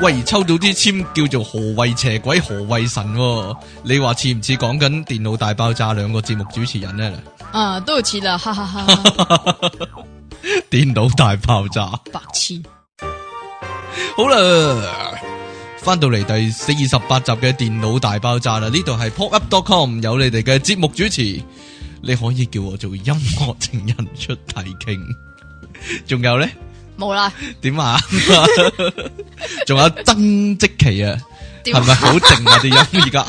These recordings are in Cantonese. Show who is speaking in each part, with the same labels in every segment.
Speaker 1: 喂，抽到啲簽叫做何謂邪鬼，何謂神喎、你話似唔似講緊電腦大爆炸兩個節目主持人呢？
Speaker 2: 啊，都似啦，哈哈哈，
Speaker 1: 電腦大爆炸，
Speaker 2: 白痴，
Speaker 1: 好啦，翻到嚟第四十八集嘅電腦大爆炸啦，呢度係 popup.com 有你哋嘅節目主持，你可以叫我做音樂情人出體傾，仲有呢？
Speaker 2: 冇啦，
Speaker 1: 點啊？ 仲有曾積淇啊，
Speaker 2: 點啊
Speaker 1: 係咪好靜啊啲音而家？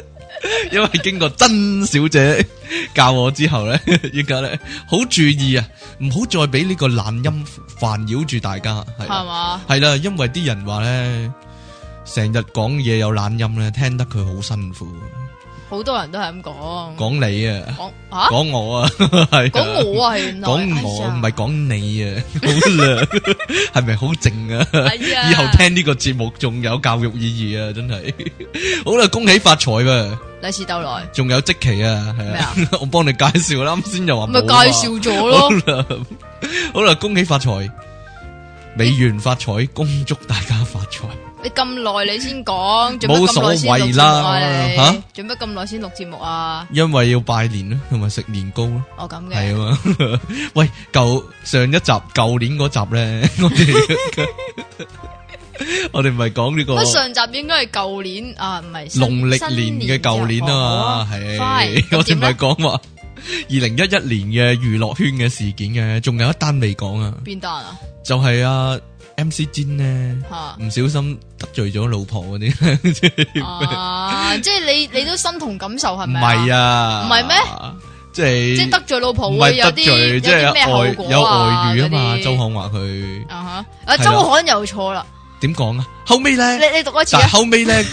Speaker 1: 因為經過曾小姐教我之後咧，依家咧好注意啊，唔好再俾呢個懶音煩擾住大家，係
Speaker 2: 係
Speaker 1: 啊
Speaker 2: 嘛？
Speaker 1: 係啦，因為啲人話咧，成日講嘢有懶音咧，聽得佢好辛苦。
Speaker 2: 好多人都係咁講，
Speaker 1: 講你啊，
Speaker 2: 講吓，
Speaker 1: 講我啊， 係啊
Speaker 2: 講我啊，原來
Speaker 1: 講我唔係，講你啊，好啦，係咪好靜 啊？
Speaker 2: 哎 呀
Speaker 1: 以後聽呢個節目仲有教育意義啊，真係好啦，恭喜發財啊喎！
Speaker 2: 利是逗來，
Speaker 1: 仲有即期啊，係
Speaker 2: 咩
Speaker 1: 啊
Speaker 2: 啊，
Speaker 1: 我幫你介紹啦，啱先又話
Speaker 2: 咪
Speaker 1: 冇啊
Speaker 2: 介紹咗
Speaker 1: 好
Speaker 2: 咯，
Speaker 1: 啦，好啦，恭喜發財，美元發財，恭祝大家發財。
Speaker 2: 你咁耐你先講，做
Speaker 1: 冇
Speaker 2: 乜咁
Speaker 1: 所
Speaker 2: 耐先錄
Speaker 1: 謂
Speaker 2: 節目啊？
Speaker 1: 啦
Speaker 2: 你
Speaker 1: 嚇
Speaker 2: 做乜咁耐先錄節目啊？
Speaker 1: 因為要拜年啦，同埋食年糕啦，
Speaker 2: 我咁
Speaker 1: 係
Speaker 2: 嘅，
Speaker 1: 啊嘛。 喂，舊上一集舊年嗰集咧， 我哋 我哋唔係講呢個
Speaker 2: 不過上集應該係舊年啊，唔係新
Speaker 1: 農曆年嘅舊年啊嘛，
Speaker 2: 新
Speaker 1: 係
Speaker 2: 年之 後哦好
Speaker 1: 我
Speaker 2: 啊
Speaker 1: 哋
Speaker 2: 點
Speaker 1: 咪
Speaker 2: 咧？
Speaker 1: 講話二零一一年嘅娛樂圈嘅事件嘅，仲有一單未講啊，
Speaker 2: 邊單啊？
Speaker 1: 就係啊 MC 尖呢，
Speaker 2: 吓
Speaker 1: 唔小心得罪咗老婆嗰啲，
Speaker 2: 啊！即係你你都身同感受係
Speaker 1: 唔
Speaker 2: 咪？
Speaker 1: 係啊，
Speaker 2: 唔係咩？
Speaker 1: 即係
Speaker 2: 即係得罪老婆
Speaker 1: 唔係
Speaker 2: 會有
Speaker 1: 得
Speaker 2: 啲
Speaker 1: 罪，
Speaker 2: 有
Speaker 1: 即係有
Speaker 2: 啲咩後
Speaker 1: 外有
Speaker 2: 果
Speaker 1: 外遇啊
Speaker 2: 啊
Speaker 1: 嘛，周
Speaker 2: 周
Speaker 1: 漢華佢
Speaker 2: 啊哈，啊
Speaker 1: 係啦
Speaker 2: 周刊又錯啦，
Speaker 1: 點講啊？後尾
Speaker 2: 你啊
Speaker 1: 咧，
Speaker 2: 你讀一次
Speaker 1: 但係
Speaker 2: 啊，
Speaker 1: 後尾咧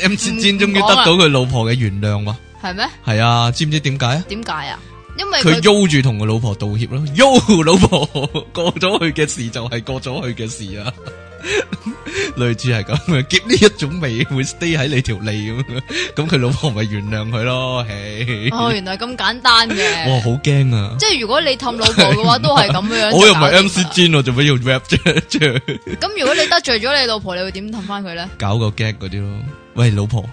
Speaker 1: ，MC 尖終於得到佢老婆嘅原諒喎，
Speaker 2: 係咩？
Speaker 1: 係啊，知唔知點解啊？
Speaker 2: 點解啊？因為
Speaker 1: 佢
Speaker 2: 佢
Speaker 1: 喐住同個老婆道歉咯， 喐老婆過咗佢嘅事就係過咗佢嘅事啊， 類似係咁嘅，夾呢一種味會 stay 喺你條脷咁樣， 咁佢老婆咪原諒佢咯，嘿，
Speaker 2: 哦，原來咁簡 單
Speaker 1: 哇
Speaker 2: 嘅，
Speaker 1: 好驚啊！
Speaker 2: 即係如果你氹老婆嘅話，都係咁 樣。
Speaker 1: 我又唔
Speaker 2: 就搞
Speaker 1: 係
Speaker 2: 掂
Speaker 1: MC
Speaker 2: 啦
Speaker 1: Jin，我做咩要 rap 啫？ 即係
Speaker 2: 咁如果你得罪咗你老婆，你會點氹翻佢咧？
Speaker 1: 搞個 gag 嗰啲咯。喂，老婆，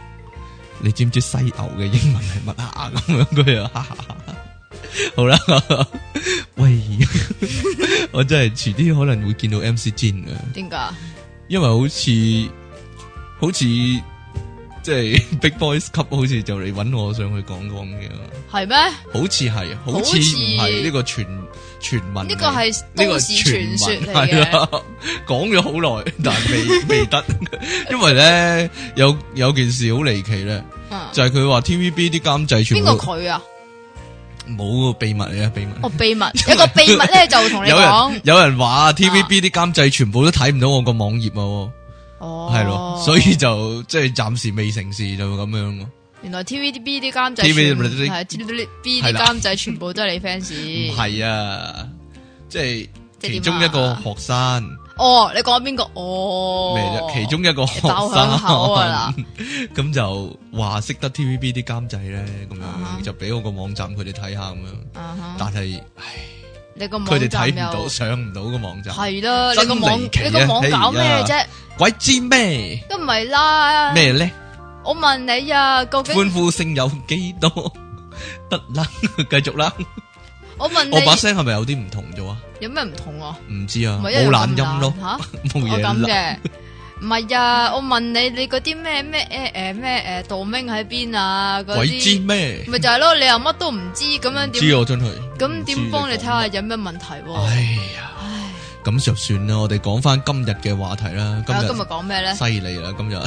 Speaker 1: 你知唔知犀牛嘅英文係乜啊？ 咁樣佢又哈哈哈好啦，喂， 我真係遲啲可能會見到 MC Jin 啊。
Speaker 2: 點解？
Speaker 1: 因為好似好似即係 Big Boys 級，好似就嚟揾我上去講講嘅，
Speaker 2: 係咩？
Speaker 1: 好似係，好
Speaker 2: 好
Speaker 1: 似
Speaker 2: 似
Speaker 1: 唔係呢個傳傳聞嚟，
Speaker 2: 呢個係
Speaker 1: 呢個
Speaker 2: 都市傳說
Speaker 1: 傳聞
Speaker 2: 嚟
Speaker 1: 係
Speaker 2: 嘅。
Speaker 1: 啦， 講咗好耐，但係未 未得，因為咧有有件事好離奇咧，
Speaker 2: 嗯
Speaker 1: 就係佢話 TVB 啲監製全
Speaker 2: 邊
Speaker 1: 部
Speaker 2: 個佢啊？
Speaker 1: 冇個秘密嚟啊，秘密。
Speaker 2: 哦，秘密有個秘密咧，就同你
Speaker 1: 有
Speaker 2: 講
Speaker 1: 人。有人話 TVB 啲監製全部都睇唔到我個網頁啊。
Speaker 2: 哦，
Speaker 1: 系咯，所以就即系暫時未成事就咁樣咯，
Speaker 2: 原來 TVB 啲監製
Speaker 1: TVB
Speaker 2: 係 TVB
Speaker 1: 係
Speaker 2: 啲
Speaker 1: 啦
Speaker 2: 監製全部都係你 fans。
Speaker 1: 唔係啊，即係
Speaker 2: 即係啊
Speaker 1: 其中一個學生
Speaker 2: 哦，你講邊個？哦，
Speaker 1: 咩啫？其中一 個學
Speaker 2: 爆響口啊啦
Speaker 1: 生 咁就話識得 TVB 啲監製咧，咁
Speaker 2: 啊哈
Speaker 1: 樣就俾我個網站佢哋睇下咁樣，
Speaker 2: 啊哈，
Speaker 1: 但係唉
Speaker 2: 你個
Speaker 1: 佢
Speaker 2: 網
Speaker 1: 哋睇
Speaker 2: 站
Speaker 1: 唔到，
Speaker 2: 又
Speaker 1: 上唔到個網站，
Speaker 2: 係啦，你
Speaker 1: 真
Speaker 2: 個網
Speaker 1: 離奇啊
Speaker 2: 你個網搞咩
Speaker 1: 哎
Speaker 2: 啫？
Speaker 1: 鬼知咩
Speaker 2: 都唔係啦。？
Speaker 1: 咩咧？
Speaker 2: 我問你啊，究
Speaker 1: 歡
Speaker 2: 竟
Speaker 1: 呼聲有幾多？ 得啦， 繼續啦。
Speaker 2: 我問
Speaker 1: 我把
Speaker 2: 你
Speaker 1: 聲係咪有啲唔同咗啊？
Speaker 2: 有咩唔同啊？
Speaker 1: 唔知啊，
Speaker 2: 唔係一
Speaker 1: 冇
Speaker 2: 樣
Speaker 1: 懶
Speaker 2: 咁
Speaker 1: 音咯
Speaker 2: 懶，吓。
Speaker 1: 冇
Speaker 2: 我
Speaker 1: 嘢
Speaker 2: 咁
Speaker 1: 啦。
Speaker 2: 嘅，唔係啊！我問你，你嗰啲咩咩誒誒咩誒道明喺邊啊？嗰
Speaker 1: 鬼知
Speaker 2: 啲
Speaker 1: 咩？
Speaker 2: 咪就係咯，你又乜都唔知，咁樣
Speaker 1: 唔知啊
Speaker 2: 點？
Speaker 1: 我真係。
Speaker 2: 咁點幫你睇下
Speaker 1: 唔知
Speaker 2: 有咩問題
Speaker 1: 你講
Speaker 2: 喎？
Speaker 1: 乜？哎呀，
Speaker 2: 唉，
Speaker 1: 咁就算啦，我哋講翻今日嘅話題啦。今
Speaker 2: 咁啊今日
Speaker 1: 日
Speaker 2: 講咩咧？
Speaker 1: 犀利啦，今日
Speaker 2: 有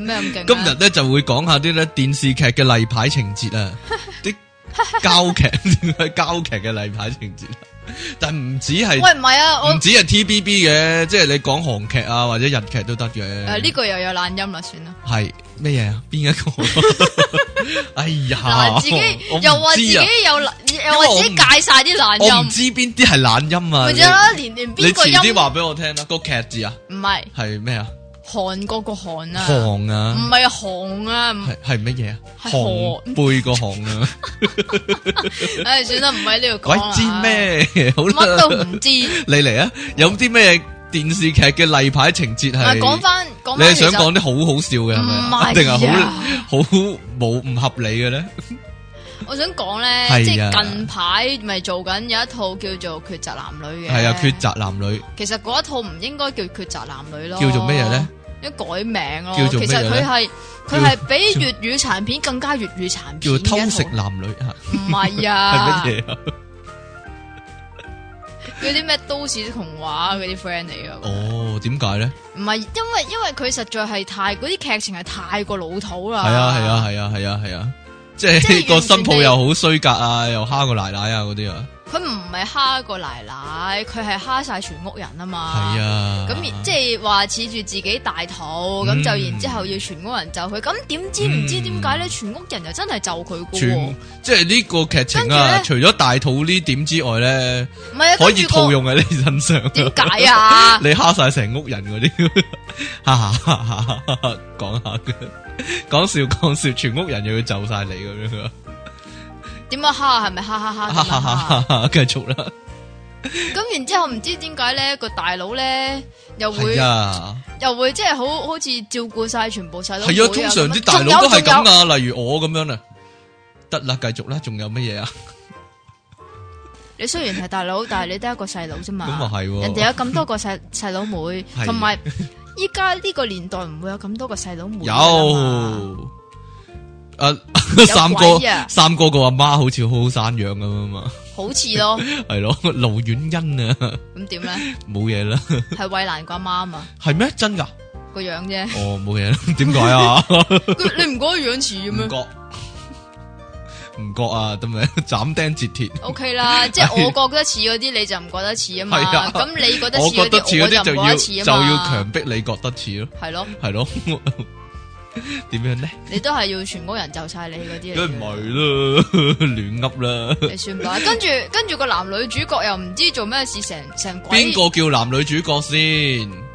Speaker 2: 咩咁勁啊？
Speaker 1: 今日咧就會講下啲咧電視劇嘅例牌情節 啊，啲交劇 交劇嘅例牌情節，啊但唔止係
Speaker 2: 喂唔係啊，我
Speaker 1: 唔止係 TBB 嘅，即係你講韓劇啊或者日劇都得
Speaker 2: 誒
Speaker 1: 嘅。
Speaker 2: 啊呢個又有懶音啦，算啦。
Speaker 1: 係咩嘢啊？邊一個？ 哎呀，
Speaker 2: 嗱，自
Speaker 1: 我唔
Speaker 2: 己又話自
Speaker 1: 知
Speaker 2: 己
Speaker 1: 啊
Speaker 2: 有懶，又
Speaker 1: 因為我
Speaker 2: 話
Speaker 1: 唔啊
Speaker 2: 自己戒晒啲懶
Speaker 1: 我唔
Speaker 2: 音，
Speaker 1: 知邊啲係懶音啊！
Speaker 2: 咪
Speaker 1: 你
Speaker 2: 就係咯，連連
Speaker 1: 你
Speaker 2: 邊個
Speaker 1: 遲
Speaker 2: 音
Speaker 1: 啲話俾我聽啦，個劇字啊，
Speaker 2: 唔係
Speaker 1: 係咩啊？
Speaker 2: 韓國個韓啊，
Speaker 1: 行
Speaker 2: 唔
Speaker 1: 啊，
Speaker 2: 係韓啊，唔
Speaker 1: 係係乜嘢啊？
Speaker 2: 係
Speaker 1: 行背個行啊，
Speaker 2: 唉算啦，唔喺呢度講
Speaker 1: 鬼
Speaker 2: 啦
Speaker 1: 知？咩？好
Speaker 2: 啊乜都
Speaker 1: 啦，
Speaker 2: 唔知。
Speaker 1: 你嚟啊！有啲咩電視劇嘅例牌情節
Speaker 2: 啊，
Speaker 1: 係
Speaker 2: 講翻讲
Speaker 1: 你
Speaker 2: 翻
Speaker 1: 係
Speaker 2: 其
Speaker 1: 想
Speaker 2: 實
Speaker 1: 講啲好好笑嘅係咪啊？
Speaker 2: 唔係
Speaker 1: 定係好
Speaker 2: 啊
Speaker 1: 好冇唔合理嘅咧？
Speaker 2: 我想講咧
Speaker 1: 係啊，
Speaker 2: 即係近排咪做緊有一套叫做《抉擇男女》嘅。
Speaker 1: 係啊，抉。擇男女
Speaker 2: 其實嗰一套唔應該叫《抉擇男女》咯。
Speaker 1: 叫做咩嘢咧？？
Speaker 2: 一改名咯。
Speaker 1: 叫做
Speaker 2: 其
Speaker 1: 咩
Speaker 2: 實
Speaker 1: 嘢呢
Speaker 2: 佢係佢係比粵語殘片更加粵語殘片
Speaker 1: 叫做
Speaker 2: 嘅一套。
Speaker 1: 偷食男女吓，
Speaker 2: 唔係啊，
Speaker 1: 係乜嘢啊？
Speaker 2: 嗰啲咩都市童話嗰啲 friend 嚟噶。
Speaker 1: 哦，點解咧？
Speaker 2: 唔係，因為因為佢實在係太嗰啲劇情係太過老土啦。
Speaker 1: 係啊，係啊，係啊，係啊，係啊，即
Speaker 2: 即係完
Speaker 1: 係
Speaker 2: 全
Speaker 1: 個新抱
Speaker 2: 地
Speaker 1: 又好衰格啊，又蝦個奶奶啊嗰啲啊，
Speaker 2: 佢唔係蝦個奶奶，佢係蝦晒全屋人啊嘛。
Speaker 1: 係啊，
Speaker 2: 咁然即係話恃住自己大肚，咁、
Speaker 1: 嗯
Speaker 2: 就然之後要全屋人就佢，咁點知唔知
Speaker 1: 嗯
Speaker 2: 點解咧？全屋人又真係就佢噶喎
Speaker 1: 全，即係呢個劇情啊，
Speaker 2: 跟
Speaker 1: 除咗大肚呢點之外咧，
Speaker 2: 唔係啊，
Speaker 1: 可
Speaker 2: 跟
Speaker 1: 以
Speaker 2: 住
Speaker 1: 套
Speaker 2: 個
Speaker 1: 用喺你身上。
Speaker 2: 點解 啊？
Speaker 1: 你蝦晒成屋人嗰啲， 哈哈哈哈哈哈講下嘅，講笑講笑，全屋人又要就晒你咁樣啊
Speaker 2: 點啊蝦係咪哈哈哈
Speaker 1: 哈哈
Speaker 2: 咁樣啊蝦？
Speaker 1: 哈哈，繼續啦，
Speaker 2: 咁然之後唔知點解咧個大佬咧又會
Speaker 1: 係啊，
Speaker 2: 又會即係好好似照顧晒全部細佬妹
Speaker 1: 係啊，通常啲大佬都係咁啊，例如我咁樣啊，得啦，繼續啦，仲有乜嘢啊？
Speaker 2: 你雖然係大佬，但係你得一個細佬啫嘛。
Speaker 1: 咁啊係喎
Speaker 2: 人哋有咁多個細細佬妹，
Speaker 1: 係
Speaker 2: 同埋依家呢個年代唔會有咁多個細佬妹㗎
Speaker 1: 有
Speaker 2: 啦嘛。，
Speaker 1: 啊，
Speaker 2: 啊有
Speaker 1: 三
Speaker 2: 鬼
Speaker 1: 哥
Speaker 2: 啊，
Speaker 1: 三哥個阿媽好似好好生養咁啊嘛，
Speaker 2: 好似咯，
Speaker 1: 係 咯，盧婉欣啊，
Speaker 2: 咁點咧？
Speaker 1: 冇嘢啦，
Speaker 2: 係衛蘭個阿媽啊嘛，
Speaker 1: 係咩？真㗎？
Speaker 2: 個樣啫。
Speaker 1: 哦，冇嘢啦，點解啊？
Speaker 2: 佢你唔覺得樣似嘅
Speaker 1: 唔
Speaker 2: 咩
Speaker 1: 覺唔覺啊，咁 咪斬釘截鐵。
Speaker 2: ？O K 啦，即係我覺得似嗰啲，你就唔覺得似啊嘛。
Speaker 1: 係啊
Speaker 2: 咁你覺得
Speaker 1: 我
Speaker 2: 似
Speaker 1: 覺
Speaker 2: 嗰
Speaker 1: 得
Speaker 2: 啲，
Speaker 1: 似嗰啲
Speaker 2: 我就
Speaker 1: 就
Speaker 2: 唔
Speaker 1: 要
Speaker 2: 覺得似
Speaker 1: 就
Speaker 2: 啊嘛。
Speaker 1: 要強迫你覺得似咯，
Speaker 2: 係咯，
Speaker 1: 係 咯。點樣咧？
Speaker 2: 你都係要全屋人就晒你嗰啲嚟嘅。啊
Speaker 1: 梗唔係 啦，亂噏啦。
Speaker 2: 你算吧。跟住跟住個男女主角又唔知做咩事，成成鬼
Speaker 1: 邊個叫男女主角先？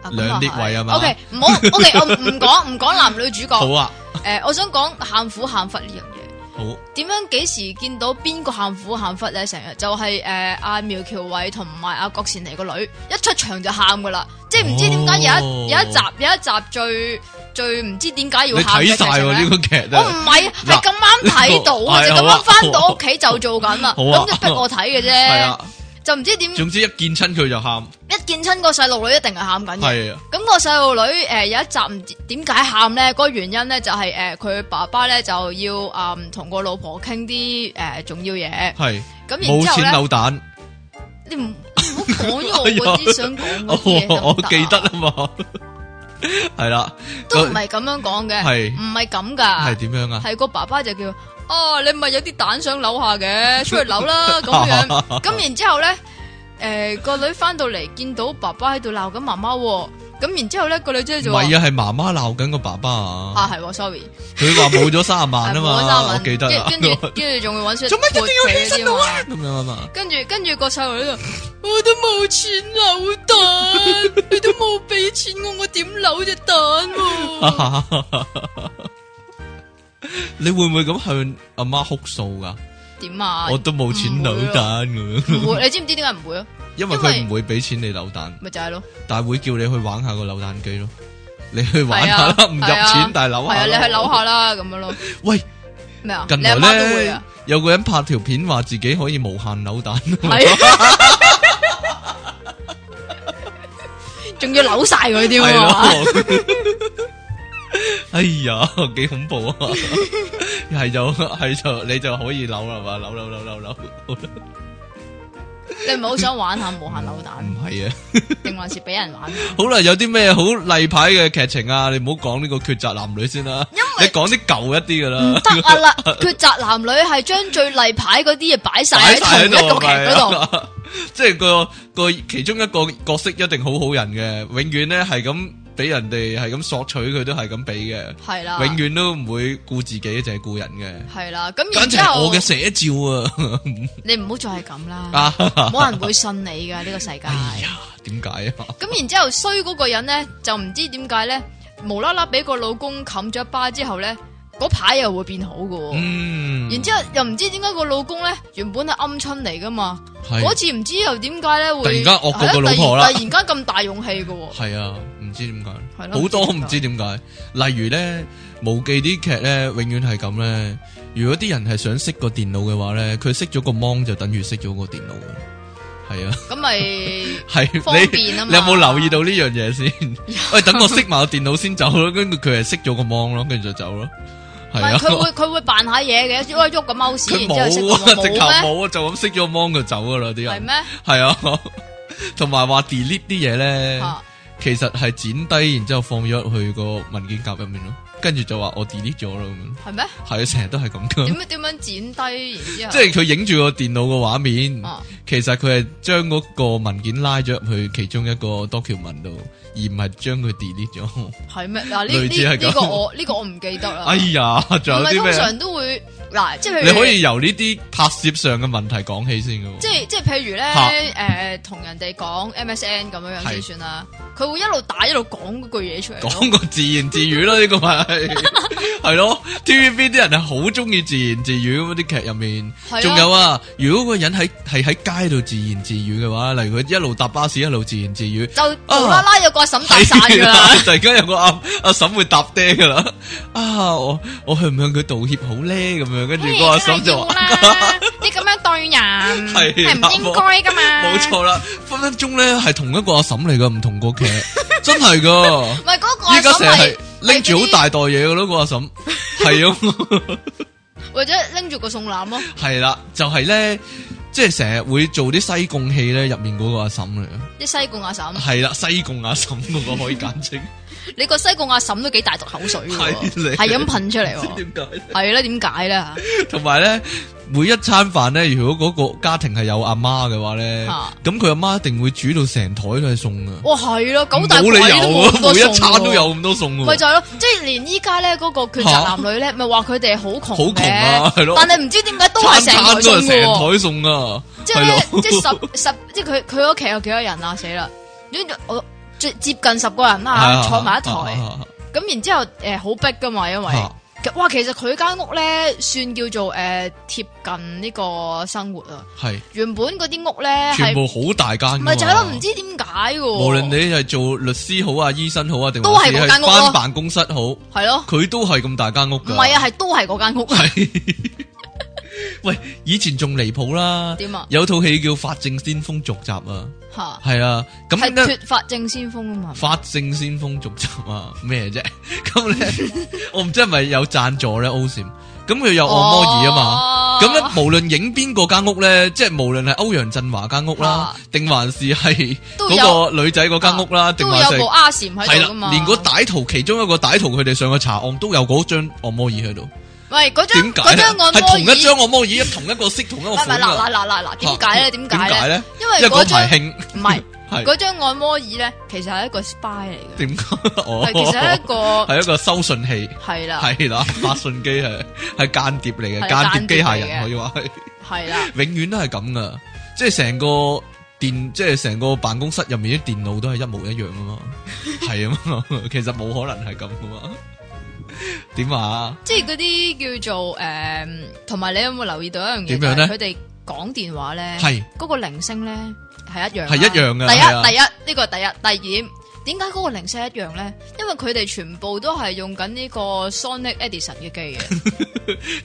Speaker 2: À,
Speaker 1: 梁烈唯啊嘛。
Speaker 2: O K，唔好 O K，我唔講唔講男女主
Speaker 1: 好
Speaker 2: 角。
Speaker 1: 啊，
Speaker 2: 诶，我想講喊苦喊忽呢樣嘢。
Speaker 1: 好
Speaker 2: 點樣幾時見到邊個喊苦喊忽咧？成日就係诶阿苗僑偉同埋阿郭善妮個女一出場就喊噶啦，即係唔知點解有一
Speaker 1: 哦
Speaker 2: 有一集有一集最最唔知點解
Speaker 1: 你
Speaker 2: 要喊
Speaker 1: 睇
Speaker 2: 嘅
Speaker 1: 晒
Speaker 2: 劇情
Speaker 1: 喎呢
Speaker 2: 咧。
Speaker 1: 個劇
Speaker 2: 我
Speaker 1: 真
Speaker 2: 唔
Speaker 1: 係。
Speaker 2: 係啊係
Speaker 1: 嗱
Speaker 2: 咁啱睇到啊，
Speaker 1: 係
Speaker 2: 就
Speaker 1: 啊好
Speaker 2: 咁
Speaker 1: 啊
Speaker 2: 啱翻到屋企就做緊啦，
Speaker 1: 好啊
Speaker 2: 咁就逼我睇嘅
Speaker 1: 係
Speaker 2: 啫，
Speaker 1: 啊，
Speaker 2: 就唔知點
Speaker 1: 總之一見親佢就喊，
Speaker 2: 一見親個細路女一定係喊緊嘅。
Speaker 1: 係啊，
Speaker 2: 咁個細路女誒、呃有一集唔知點解喊咧，嗰、個原因咧就係誒佢爸爸咧就要誒同、個老婆傾啲誒重要嘢，
Speaker 1: 係
Speaker 2: 咁然之
Speaker 1: 冇
Speaker 2: 後
Speaker 1: 錢
Speaker 2: 咧，
Speaker 1: 扭蛋，
Speaker 2: 你唔你唔好講咗我嗰啲想講
Speaker 1: 我
Speaker 2: 嗰
Speaker 1: 我
Speaker 2: 啲嘢得唔
Speaker 1: 記得
Speaker 2: 得啊
Speaker 1: 啊 嘛，係啦，
Speaker 2: 都唔係咁樣講嘅，
Speaker 1: 係
Speaker 2: 唔係咁
Speaker 1: 係
Speaker 2: 噶，
Speaker 1: 點樣啊？
Speaker 2: 係個爸爸就叫哦，你咪有啲蛋想扭下 嘅，出去扭啦咁樣。咁然之後咧，誒、個女翻到嚟見到爸爸喺度鬧緊媽媽喎，咁然之後咧個女仔就
Speaker 1: 唔
Speaker 2: 話
Speaker 1: 係啊，係媽媽鬧緊個爸爸啊！
Speaker 2: 啊係喎，sorry。
Speaker 1: 佢話冇咗三十萬啊
Speaker 2: 係冇
Speaker 1: 嘛，
Speaker 2: 三
Speaker 1: 我
Speaker 2: 文
Speaker 1: 記得啊，
Speaker 2: 跟跟住跟住仲會搵出
Speaker 1: 做乜一定要犧牲
Speaker 2: 我啊？
Speaker 1: 咁樣啊嘛，
Speaker 2: 跟住跟住個細路女就，我都冇錢扭蛋，你都冇俾錢我，我點扭隻蛋喎？
Speaker 1: 你會唔會咁向阿媽哭訴噶？
Speaker 2: 點啊？
Speaker 1: 我都冇錢扭蛋咁 樣，
Speaker 2: 唔會，你知唔知點解唔會啊？
Speaker 1: 因為佢唔會俾錢你扭蛋，
Speaker 2: 咪就係咯，
Speaker 1: 但係會叫你去玩下個扭蛋機咯。你去玩下
Speaker 2: 係
Speaker 1: 啦，
Speaker 2: 啊
Speaker 1: 唔入
Speaker 2: 係啊
Speaker 1: 錢但係扭
Speaker 2: 係
Speaker 1: 下。
Speaker 2: 啊，你去扭。下啦，咁樣咯，
Speaker 1: 喂，
Speaker 2: 咩啊？
Speaker 1: 近
Speaker 2: 你阿
Speaker 1: 來
Speaker 2: 媽都會
Speaker 1: 咧
Speaker 2: 啊？
Speaker 1: 有個人拍條片話自己可以無限扭蛋，
Speaker 2: 係，仲要扭晒佢添
Speaker 1: 係
Speaker 2: 啊！
Speaker 1: 咯。哎呀，幾恐怖啊！係就係就你就可以扭啦嘛，扭扭扭扭扭，
Speaker 2: 你唔係好想玩下無限扭
Speaker 1: 唔
Speaker 2: 蛋，
Speaker 1: 係啊！
Speaker 2: 定還是俾人玩？
Speaker 1: 好啦，有啲咩好例牌嘅劇情啊？你唔好講呢個抉擇男女先啦，你講啲舊一啲噶
Speaker 2: 唔
Speaker 1: 啦，
Speaker 2: 得啊啦！佢宅男女係將最例牌嗰啲嘢擺晒
Speaker 1: 擺
Speaker 2: 喺
Speaker 1: 晒喺
Speaker 2: 同一個
Speaker 1: 度，
Speaker 2: 劇嗰度，
Speaker 1: 度， 即係個個其中一個角色一定好好人嘅，永遠咧係咁俾人哋係咁索取，佢都係咁俾嘅，
Speaker 2: 係啦，
Speaker 1: 啊永遠都唔會顧自己，淨係顧人嘅。
Speaker 2: 係啦。咁
Speaker 1: 簡
Speaker 2: 然
Speaker 1: 直
Speaker 2: 之
Speaker 1: 係我
Speaker 2: 後
Speaker 1: 嘅，寫照
Speaker 2: 你唔好再係咁啦，
Speaker 1: 啊！啊，
Speaker 2: 冇人會信你噶呢個世界。
Speaker 1: 哎呀，點解啊？
Speaker 2: 咁然之後衰嗰個人咧，就唔知點解咧，無啦啦俾個老公冚咗一巴之後咧，嗰排又會變好噶。喎。
Speaker 1: 嗯，
Speaker 2: 然之後又唔知點解個老公咧原本係鵪鶉嚟噶嘛，
Speaker 1: 係
Speaker 2: 嗰次唔知又點解咧會
Speaker 1: 突然間惡過個老婆
Speaker 2: 係啊
Speaker 1: 啦
Speaker 2: 突然突然間咁大勇氣噶喎。
Speaker 1: 係啊，唔知點解，
Speaker 2: 係咯
Speaker 1: 好多唔
Speaker 2: 唔
Speaker 1: 知
Speaker 2: 知
Speaker 1: 點解。例如咧，無記啲劇咧，永遠係咁咧。如果啲人係想熄個電腦嘅話咧，佢熄咗個 mon 就等於熄咗個電腦㗎。係啊，
Speaker 2: 咁咪
Speaker 1: 係
Speaker 2: 方
Speaker 1: 你
Speaker 2: 便啊
Speaker 1: 你
Speaker 2: 嘛。
Speaker 1: 有冇留意到呢樣 嘢先？喂，等我熄埋個電腦先走咯，跟住佢係熄咗個 mon 咯，跟住就走咯。
Speaker 2: 唔
Speaker 1: 係
Speaker 2: 係
Speaker 1: 啊，
Speaker 2: 佢會佢會扮下嘢嘅，喐一喐個 mouse，
Speaker 1: 佢
Speaker 2: 然之
Speaker 1: 冇
Speaker 2: 後
Speaker 1: 啊，直
Speaker 2: 識
Speaker 1: 頭
Speaker 2: 到冇咩？
Speaker 1: 冇啊，就咁熄咗個 mon 就走噶啦啲
Speaker 2: 係
Speaker 1: 人。
Speaker 2: 咩？
Speaker 1: 係啊， 同埋話 delete 啲嘢咧。
Speaker 2: 嚇
Speaker 1: 其實係剪低，然之後放咗入去個文件夾入面咯，跟住就話我 delete 咗啦咁樣，
Speaker 2: 係咩？
Speaker 1: 係啊，成日都係咁噶
Speaker 2: 點，樣點樣剪低，然之
Speaker 1: 即
Speaker 2: 後
Speaker 1: 係佢影住個電腦個畫面，
Speaker 2: 啊
Speaker 1: 其實佢係將嗰個文件拉咗入去其中一個 document 度，而唔係將佢 delete 咗。
Speaker 2: 係咩？啊嗱呢
Speaker 1: 類似係
Speaker 2: 呢
Speaker 1: 咁
Speaker 2: 呢個我呢個我唔記得啦。
Speaker 1: 哎呀，
Speaker 2: 啊唔
Speaker 1: 仲有
Speaker 2: 係
Speaker 1: 啲
Speaker 2: 通
Speaker 1: 咩？
Speaker 2: 常都會嗱，即係譬如
Speaker 1: 你可以由呢啲拍攝上嘅問題講起先噶喎。
Speaker 2: 即係即係譬如
Speaker 1: 嚇
Speaker 2: 咧，誒同人哋講 MSN 咁樣樣
Speaker 1: 係
Speaker 2: 先算啦。佢會一路打一路講嗰句嘢出嚟 咯。
Speaker 1: 講個自言自語啦，呢個咪 係係咯。TVB 啲人係好中意自言自語咁啲劇入面，
Speaker 2: 係啊
Speaker 1: 仲有啊，如果個人喺係喺街度自言自語嘅話，例如佢一路搭巴士一路自言自語，
Speaker 2: 就無啦啦有個阿嬸搭
Speaker 1: 啊係啊
Speaker 2: 散噶啦，，
Speaker 1: 突然間有個阿阿嬸會搭爹噶啦，啊我我向唔向佢道歉好咧咁樣，跟住個阿嬸就
Speaker 2: 梗
Speaker 1: 話。
Speaker 2: 啊係要啦，你咁樣對 人
Speaker 1: 係
Speaker 2: 係唔
Speaker 1: 啦
Speaker 2: 應該噶嘛，
Speaker 1: 冇。錯啦，分分鐘咧係同一個阿嬸嚟噶，唔同個 劇，真係噶。
Speaker 2: 唔係嗰個阿
Speaker 1: 依家
Speaker 2: 嬸
Speaker 1: 成日係
Speaker 2: 係
Speaker 1: 拎住好大袋嘢噶咯，個阿嬸係啊。
Speaker 2: 或者拎住個餸籃咯，
Speaker 1: 系啦，就系、咧，即系成日會做啲西貢戲咧，入面嗰個阿嬸嚟嘅，
Speaker 2: 啲西貢 阿嬸，
Speaker 1: 係啦，西貢阿嬸嗰個可以簡稱，
Speaker 2: 你個西貢阿嬸都幾大毒口水嘅
Speaker 1: 係你
Speaker 2: 喎，係咁噴出嚟
Speaker 1: 唔知
Speaker 2: 喎，
Speaker 1: 點解呢。
Speaker 2: 係啦，點解咧？
Speaker 1: 同埋咧，每一餐飯咧，如果嗰個家庭係有阿媽嘅話咧
Speaker 2: 啊，
Speaker 1: 咁佢阿媽一定會煮到成台都係餸噶，
Speaker 2: 哇，係咯，九大
Speaker 1: 冇理
Speaker 2: 鬼都
Speaker 1: 由
Speaker 2: 冇咁
Speaker 1: 啊，
Speaker 2: 多
Speaker 1: 每
Speaker 2: 餸
Speaker 1: 一餐
Speaker 2: 喎
Speaker 1: 都。有咁多餸啊
Speaker 2: 咪
Speaker 1: 噶。
Speaker 2: 就係咯，即係連依家咧嗰個抉擇男 女咧，咪話佢哋好
Speaker 1: 好
Speaker 2: 窮
Speaker 1: 窮啊係
Speaker 2: 嘅
Speaker 1: 咯，
Speaker 2: 但係唔知點解都
Speaker 1: 餐
Speaker 2: 係成台
Speaker 1: 餐都
Speaker 2: 餸
Speaker 1: 係成
Speaker 2: 嘅喎。
Speaker 1: 台餸啊，
Speaker 2: 即系咧
Speaker 1: 係，咯
Speaker 2: 即系十十，即系佢佢屋企有幾多人啊？死啦！總之我接接近十個人啦，
Speaker 1: 啊
Speaker 2: 坐埋一台，咁然之后诶好逼噶嘛，因為
Speaker 1: 啊
Speaker 2: 其哇，其實佢間屋咧算叫做诶贴近呢個生活啊。
Speaker 1: 係
Speaker 2: 原本嗰啲屋咧
Speaker 1: 全
Speaker 2: 係
Speaker 1: 部好大間㗎嘛，
Speaker 2: 咪就係咯？唔知點解嘅喎。
Speaker 1: 无论你系做律师好啊、医生好啊，定
Speaker 2: 都
Speaker 1: 还
Speaker 2: 係
Speaker 1: 是係
Speaker 2: 嗰間屋咯
Speaker 1: 翻办公室好，
Speaker 2: 係咯，
Speaker 1: 佢都系咁大间屋
Speaker 2: 唔
Speaker 1: 噶。
Speaker 2: 係啊，係都係嗰間屋。
Speaker 1: 係，喂，以前仲离谱啦，
Speaker 2: 點啊？
Speaker 1: 有套戏叫《法證先鋒續集》啊，
Speaker 2: 吓
Speaker 1: 系啊，
Speaker 2: 係
Speaker 1: 咁咧
Speaker 2: 脱髮正先鋒啊嘛。
Speaker 1: 《法證先鋒續集》啊，咩啫？ 咁咧，我唔知系咪有贊助咧 o s 咁佢
Speaker 2: 哦
Speaker 1: 有按摩椅啊嘛。
Speaker 2: 嘛
Speaker 1: 咁咧，無論影邊個間屋咧，即係無論係歐陽振華間屋啦
Speaker 2: 啊，
Speaker 1: 定還是係
Speaker 2: 都有
Speaker 1: 嗰個女仔嗰間屋啦，定
Speaker 2: 啊都
Speaker 1: 還
Speaker 2: 有
Speaker 1: 是係
Speaker 2: 部阿禪
Speaker 1: 系
Speaker 2: 喺
Speaker 1: 啦
Speaker 2: 度噶，嘛。
Speaker 1: 連個歹徒其中一個歹徒佢哋上去查案都有嗰張按摩椅喺度，
Speaker 2: 喂，嗰張
Speaker 1: 點
Speaker 2: 嗰
Speaker 1: 解咧？
Speaker 2: 張按
Speaker 1: 係
Speaker 2: 摩
Speaker 1: 同
Speaker 2: 椅
Speaker 1: 一張按摩椅，同一個色，同一個
Speaker 2: 唔係唔係
Speaker 1: 款啊！
Speaker 2: 嗱嗱嗱嗱嗱，點解咧？點
Speaker 1: 點
Speaker 2: 解
Speaker 1: 解
Speaker 2: 咧？
Speaker 1: 咧？
Speaker 2: 因為
Speaker 1: 因為
Speaker 2: 嗰
Speaker 1: 嗰排
Speaker 2: 張
Speaker 1: 興
Speaker 2: 唔係
Speaker 1: 係
Speaker 2: 嗰張按摩椅咧，其實係一個 spy 嚟嘅，
Speaker 1: 點解？
Speaker 2: 係其實係
Speaker 1: 哦，
Speaker 2: 一個
Speaker 1: 係一個收信器，
Speaker 2: 係啦，
Speaker 1: 係啦，發信機係係間諜嚟嘅，
Speaker 2: 係
Speaker 1: 間諜機械人
Speaker 2: 間諜嚟嘅
Speaker 1: 可以話係，
Speaker 2: 係啦，
Speaker 1: 永遠都係咁噶，即係成個電，即係成個辦公室入面啲電腦都係一模一樣 噶嘛，係啊嘛，其實冇可能係咁噶嘛，點啊？
Speaker 2: 即係嗰啲叫做誒，同埋你有冇留意到一樣嘢？
Speaker 1: 點樣呢
Speaker 2: 就係佢哋講電話咧，
Speaker 1: 係。
Speaker 2: 嗰個鈴聲咧係一樣啦，
Speaker 1: 係一樣嘅係啊
Speaker 2: 第一第一呢個係第一，第二。點解嗰個鈴聲一樣咧？因為佢哋全部都係用緊呢個 Sonic Edison 嘅 機嘅，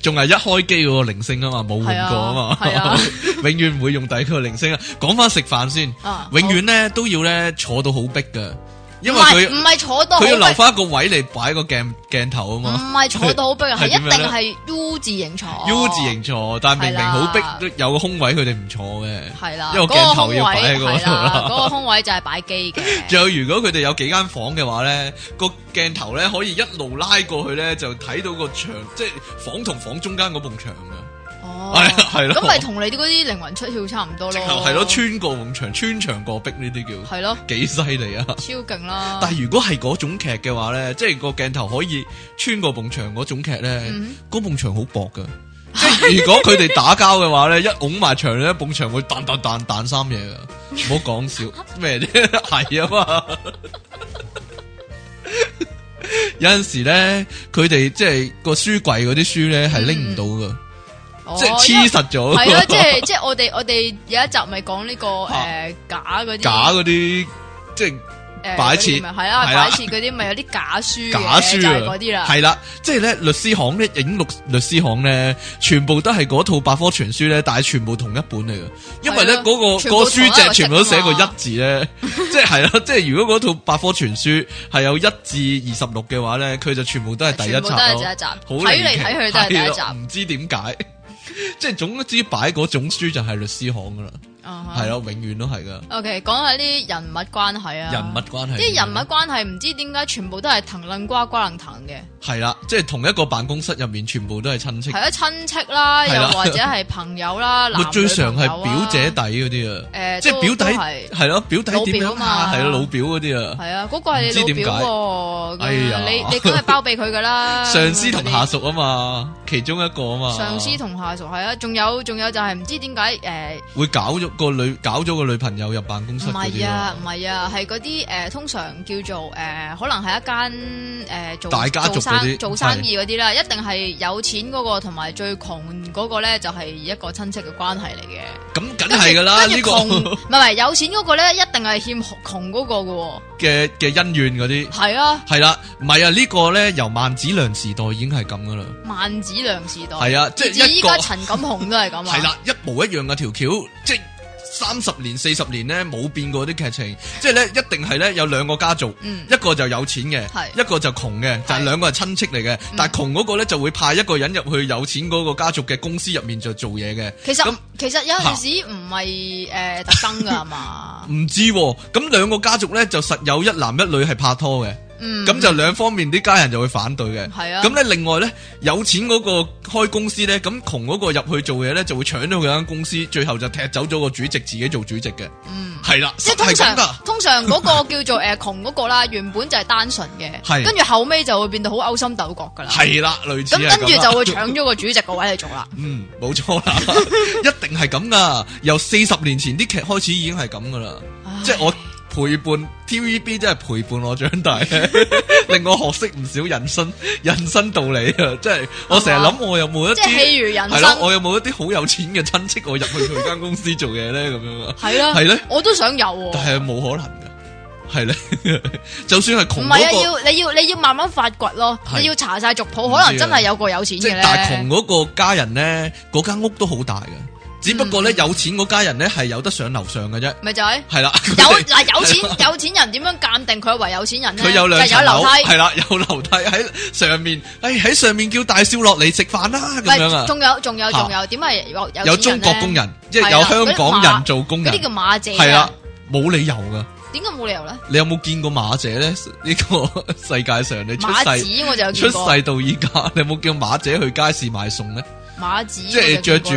Speaker 1: 仲係一開機嗰個鈴聲啊嘛，冇換過啊嘛，
Speaker 2: 係啊
Speaker 1: 永遠唔會用第二個鈴聲啊。講翻食飯先，
Speaker 2: 啊
Speaker 1: 永遠咧都要咧坐到好逼噶，因
Speaker 2: 唔
Speaker 1: 為
Speaker 2: 係唔
Speaker 1: 佢
Speaker 2: 係坐到好
Speaker 1: 佢要留
Speaker 2: 逼，
Speaker 1: 翻一個位嚟擺個鏡鏡頭啊
Speaker 2: 唔
Speaker 1: 嘛。
Speaker 2: 係坐到好逼，係
Speaker 1: 係
Speaker 2: 一
Speaker 1: 點樣
Speaker 2: 定
Speaker 1: 呢
Speaker 2: 係 U 字形坐
Speaker 1: U 字形坐，但明明
Speaker 2: 嗯係啦
Speaker 1: 好逼，都有個空位佢哋唔坐嘅。
Speaker 2: 系啦，
Speaker 1: 因為
Speaker 2: 嗰
Speaker 1: 個
Speaker 2: 個
Speaker 1: 鏡頭
Speaker 2: 空
Speaker 1: 要擺喺嗰
Speaker 2: 位
Speaker 1: 度
Speaker 2: 係啦
Speaker 1: 啦，
Speaker 2: 嗰個空位就係擺 機嘅，
Speaker 1: 仲有如果佢哋有幾間房嘅話咧，個鏡頭咧可以一路拉過去咧，就睇到個牆，即係房同房中間嗰埲牆啊噶，
Speaker 2: 哦，
Speaker 1: 係 係咯
Speaker 2: 咁咪同你啲嗰啲靈魂出竅差唔多
Speaker 1: 直
Speaker 2: 咯，
Speaker 1: 頭係咯，穿過埲牆，穿牆過壁呢啲叫。
Speaker 2: 係咯，
Speaker 1: 幾犀利啊！
Speaker 2: 超勁啦，
Speaker 1: 但係如果係嗰種劇嘅話咧，即係個鏡頭可以穿過埲牆嗰種劇咧
Speaker 2: 嗯，
Speaker 1: 嗰埲牆好薄 噶。即係如果佢哋打交嘅話咧，一拱埋牆咧，埲牆會彈彈彈彈三嘢噶。唔好講笑 咩啫， 係啊嘛。有陣時咧，佢哋即係個書櫃嗰啲書咧係拎唔到噶，
Speaker 2: 哦
Speaker 1: 即
Speaker 2: 因為
Speaker 1: 係黐實咗。
Speaker 2: 係咯，啊即 係即係我哋我哋有一集咪講呢個
Speaker 1: 嚇
Speaker 2: 诶假嗰啲
Speaker 1: 假嗰啲，即係
Speaker 2: 诶
Speaker 1: 擺設
Speaker 2: 系啦，
Speaker 1: 係啦
Speaker 2: 摆设嗰啲咪有啲假书嘅
Speaker 1: 假書
Speaker 2: 就係
Speaker 1: 啊
Speaker 2: 嗰啲，啦，
Speaker 1: 係啦，即係咧律師行咧影律律師行咧，全部都係嗰套百科全書咧，但係全部同一本嚟嘅，因為咧
Speaker 2: 係啊
Speaker 1: 嗰個
Speaker 2: 全
Speaker 1: 嗰
Speaker 2: 部
Speaker 1: 個書
Speaker 2: 同一
Speaker 1: 脊
Speaker 2: 個
Speaker 1: 全部都寫過
Speaker 2: 色㗎
Speaker 1: 一
Speaker 2: 嘛
Speaker 1: 字咧， 即係係啦，即係如果嗰套百科全書係有一至二十六嘅話咧，佢就全部都係第一
Speaker 2: 全部
Speaker 1: 集
Speaker 2: 都係第
Speaker 1: 咯
Speaker 2: 一。集，
Speaker 1: 好
Speaker 2: 睇嚟睇去都係第一集
Speaker 1: 係啊啦唔知點解， 即係總之擺嗰種書就係律師行噶啦，
Speaker 2: 啊
Speaker 1: 係。咯，永遠都係噶，
Speaker 2: OK，講下啲人物關係啊，
Speaker 1: 人物關係，
Speaker 2: 啲人物關係唔知點解全部都係藤楞瓜瓜楞藤嘅，
Speaker 1: 係啦，即係同一個辦公室入面全部都係親戚
Speaker 2: 係。啊親戚啦，
Speaker 1: 係
Speaker 2: 又
Speaker 1: 啦
Speaker 2: 或者係朋友啦，
Speaker 1: 咪
Speaker 2: 男
Speaker 1: 最常係
Speaker 2: 係
Speaker 1: 表姐弟嗰啲啊，
Speaker 2: 誒，
Speaker 1: 即係
Speaker 2: 都
Speaker 1: 表
Speaker 2: 都
Speaker 1: 弟
Speaker 2: 係
Speaker 1: 係咯，表弟點
Speaker 2: 老
Speaker 1: 樣
Speaker 2: 表嘛
Speaker 1: 啊？係咯，老表嗰啲啊，
Speaker 2: 係啊，嗰個係
Speaker 1: 唔知點解
Speaker 2: 你老表喎，咁
Speaker 1: 哎呀
Speaker 2: 你你梗係包庇佢噶啦，
Speaker 1: 上司同
Speaker 2: 嗰
Speaker 1: 下屬啊嘛，其中一個啊嘛，
Speaker 2: 啲上司同下屬係啊，仲有仲有就係唔知點解誒。
Speaker 1: 會搞咗個女，搞咗個女朋友入辦公室
Speaker 2: 唔
Speaker 1: 嗰
Speaker 2: 係
Speaker 1: 啲
Speaker 2: 啊
Speaker 1: 啊，，
Speaker 2: 唔係啊，係嗰啲誒，通常叫做誒、呃可能係一間誒、呃做
Speaker 1: 大家族
Speaker 2: 做
Speaker 1: 嗰啲
Speaker 2: 生做生意嗰啲啦，一定係有錢嗰個同埋最窮嗰個咧，就係一個親戚嘅關係嚟嘅。
Speaker 1: 咁梗係噶啦，
Speaker 2: 跟
Speaker 1: 呢
Speaker 2: 住
Speaker 1: 個
Speaker 2: 窮唔係唔係有錢嗰個咧，一定係欠窮嗰個嘅喎。
Speaker 1: 嘅嘅恩怨嗰啲
Speaker 2: 係啊，
Speaker 1: 係啦，唔係啊，呢個咧由萬子良時代已經係咁噶啦，
Speaker 2: 萬子良時代
Speaker 1: 係啊，即
Speaker 2: 至
Speaker 1: 係一
Speaker 2: 依
Speaker 1: 個
Speaker 2: 家陳錦鴻都係咁啊。
Speaker 1: 係，啦，一模一樣嘅條橋，即係三十年四十年咧冇變過啲劇情，即係咧一定係咧有兩個家族。
Speaker 2: 嗯，
Speaker 1: 一個就有錢
Speaker 2: 係
Speaker 1: 嘅，一個就窮嘅，就係
Speaker 2: 係嗯
Speaker 1: 兩個係親戚嚟嘅。但係窮嗰個咧就會派一個人入去有錢嗰個家族嘅公司入面就做嘢嘅。
Speaker 2: 其實
Speaker 1: 咁。
Speaker 2: 其實有陣時唔係誒特登㗎嘛
Speaker 1: 唔知喎咁兩個家族咧就實有一男一女係拍拖嘅，
Speaker 2: 嗯，
Speaker 1: 咁就兩方面啲家人就會反對嘅。
Speaker 2: 係啊。
Speaker 1: 咁咧，另外咧，有錢嗰個開公司咧，咁窮嗰個入去做嘢咧，就會搶咗佢間公司，最後就踢走咗個主席，自己做主席嘅。
Speaker 2: 嗯。
Speaker 1: 係啦，
Speaker 2: 即
Speaker 1: 係
Speaker 2: 係通
Speaker 1: 咁
Speaker 2: 常
Speaker 1: 噶，
Speaker 2: 通常嗰個叫做誒窮嗰個啦，原本就係單純
Speaker 1: 係
Speaker 2: 嘅，跟住後尾就會變到好勾心鬥角噶啦。
Speaker 1: 係啦，類似
Speaker 2: 咁
Speaker 1: 係啊
Speaker 2: 跟住
Speaker 1: 啦
Speaker 2: 就會搶咗個主席個位嚟 做啦。
Speaker 1: 嗯，冇錯啦， 一定係咁噶。由四十年前啲劇開始已經係咁噶啦，即係我陪伴 TVB，真係陪伴我長大， 令我學識唔少人生人生道理啊！即係我成日諗，我有冇一
Speaker 2: 即係
Speaker 1: 啲
Speaker 2: 譬如人
Speaker 1: 係咯，
Speaker 2: 生
Speaker 1: 我有冇一啲好有錢嘅親戚，我入去佢間公司做嘢咧咁樣啊？
Speaker 2: 係啦，
Speaker 1: 係咧，
Speaker 2: 我都想有喎。
Speaker 1: 但係冇可能噶，係咧， 就算係
Speaker 2: 唔
Speaker 1: 窮
Speaker 2: 係啊，
Speaker 1: 嗰個，
Speaker 2: 要你要你要慢慢發掘咯，
Speaker 1: 係
Speaker 2: 你要查晒族譜，
Speaker 1: 唔
Speaker 2: 可
Speaker 1: 知啊
Speaker 2: 能真係有個有錢
Speaker 1: 即
Speaker 2: 嘅
Speaker 1: 係但係窮
Speaker 2: 咧。
Speaker 1: 嗰個家人咧，嗰間屋都好大嘅，只不
Speaker 2: 嗯
Speaker 1: 過咧有錢嗰家人咧係有得上樓上嘅啫。
Speaker 2: 咪就係
Speaker 1: 系 啦，佢
Speaker 2: 有
Speaker 1: 哋
Speaker 2: 嗱有錢有錢人點樣鑑定佢為有錢人咧？
Speaker 1: 佢有兩
Speaker 2: 就係
Speaker 1: 層
Speaker 2: 有樓
Speaker 1: 樓，
Speaker 2: 梯。
Speaker 1: 係啦，有樓梯喺上面，诶喺上面叫大少落嚟食飯啦咁樣
Speaker 2: 喂，
Speaker 1: 啊，
Speaker 2: 仲有仲有
Speaker 1: 嚇
Speaker 2: 仲有點係有有
Speaker 1: 有
Speaker 2: 錢
Speaker 1: 中
Speaker 2: 人
Speaker 1: 國
Speaker 2: 呢
Speaker 1: 工人，即係
Speaker 2: 係啦啊
Speaker 1: 有香港人做工
Speaker 2: 嗰
Speaker 1: 人
Speaker 2: 啲，叫馬姐
Speaker 1: 係啦
Speaker 2: 啊，，
Speaker 1: 冇理由噶。
Speaker 2: 點解冇理由咧？
Speaker 1: 你有冇見過馬姐咧？呢 個世界上你出
Speaker 2: 馬
Speaker 1: 世
Speaker 2: 子我啊就有
Speaker 1: 出
Speaker 2: 見過，
Speaker 1: 世到依家，你有冇叫馬姐去街市買餸咧？
Speaker 2: 馬子
Speaker 1: 即係着住，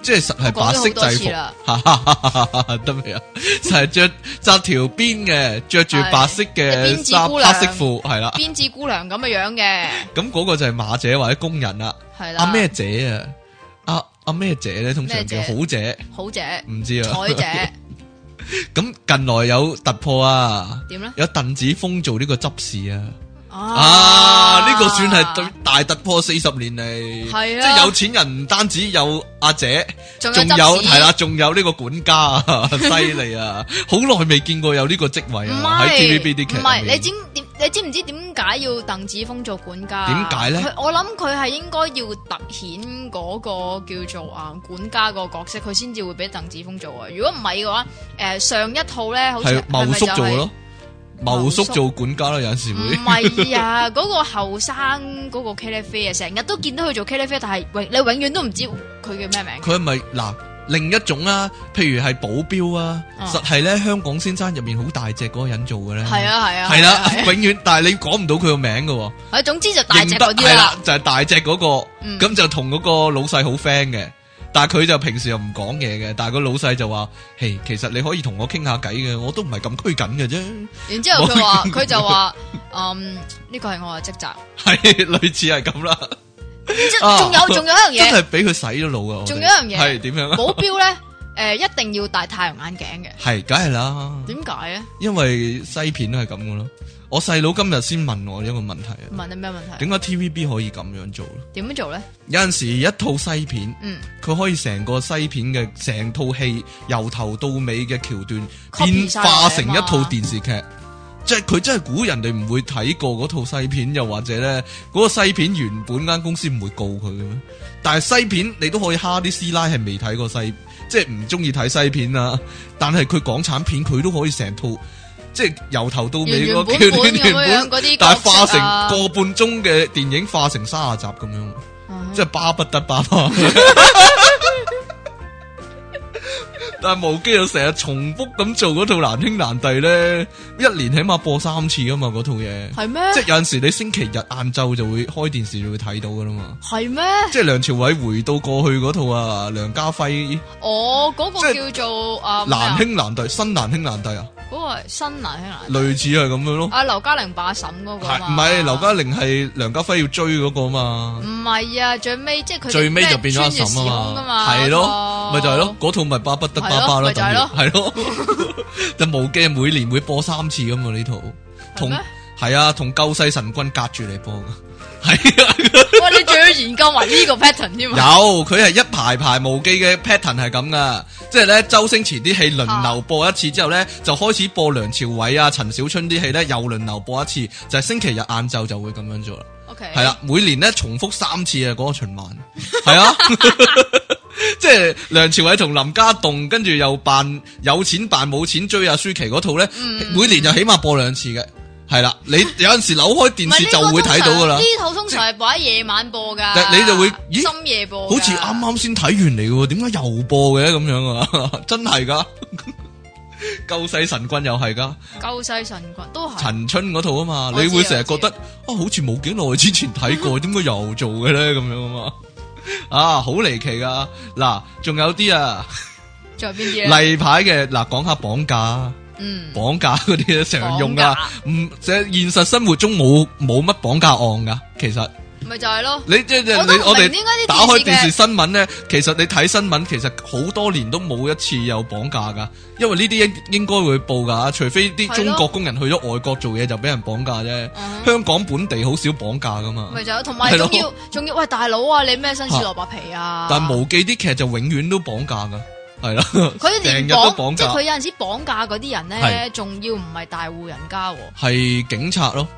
Speaker 1: 即係實係白色
Speaker 2: 我講咗好多
Speaker 1: 制
Speaker 2: 次啦
Speaker 1: 服，得未啊？ 就係着紮條邊嘅，着住白色
Speaker 2: 係一
Speaker 1: 嘅
Speaker 2: 邊字
Speaker 1: 衫、
Speaker 2: 姑
Speaker 1: 黑
Speaker 2: 娘
Speaker 1: 色褲，係啦。
Speaker 2: 邊支姑娘咁嘅樣嘅，
Speaker 1: 咁嗰個就係馬姐或者工人啦。
Speaker 2: 係啦。
Speaker 1: 阿咩姐啊？阿阿咩姐咧？通常
Speaker 2: 咩
Speaker 1: 叫
Speaker 2: 姐
Speaker 1: 好姐，
Speaker 2: 好姐、
Speaker 1: 唔知啊。
Speaker 2: 彩姐
Speaker 1: 咁近來有突破啊！
Speaker 2: 點咧？
Speaker 1: 有鄧子峰做呢個執事啊！
Speaker 2: 啊
Speaker 1: 啊，呢個算係對大突破四十年嚟，
Speaker 2: 係啊
Speaker 1: 即係有錢人唔單止有阿姐，
Speaker 2: 仲
Speaker 1: 仲有
Speaker 2: 有
Speaker 1: 係啦，，仲有呢個管家啊， 犀利啊！好耐未見過有呢個職位
Speaker 2: 唔
Speaker 1: 啊，喺
Speaker 2: 係
Speaker 1: TVB 啲劇
Speaker 2: 唔
Speaker 1: 入
Speaker 2: 係
Speaker 1: 面。
Speaker 2: 你知點？你知唔知點解要鄧子峰做管家？
Speaker 1: 點解呢
Speaker 2: 佢我諗佢係應該要突顯嗰個叫做啊管家個角色，佢先至會俾鄧子峰做啊。如果唔係嘅話，誒上一套咧，好似
Speaker 1: 係
Speaker 2: 係
Speaker 1: 茂
Speaker 2: 咪
Speaker 1: 叔
Speaker 2: 就係
Speaker 1: 做咯，茂
Speaker 2: 茂
Speaker 1: 叔
Speaker 2: 叔
Speaker 1: 做管家啦，有陣時
Speaker 2: 唔
Speaker 1: 會。
Speaker 2: 係啊，嗰個後生嗰個 K 喱啡啊，成日都見到佢做 K 喱啡，但係永你永遠都唔知佢叫咩名。
Speaker 1: 佢係咪嗱另一種啦、譬如係保鏢啊，
Speaker 2: 啊
Speaker 1: 實係咧香港先生入面好大隻嗰個人做嘅咧。
Speaker 2: 係。啊係啊，
Speaker 1: 係啦
Speaker 2: 啊， 係啊
Speaker 1: 永遠，但係你講唔到佢個名嘅喎，
Speaker 2: 係總之就大隻
Speaker 1: 認得
Speaker 2: 嗰啲
Speaker 1: 係
Speaker 2: 啦。
Speaker 1: 就係大隻嗰
Speaker 2: 嗯
Speaker 1: 個，咁就同嗰個老細好 friend 嘅，但係佢就平時又唔講嘢嘅，但係個老細就話：，嘿，其實你可以同我傾下偈嘅，我都唔係咁拘謹嘅啫，
Speaker 2: 然之後佢話
Speaker 1: 冇
Speaker 2: 佢就 話，嗯，呢個係我嘅職責。
Speaker 1: 係類似係咁啦，
Speaker 2: 然之
Speaker 1: 啊
Speaker 2: 後仲有仲有一
Speaker 1: 真
Speaker 2: 樣嘢，
Speaker 1: 係俾佢洗咗腦啊！我哋
Speaker 2: 仲有一樣嘢
Speaker 1: 係點樣啊？
Speaker 2: 保鏢 咧，誒一定要戴太陽眼鏡嘅。
Speaker 1: 係，梗係啦，
Speaker 2: 點解啊咧？
Speaker 1: 因為西片都係咁嘅咯。我細佬今日先問我一個問題啊。
Speaker 2: 問你咩問題？
Speaker 1: 點解 TVB 可以咁樣做咧？
Speaker 2: 點樣做咧？
Speaker 1: 有陣時一套西片，
Speaker 2: 嗯，
Speaker 1: 佢可以成個西片嘅成套戲由頭到尾嘅橋段
Speaker 2: Copy
Speaker 1: 變
Speaker 2: 晒
Speaker 1: 化成一
Speaker 2: 嚟啊
Speaker 1: 套
Speaker 2: 嘛
Speaker 1: 電視劇，即係佢真係估人哋唔會睇過嗰套西片，又或者咧嗰、個西片原本間公司唔會告佢嘅咩？但係西片你都可以蝦啲師奶係未睇過西，即係唔中意睇西片啦。但係佢港產片佢都可以成套，即係由頭到
Speaker 2: 原
Speaker 1: 尾
Speaker 2: 原
Speaker 1: 嗰
Speaker 2: 本
Speaker 1: 個
Speaker 2: 本
Speaker 1: 叫
Speaker 2: 咁樣樣
Speaker 1: 原
Speaker 2: 嗰啲
Speaker 1: 但係
Speaker 2: 角色
Speaker 1: 化成
Speaker 2: 啊
Speaker 1: 個半鐘嘅電影化成三十集咁樣。
Speaker 2: 嗯
Speaker 1: 即系巴不 得巴巴。但系無機又成日重複咁做嗰套難兄難弟咧，一年起碼播三次噶嘛，嗰套嘢。
Speaker 2: 係咩？
Speaker 1: 即系有阵时你星期日晏晝就會開電視就會睇到噶啦嘛。
Speaker 2: 係咩？
Speaker 1: 即系梁朝偉回到過去嗰套啊，梁家輝
Speaker 2: 我哦嗰
Speaker 1: 即
Speaker 2: 個
Speaker 1: 係
Speaker 2: 叫做啊咩
Speaker 1: 難
Speaker 2: 啊
Speaker 1: 兄難弟，新難兄難弟啊，
Speaker 2: 嗰個係新難兄難弟
Speaker 1: 類似係咁樣咯。
Speaker 2: 啊劉嘉玲把嬸嗰個
Speaker 1: 係
Speaker 2: 哦嘛
Speaker 1: 唔係劉嘉玲係梁家輝要追嗰個嘛？
Speaker 2: 唔係啊，最尾即係佢哋
Speaker 1: 最尾就
Speaker 2: 咩
Speaker 1: 變咗阿
Speaker 2: 穿越時
Speaker 1: 嬸
Speaker 2: 空㗎
Speaker 1: 啊
Speaker 2: 嘛，哦
Speaker 1: 係咯，咪就係咯，嗰套咪巴不得巴巴咯，
Speaker 2: 係咯
Speaker 1: 係咯， 但無記每年會播三次咁嘛呢套，同
Speaker 2: 咩
Speaker 1: 係啊，同救世神君隔住嚟播 噶，係啊，
Speaker 2: 嗰個。哇！你仲要研究埋呢個 pattern 添啊？
Speaker 1: 有佢係一排排無記嘅 pattern 係咁噶，即係咧周星馳啲戲輪流播一次之後咧，就開始播梁朝偉啊、陳小春啲戲咧，又輪流播一次，就係星期日晏晝就會咁樣做啦。
Speaker 2: OK，
Speaker 1: 系啦，每年咧重複三次啊，嗰、個循環，係啊， 即係梁朝偉同林家棟，跟住又扮有錢扮冇錢追阿舒淇嗰套咧，
Speaker 2: 嗯
Speaker 1: 每年就起碼播兩次嘅，係啦，你有阵时扭開
Speaker 2: 唔
Speaker 1: 電
Speaker 2: 係
Speaker 1: 視
Speaker 2: 呢
Speaker 1: 就
Speaker 2: 個
Speaker 1: 會睇到噶啦
Speaker 2: 通常呢，套通常係播喺夜晚播㗎，
Speaker 1: 但你就會咦
Speaker 2: 深夜播㗎，
Speaker 1: 好似啱啱先睇完嚟嘅喎，點解又播嘅咁樣啊？ 真係噶，救世神君又係噶，
Speaker 2: 救世神棍都係。
Speaker 1: 陳春嗰套啊嘛，
Speaker 2: 我知
Speaker 1: 你會成日覺得
Speaker 2: 我
Speaker 1: 啊，好似冇幾耐之前睇 過，點解又做嘅咧？咁樣啊嘛，啊，好離奇噶！嗱，仲有啲啊，
Speaker 2: 仲有邊啲咧？
Speaker 1: 例牌嘅嗱，講下綁架，
Speaker 2: 嗯，
Speaker 1: 綁架嗰啲常用噶
Speaker 2: 綁架，
Speaker 1: 唔即係現實生活中冇冇乜綁架案噶，其實。
Speaker 2: 咪 就係咯。
Speaker 1: 你即系
Speaker 2: 我都唔
Speaker 1: 你
Speaker 2: 明
Speaker 1: 我哋
Speaker 2: 點解啲
Speaker 1: 打開電
Speaker 2: 電視劇
Speaker 1: 視新聞咧，其實你睇新聞，其實好多年都冇一次有綁架噶，因為呢啲應應該會報噶，除非啲
Speaker 2: 係咯
Speaker 1: 中國工人去咗外國做嘢就俾人綁架啫。
Speaker 2: 嗯
Speaker 1: 香港本地好少綁架噶嘛，
Speaker 2: 咪就係咯同埋
Speaker 1: 係咯
Speaker 2: 仲要仲要喂大佬啊！你咩新鮮蘿蔔皮啊？
Speaker 1: 但無記啲劇就永遠都綁架噶，係啦，成
Speaker 2: 佢連
Speaker 1: 日都
Speaker 2: 綁
Speaker 1: 綁
Speaker 2: 即係
Speaker 1: 架
Speaker 2: 佢，有陣時綁架嗰啲人咧，
Speaker 1: 係
Speaker 2: 仲要唔係大户人家喎？
Speaker 1: 係警察咯，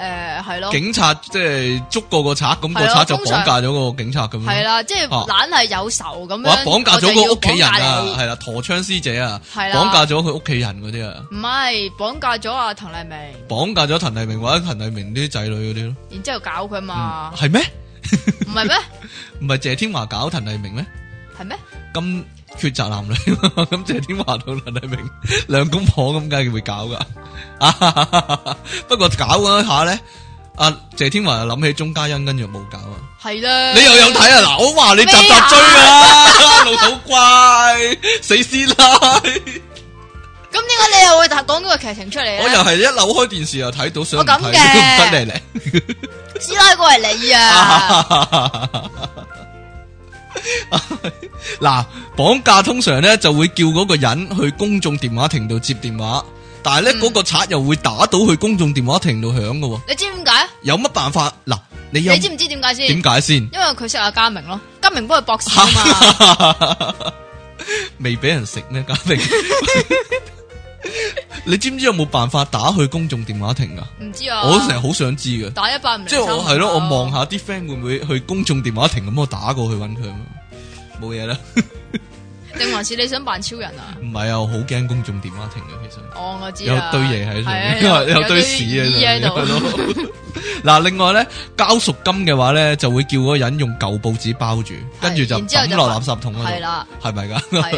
Speaker 2: 誒係咯，
Speaker 1: 警察即係捉過個賊，咁個
Speaker 2: 哦係咯啊
Speaker 1: 賊就
Speaker 2: 通
Speaker 1: 綁
Speaker 2: 常
Speaker 1: 架咗個警察咁
Speaker 2: 係
Speaker 1: 樣。
Speaker 2: 啦，即係
Speaker 1: 啊
Speaker 2: 懶係有仇咁
Speaker 1: 哇！
Speaker 2: 樣，
Speaker 1: 綁架咗
Speaker 2: 我
Speaker 1: 個
Speaker 2: 就
Speaker 1: 屋企人
Speaker 2: 要綁架
Speaker 1: 啊，
Speaker 2: 你
Speaker 1: 係啦，陀槍師姐啊，
Speaker 2: 係
Speaker 1: 綁
Speaker 2: 啦
Speaker 1: 架咗佢屋企人嗰啲啊。
Speaker 2: 唔係綁架咗阿滕麗明，
Speaker 1: 綁架咗滕麗明或者滕麗明啲仔女嗰啲嗯
Speaker 2: 然之後搞佢嘛
Speaker 1: 咯，，係咩？
Speaker 2: 唔係咩？
Speaker 1: 唔係謝天華搞滕麗明咩？
Speaker 2: 係咩？
Speaker 1: 咁抉擇男女， 咁謝天華同滕麗明 兩公婆咁，梗係會搞噶。啊 不過搞嗰下咧，阿謝天華又諗起鐘嘉欣，跟住冇搞啊。
Speaker 2: 係啦，
Speaker 1: 你又有睇啊？嗱，我話你集集追啊， 老土怪死師 奶，
Speaker 2: 咁點解你又會講呢個劇情出嚟啊咧？
Speaker 1: 我又係一扭開電視又睇到想唔
Speaker 2: 我咁
Speaker 1: 睇都唔
Speaker 2: 嘅
Speaker 1: 得你咧。
Speaker 2: 師奶過係你啊！
Speaker 1: 嗱，綁架通常咧就會叫嗰個人去公眾電話亭度接電話，但係
Speaker 2: 嗯
Speaker 1: 咧嗰個賊又會打到去公眾電話亭度響嘅喎，
Speaker 2: 你知點解？
Speaker 1: 有乜辦法？嗱，你有
Speaker 2: 你知唔知點解先？
Speaker 1: 點解先？
Speaker 2: 因為佢識阿嘉明咯，嘉明幫佢博士啊嘛。
Speaker 1: 未俾人食呢，嘉 明。你知唔知有冇辦法打去公眾電話亭啊？
Speaker 2: 唔知啊，
Speaker 1: 我成日好想知嘅，
Speaker 2: 打一百唔
Speaker 1: 即係我係咯，我望下啲 friend 會唔會去公眾電話亭咁，我打過去揾佢啊嘛，冇嘢 啦。
Speaker 2: 定還是你想扮超人啊？
Speaker 1: 唔係啊，我好驚公眾電話亭嘅，其實
Speaker 2: 哦，我知
Speaker 1: 有
Speaker 2: 啊
Speaker 1: 堆嘢喺
Speaker 2: 係啊
Speaker 1: 度， 有堆屎
Speaker 2: 衣喺
Speaker 1: 喺度。
Speaker 2: 度，
Speaker 1: 係咯嗱，另外咧，交贖金嘅話咧，就會叫嗰個人用舊報紙包住，跟住就
Speaker 2: 然之後
Speaker 1: 抌
Speaker 2: 就
Speaker 1: 落垃圾桶嗰
Speaker 2: 係
Speaker 1: 度，
Speaker 2: 啦，
Speaker 1: 係咪
Speaker 2: 係
Speaker 1: 噶？
Speaker 2: 啦。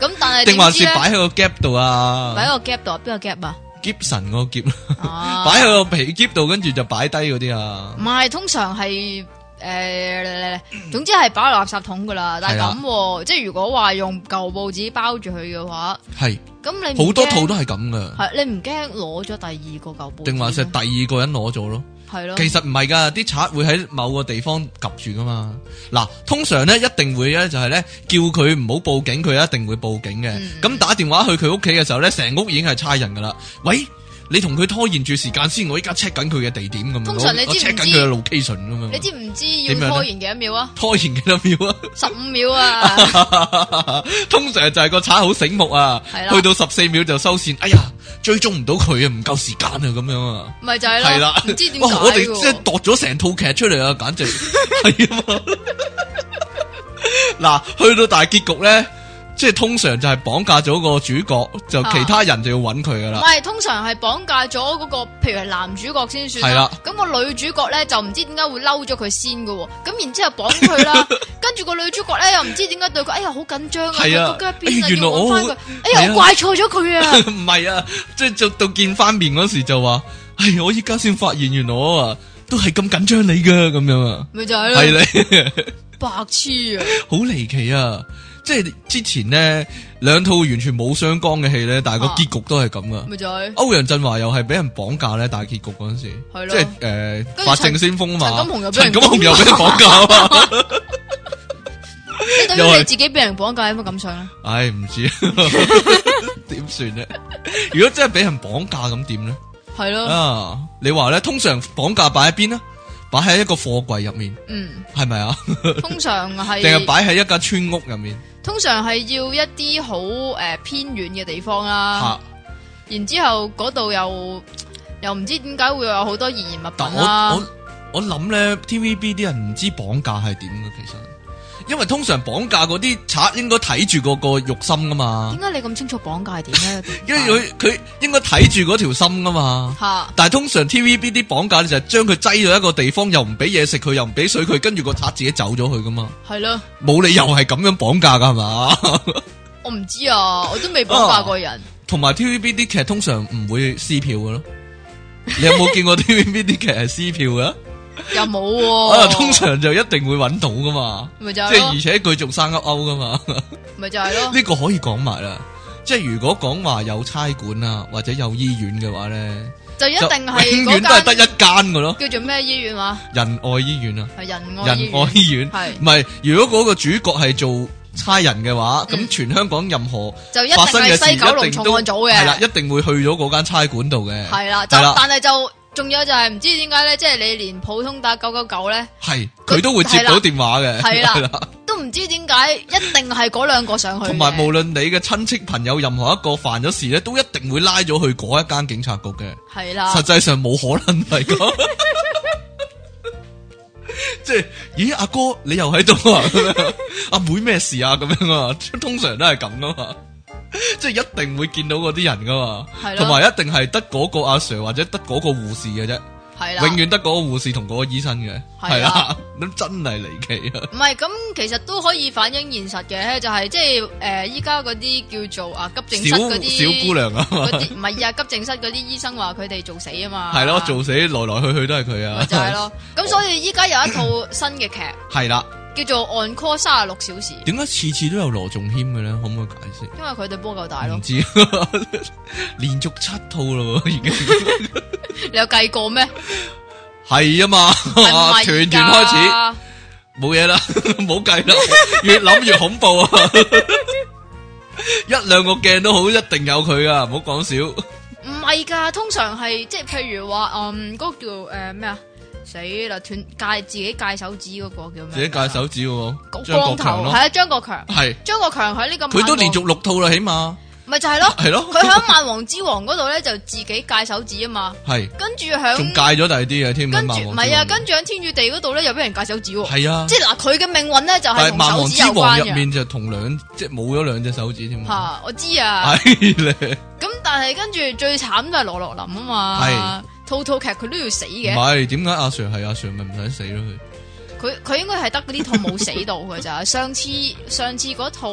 Speaker 2: 咁但係
Speaker 1: 定還
Speaker 2: 點知
Speaker 1: 是
Speaker 2: 咧？
Speaker 1: 擺喺個 gap 度
Speaker 2: 擺
Speaker 1: 啊
Speaker 2: 喺個 gap 度，邊個 gap 啊？
Speaker 1: ？Gibson 嗰個 gap，
Speaker 2: 啊
Speaker 1: 擺喺個皮夾度，跟住就擺低嗰啲啊
Speaker 2: 唔。係通常係誒，總之係擺落垃圾桶噶啦。但係
Speaker 1: 係啦啊
Speaker 2: 咁喎，即係如果話用舊報紙包住佢嘅話，
Speaker 1: 係
Speaker 2: 咁你唔
Speaker 1: 好多
Speaker 2: 驚
Speaker 1: 套都係咁噶，
Speaker 2: 係你唔驚攞咗第二個舊報紙咩？啊
Speaker 1: 定還是第二個人攞咗咯？
Speaker 2: 係咯？
Speaker 1: 其實唔係噶，啲賊會喺某個地方及住噶嘛。嗱，通常咧一定會咧就係咧叫佢唔好報警，佢一定會報警嘅。
Speaker 2: 嗯
Speaker 1: 咁、打電話去佢屋企嘅時候咧，成屋已經係差人噶啦。喂，你同佢拖延住時間先，我依家 check 緊佢嘅地點咁樣，
Speaker 2: 通常你
Speaker 1: 我
Speaker 2: 知唔知
Speaker 1: check 緊佢嘅 location 咁樣。
Speaker 2: 你知唔知
Speaker 1: 點樣呢
Speaker 2: 要拖延幾多秒啊？
Speaker 1: 拖延幾多秒啊？
Speaker 2: 十五秒啊！
Speaker 1: 通常就係個賊好醒目啊
Speaker 2: 係，啦
Speaker 1: 去到十四秒就收線。哎呀，追蹤唔到佢啊，唔夠時間啊，咁樣啊。
Speaker 2: 咪就係
Speaker 1: 係
Speaker 2: 咯
Speaker 1: 啦，
Speaker 2: 唔知點解
Speaker 1: 哇！我哋即係
Speaker 2: 喎？
Speaker 1: 度咗成套劇出嚟啊，簡直係啊嘛。嗱，去到大結局咧，即係通常就係綁架咗個主角，就
Speaker 2: 啊
Speaker 1: 其他人就要揾佢噶
Speaker 2: 唔
Speaker 1: 啦。
Speaker 2: 係，通常係綁架咗嗰個，譬如係男主角先算啦。咁個女主角咧就唔知點解會嬲咗佢先嘅喎，咁然之後綁 佢啦，跟住個女主角咧又唔知點解對佢，哎呀好緊張啊，
Speaker 1: 係啊
Speaker 2: 佢究竟
Speaker 1: 哎
Speaker 2: 喺邊啊，
Speaker 1: 原來
Speaker 2: 要
Speaker 1: 我
Speaker 2: 揾翻佢，哎
Speaker 1: 係
Speaker 2: 呀
Speaker 1: 啊
Speaker 2: 我怪錯咗佢啊！
Speaker 1: 唔係啊，即係就到見翻面嗰時就話，唉，我依家先發現原來我啊都係咁緊張你噶咁樣啊，
Speaker 2: 咪就
Speaker 1: 係
Speaker 2: 係咯，
Speaker 1: 咧。
Speaker 2: 白痴啊！
Speaker 1: 好離奇啊！即係之前呢兩套完全冇相干嘅戲呢，但係個
Speaker 2: 啊
Speaker 1: 結局都係咁噶。
Speaker 2: 咪就係
Speaker 1: 歐陽振華 又係俾人綁架呢，大結局嗰陣時，
Speaker 2: 係
Speaker 1: 即
Speaker 2: 咯
Speaker 1: 係诶
Speaker 2: 跟住
Speaker 1: 法證先鋒嘛，
Speaker 2: 陳金鴻又俾
Speaker 1: 陳
Speaker 2: 人
Speaker 1: 金鴻又俾人綁架 啊嘛，
Speaker 2: 你等
Speaker 1: 又
Speaker 2: 於
Speaker 1: 係
Speaker 2: 你自己俾人綁架有乜感想啊咧？
Speaker 1: 唉唔知 點算呢？如果真係俾人綁架咁點呢？
Speaker 2: 係咯，
Speaker 1: 啊，你話呢？通常綁架擺喺邊呢？擺喺一個貨櫃入面，
Speaker 2: 嗯，
Speaker 1: 係咪啊？
Speaker 2: 通常
Speaker 1: 定係
Speaker 2: 係
Speaker 1: 擺喺一間村屋入面？
Speaker 2: 通常係要一啲好誒偏遠嘅地方
Speaker 1: 吓
Speaker 2: 啦，，然之後嗰度又又唔知點解會有好多易燃物
Speaker 1: 但啊
Speaker 2: 品
Speaker 1: 我
Speaker 2: 啦
Speaker 1: 我。我諗咧，TVB 啲人唔知綁架係點嘅，其實，因為通常綁架嗰啲賊應該睇住個個肉心噶嘛
Speaker 2: 點，解你咁清楚綁架係點咧？
Speaker 1: 因為佢佢應該睇住嗰條心噶 嘛。
Speaker 2: 吓
Speaker 1: 但係通常 TVB 啲綁架就係將佢擠咗一個地方，又唔俾嘢食佢，又唔俾水佢，跟住個賊自己走咗去噶嘛，
Speaker 2: 係咯，
Speaker 1: 冇理由係咁樣綁架噶係嘛。
Speaker 2: 我唔知啊，我都未綁架過人。
Speaker 1: 同埋 TVB 啲劇通常唔會撕票嘅咯，你有冇見過 TVB 啲劇係撕票嘅？
Speaker 2: 又冇
Speaker 1: 啊，
Speaker 2: 喎，
Speaker 1: 通常就一定會揾到噶嘛。
Speaker 2: 咪就
Speaker 1: 即
Speaker 2: 係
Speaker 1: 係
Speaker 2: 哦咯
Speaker 1: 而，且佢仲生勾勾噶嘛，
Speaker 2: 咪就係咯，
Speaker 1: 呢個可以講埋啦。即係如果講話有差館啊，或者有醫院嘅話咧，
Speaker 2: 就一
Speaker 1: 就
Speaker 2: 定係
Speaker 1: 永遠都係
Speaker 2: 嗰
Speaker 1: 得一
Speaker 2: 間
Speaker 1: 間嘅咯。
Speaker 2: 叫做咩醫院話
Speaker 1: 仁愛醫院啊，
Speaker 2: 係仁愛
Speaker 1: 仁
Speaker 2: 醫
Speaker 1: 愛
Speaker 2: 院，
Speaker 1: 醫院嗯
Speaker 2: 係
Speaker 1: 唔係。如果嗰個主角係做差人嘅話，咁
Speaker 2: 嗯
Speaker 1: 全香港任何
Speaker 2: 就一定
Speaker 1: 發生嘅
Speaker 2: 係
Speaker 1: 事
Speaker 2: 西九
Speaker 1: 一
Speaker 2: 龍
Speaker 1: 定
Speaker 2: 重
Speaker 1: 都
Speaker 2: 案組
Speaker 1: 係啦，
Speaker 2: 嘅，
Speaker 1: 一定會去咗嗰間差館度嘅。
Speaker 2: 係啦，就
Speaker 1: 係啦
Speaker 2: 但係就仲有就係唔知點解咧，即係你連普通打九九九咧，
Speaker 1: 係佢都會接到電話嘅。
Speaker 2: 係啦
Speaker 1: 係啦，
Speaker 2: 都唔知點解一定係嗰兩個上去嘅，
Speaker 1: 同埋無論你嘅親戚朋友任何一個犯咗事咧，都一定會拉咗去嗰一間警察局嘅。
Speaker 2: 係啦
Speaker 1: 實，際上冇可能係咁。 即係，咦，阿哥你又喺度啊？咁樣，阿妹咩事啊？咁樣啊，通常都係咁噶嘛，即係一定會見到嗰啲人噶嘛，
Speaker 2: 係咯
Speaker 1: 同埋一定係得嗰個阿 Sir 或者得嗰個護士嘅啫，
Speaker 2: 係啦，
Speaker 1: 永遠得嗰個護士同嗰個醫生嘅，係
Speaker 2: 係
Speaker 1: 啦
Speaker 2: 啦，
Speaker 1: 咁真係離奇啊！
Speaker 2: 唔係咁，其實都可以反映現實嘅，就係即係誒，依家嗰啲叫做啊急症
Speaker 1: 小
Speaker 2: 室嗰啲
Speaker 1: 小姑娘啊嘛
Speaker 2: 嗰，啲唔係啊，急症室嗰啲醫生話佢哋做死啊嘛，
Speaker 1: 係咯，做死來來去去都係佢
Speaker 2: 咪就係
Speaker 1: 啊，
Speaker 2: 咯。咁所以依家有一套新嘅劇
Speaker 1: 係啦，
Speaker 2: 叫做《On Call 三十六小時》，
Speaker 1: 點解次次都有羅仲謙嘅咧？可唔可以解釋？
Speaker 2: 因為佢對波夠大
Speaker 1: 唔
Speaker 2: 咯。
Speaker 1: 知， 連續七套咯喎，已經嗯
Speaker 2: 你有計 過咩？
Speaker 1: 係啊嘛， 團
Speaker 2: 係咪
Speaker 1: 圓
Speaker 2: 㗎
Speaker 1: 開始冇 嘢啦，冇計啦，越諗越恐怖 啊！一兩個鏡都好，一定有佢啊！唔好講少，
Speaker 2: 唔係㗎，通常係即係譬如話嗯嗰個叫誒咩啊？死啦！斷戒自己戒手指嗰個叫咩？
Speaker 1: 自己戒手指喎，張國
Speaker 2: 光頭
Speaker 1: 強
Speaker 2: 係
Speaker 1: 咯，
Speaker 2: 啊，張國強。
Speaker 1: 係
Speaker 2: 張國強喺呢個
Speaker 1: 佢都
Speaker 2: 晚
Speaker 1: 連
Speaker 2: 王
Speaker 1: 續六套啦，起碼
Speaker 2: 咪就 係咯。
Speaker 1: 係咯，
Speaker 2: 佢喺《萬王之王》嗰度咧就自己戒手指啊嘛，
Speaker 1: 係
Speaker 2: 跟住
Speaker 1: 仲戒
Speaker 2: 響
Speaker 1: 咗第二啲嘢添，
Speaker 2: 跟住
Speaker 1: 喺萬王
Speaker 2: 唔
Speaker 1: 之
Speaker 2: 係啊，
Speaker 1: 王
Speaker 2: 跟住喺《天與地》嗰度咧又俾人戒手指喎，
Speaker 1: 係啊
Speaker 2: 即，係嗱佢嘅命運咧就
Speaker 1: 但
Speaker 2: 係
Speaker 1: 係
Speaker 2: 同
Speaker 1: 萬
Speaker 2: 手
Speaker 1: 王
Speaker 2: 指
Speaker 1: 之
Speaker 2: 有
Speaker 1: 王
Speaker 2: 關
Speaker 1: 入
Speaker 2: 嘅
Speaker 1: 面就同兩即係冇咗兩隻手指添啊，
Speaker 2: 吓，我知啊。
Speaker 1: 係咧。
Speaker 2: 咁但係跟住最慘都係羅樂林啊嘛，套套劇佢都要死
Speaker 1: 唔
Speaker 2: 嘅，
Speaker 1: 係，點解阿 Sir 係阿 Sir 咪唔使死咯？佢
Speaker 2: 佢佢應該係得嗰啲套冇死到㗎咋。 上次上次嗰套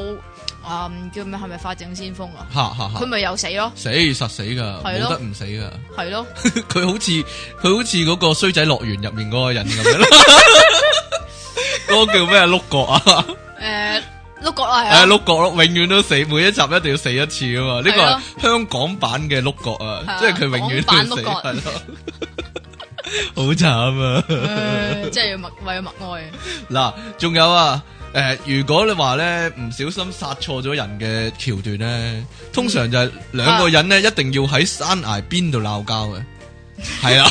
Speaker 2: 啊唔叫咩係咪法證先鋒啊？
Speaker 1: 嚇嚇
Speaker 2: 佢
Speaker 1: 嚇，
Speaker 2: 咪又死咯，
Speaker 1: 死實死噶，
Speaker 2: 係
Speaker 1: 冇
Speaker 2: 咯
Speaker 1: 得唔死噶。
Speaker 2: 係咯，
Speaker 1: 佢好似佢好似嗰個衰仔樂園入面嗰個人咁 樣，嗰個叫咩啊碌角啊？
Speaker 2: 誒碌角啦係
Speaker 1: 係
Speaker 2: 啊，
Speaker 1: 碌角咯，永遠都死，每一集一定要死一次噶嘛。呢個
Speaker 2: 係咯
Speaker 1: 係香港版嘅碌角啊，
Speaker 2: 係啊
Speaker 1: 即係佢永遠都要死，
Speaker 2: 港版
Speaker 1: 係咯。好慘啊！
Speaker 2: 呃誒即係要默為默哀啊。
Speaker 1: 嗱，仲有啊，诶、如果你話咧唔小心殺錯咗人嘅橋段咧，通常就係兩個人咧、一定要喺山崖邊度鬧交嘅，係 啊，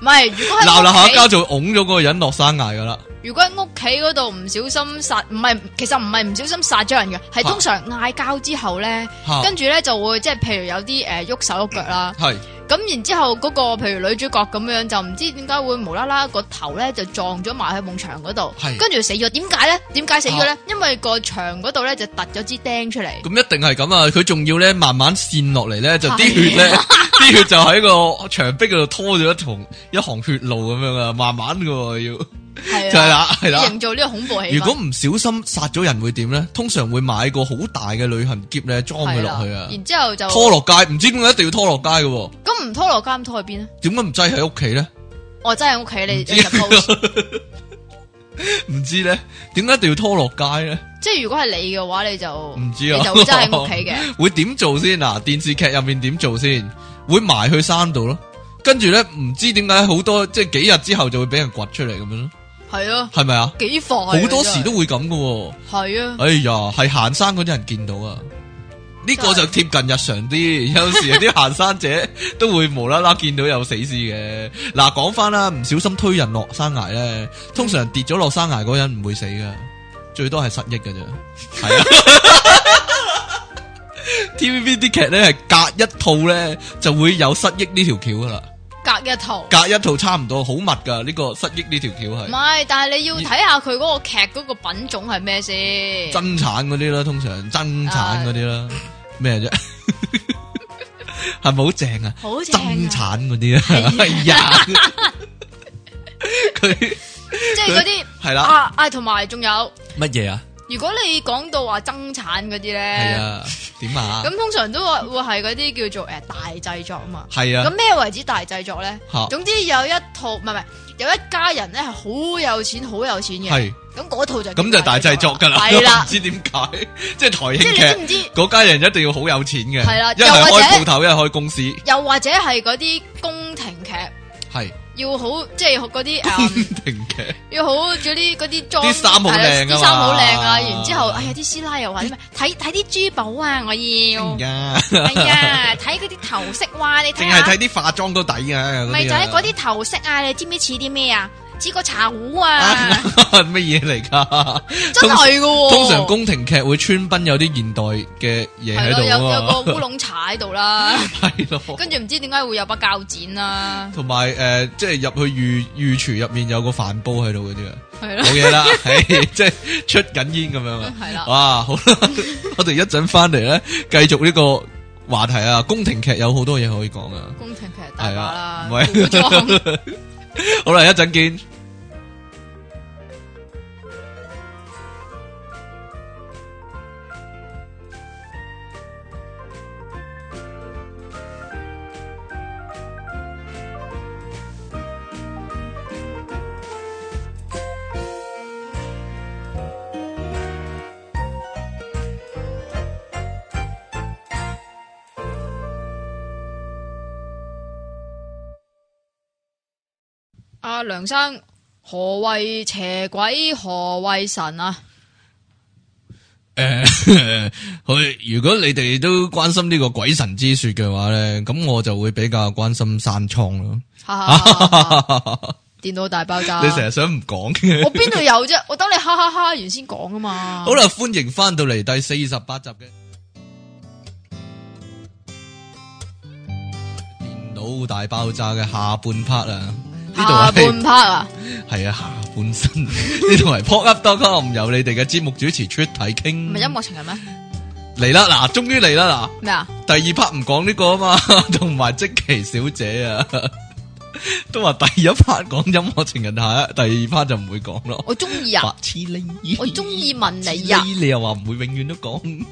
Speaker 2: 唔系，如果喺
Speaker 1: 鬧鬧下
Speaker 2: 屋企
Speaker 1: 交就拱咗嗰個人落山崖噶啦，
Speaker 2: 如果喺屋企嗰度唔小心殺，唔係其實唔係唔小心殺咗人嘅，係
Speaker 1: 嚇
Speaker 2: 通常嗌交之後咧，
Speaker 1: 吓
Speaker 2: 跟住咧就會即係譬如有啲诶喐手喐腳啦，
Speaker 1: 係
Speaker 2: 咁然之後嗰個譬如女主角咁樣就唔知點解會無啦啦個頭咧就撞咗埋去埲牆嗰度
Speaker 1: 係，
Speaker 2: 跟住死咗。點解咧？點解死咗
Speaker 1: 嚇
Speaker 2: 咧？因為個牆嗰度咧就突咗支釘出嚟，
Speaker 1: 咁一定係咁啊！佢仲要咧慢慢跣落嚟咧，就啲
Speaker 2: 係啊
Speaker 1: 血咧， 啲血就喺個牆壁嗰度拖咗一行一行血路咁樣啊，慢慢噶要就
Speaker 2: 係
Speaker 1: 係
Speaker 2: 啊啦，
Speaker 1: 啦係啦。
Speaker 2: 營造呢個恐怖氣氛。
Speaker 1: 如果唔小心殺咗人會點咧？通常會買個好大嘅旅行箧咧，裝佢
Speaker 2: 係啦
Speaker 1: 落去啊。
Speaker 2: 然之後就
Speaker 1: 拖落街，唔知點解一定要拖落街嘅喎？
Speaker 2: 咁唔拖落街，咁拖去邊咧？啊
Speaker 1: 點解唔擠喺屋企咧？
Speaker 2: 我真係喺屋企，你
Speaker 1: 知
Speaker 2: 你 suppose
Speaker 1: 唔知咧，點解一定要拖落街咧？
Speaker 2: 即係如果係你嘅話，你就
Speaker 1: 唔知啊
Speaker 2: 你就真係喺屋企嘅。
Speaker 1: 會點做先？嗱，電視劇入面點做先？會埋去山度咯，跟住咧唔知點解好多即係幾日之後就會俾人掘出嚟咁樣咯，
Speaker 2: 系啊，
Speaker 1: 係咪啊？
Speaker 2: 几快
Speaker 1: 好多時都會咁嘅喎。
Speaker 2: 系啊，
Speaker 1: 哎呀，係行山嗰啲人見到啊。呢個就
Speaker 2: 真
Speaker 1: 貼近日常啲，有時有啲行山者都會無啦啦見到有死屍嘅。嗱，講翻啦，唔小心推人落山崖咧，通常跌咗落山崖嗰人唔會死噶，最多係失憶噶咋。係啊 ，TVB 啲劇咧係隔一套咧就會有失憶呢條橋噶啦，
Speaker 2: 隔一頭。
Speaker 1: 隔一套差唔多好密噶呢、個失憶呢條橋
Speaker 2: 唔
Speaker 1: 係
Speaker 2: 係，但係你要睇下佢嗰個劇嗰個品種係咩先。
Speaker 1: 真產嗰啲啦，通常真產嗰啲啦，
Speaker 2: 啊
Speaker 1: 咩啫？係咪好正啊？
Speaker 2: 好正
Speaker 1: 增
Speaker 2: 啊！
Speaker 1: 產嗰啲啊，係呀，佢
Speaker 2: 即係嗰啲
Speaker 1: 係啦，
Speaker 2: 啊啊，同埋仲有，
Speaker 1: 乜嘢啊？
Speaker 2: 如果你講到話增產嗰啲
Speaker 1: 係
Speaker 2: 咧，
Speaker 1: 啊，點啊
Speaker 2: 咁？通常都會會係嗰啲叫做诶大製作啊嘛。
Speaker 1: 係
Speaker 2: 咁
Speaker 1: 啊，
Speaker 2: 咩為之大製作咧
Speaker 1: 嚇？
Speaker 2: 總之有一套唔係唔係，有一家人咧係好有錢，好有錢嘅。
Speaker 1: 係
Speaker 2: 咁嗰套就
Speaker 1: 咁就大製作㗎啦，
Speaker 2: 係啦
Speaker 1: 唔，知點解，即係台
Speaker 2: 即
Speaker 1: 慶
Speaker 2: 係
Speaker 1: 劇
Speaker 2: 你知唔知？
Speaker 1: 嗰家人一定要好有錢嘅，
Speaker 2: 係啦
Speaker 1: 一係
Speaker 2: 又或者
Speaker 1: 開鋪頭，一係開公司，
Speaker 2: 又或者係嗰啲宮廷劇，
Speaker 1: 係
Speaker 2: 要好即係 嗰
Speaker 1: 宮
Speaker 2: 啲誒，
Speaker 1: 廷劇，
Speaker 2: 要好嗰啲嗰啲裝
Speaker 1: 啲衫好靚啊嘛
Speaker 2: 啲衫好靚啊！然之後，哎呀，啲師奶又 話咩？睇睇啲珠寶啊，我要
Speaker 1: 哎，呀，
Speaker 2: 係啊，睇嗰啲頭飾哇，你睇
Speaker 1: 淨係
Speaker 2: 下
Speaker 1: 睇，啲化妝都抵嘅，嗰啲啊
Speaker 2: 咪就係嗰啲頭飾啊，你知唔知似啲咩啊？似個茶壺啊，
Speaker 1: 啊乜嘢嚟㗎？
Speaker 2: 真係嘅喎。
Speaker 1: 通常宮廷劇會穿崩有啲現代嘅嘢
Speaker 2: 係
Speaker 1: 喺
Speaker 2: 咯，有
Speaker 1: 度啊
Speaker 2: 有個
Speaker 1: 嘛，
Speaker 2: 烏龍茶喺度啦，
Speaker 1: 係咯。
Speaker 2: 跟住唔知點解會有把鉸剪 啦，
Speaker 1: 同埋诶，誒即係入去御御廚入面有個飯煲喺度嗰啲啊，
Speaker 2: 係
Speaker 1: 冇
Speaker 2: 咯，
Speaker 1: 嘢 啦，係即係出緊煙咁樣啊。
Speaker 2: 嗯係啦。
Speaker 1: 哇，好啦， 我哋一陣翻嚟咧，繼續呢個話題啊。宮廷劇有好多嘢可以講啊。
Speaker 2: 宫廷劇大把啦，
Speaker 1: 係啊 唔
Speaker 2: 古裝
Speaker 1: 好啦，一陣見。
Speaker 2: 阿梁生，何謂邪鬼？何謂神啊？
Speaker 1: 诶，佢如果你哋都關心呢個鬼神之說嘅話咧，咁我就會比較關心山倉咯。
Speaker 2: 哈哈 哈哈電腦大爆炸！
Speaker 1: 你成日想唔講嘅。
Speaker 2: 我邊度有啫？我等你哈哈哈完先講啊嘛。
Speaker 1: 好啦，歡迎翻到嚟第四十八集嘅電腦大爆炸嘅下半 part 啊，呢度
Speaker 2: 下半
Speaker 1: 係
Speaker 2: part 啊，
Speaker 1: 係啊下半身， 呢度係 popup.com 由你哋嘅節目主持出體
Speaker 2: 唔
Speaker 1: 傾
Speaker 2: 係音樂情人咩？
Speaker 1: 嚟啦，嗱，終於嚟啦，
Speaker 2: 咩啊？
Speaker 1: 嗱，第二 part 唔講呢個啊嘛， 同埋即奇小姐啊， 都話第一 part 講音樂情人下，第二 part 就唔會講咯，
Speaker 2: 我中意啊！
Speaker 1: 白痴呢？
Speaker 2: 我中意問你啊！
Speaker 1: 你又話唔會永遠都講。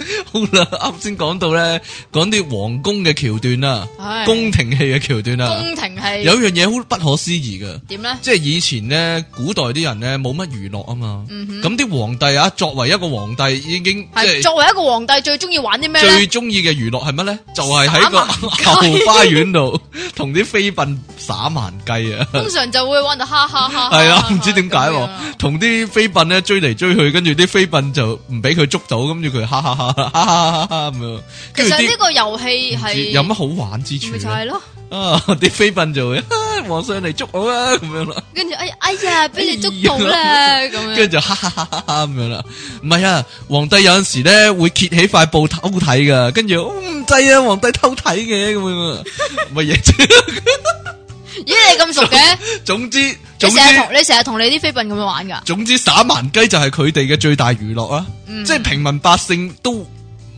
Speaker 1: 好啦，啱先講到咧，講啲皇宮嘅橋段啦，
Speaker 2: 唉
Speaker 1: 宮廷戲嘅橋段啦，
Speaker 2: 宮廷戲
Speaker 1: 啊有樣嘢好不可思議嘅，
Speaker 2: 點咧？
Speaker 1: 即係以前咧，古代啲人咧冇乜娛樂啊嘛，
Speaker 2: 嗯哼，
Speaker 1: 咁啲皇帝啊，作為一個皇帝已經即
Speaker 2: 係
Speaker 1: 係
Speaker 2: 作為一個皇帝最中意玩啲咩
Speaker 1: 最
Speaker 2: 咧？
Speaker 1: 中意嘅娛樂係乜咧？就係喺個
Speaker 2: 耍
Speaker 1: 後花園度同啲飛奔耍蠻雞啊！
Speaker 2: 通常就會玩到哈哈哈。
Speaker 1: 係啊
Speaker 2: 哈哈
Speaker 1: 唔知點解
Speaker 2: 咁
Speaker 1: 喎
Speaker 2: 樣
Speaker 1: 同啲飛奔咧追嚟追去，跟住啲飛奔就唔俾佢捉到，跟住佢哈哈哈哈哈哈哈咁樣，
Speaker 2: 其
Speaker 1: 跟住
Speaker 2: 實呢
Speaker 1: 啲
Speaker 2: 個遊
Speaker 1: 唔
Speaker 2: 戲
Speaker 1: 知
Speaker 2: 係
Speaker 1: 有乜好玩之處
Speaker 2: 咪就
Speaker 1: 咧
Speaker 2: 係？咯？
Speaker 1: 啊，啲飛奔就會啊皇上嚟捉我啊啦咁樣啦，
Speaker 2: 跟住哎哎呀，俾你捉 到啦咁
Speaker 1: 跟住
Speaker 2: 樣。
Speaker 1: 就哈哈哈哈哈咁樣啦。唔係啊，皇帝有陣時咧會揭起塊布偷睇噶，跟住哦唔制啊，皇帝偷睇嘅咁樣啊，乜嘢啫？
Speaker 2: 咦，你咁熟嘅？
Speaker 1: 總之
Speaker 2: 你
Speaker 1: 總之
Speaker 2: 成日同你成日同你啲飛笨咁樣玩㗎？
Speaker 1: 總之耍蠻雞就係佢哋嘅最大娛樂啊！
Speaker 2: 嗯
Speaker 1: 即係平民百姓都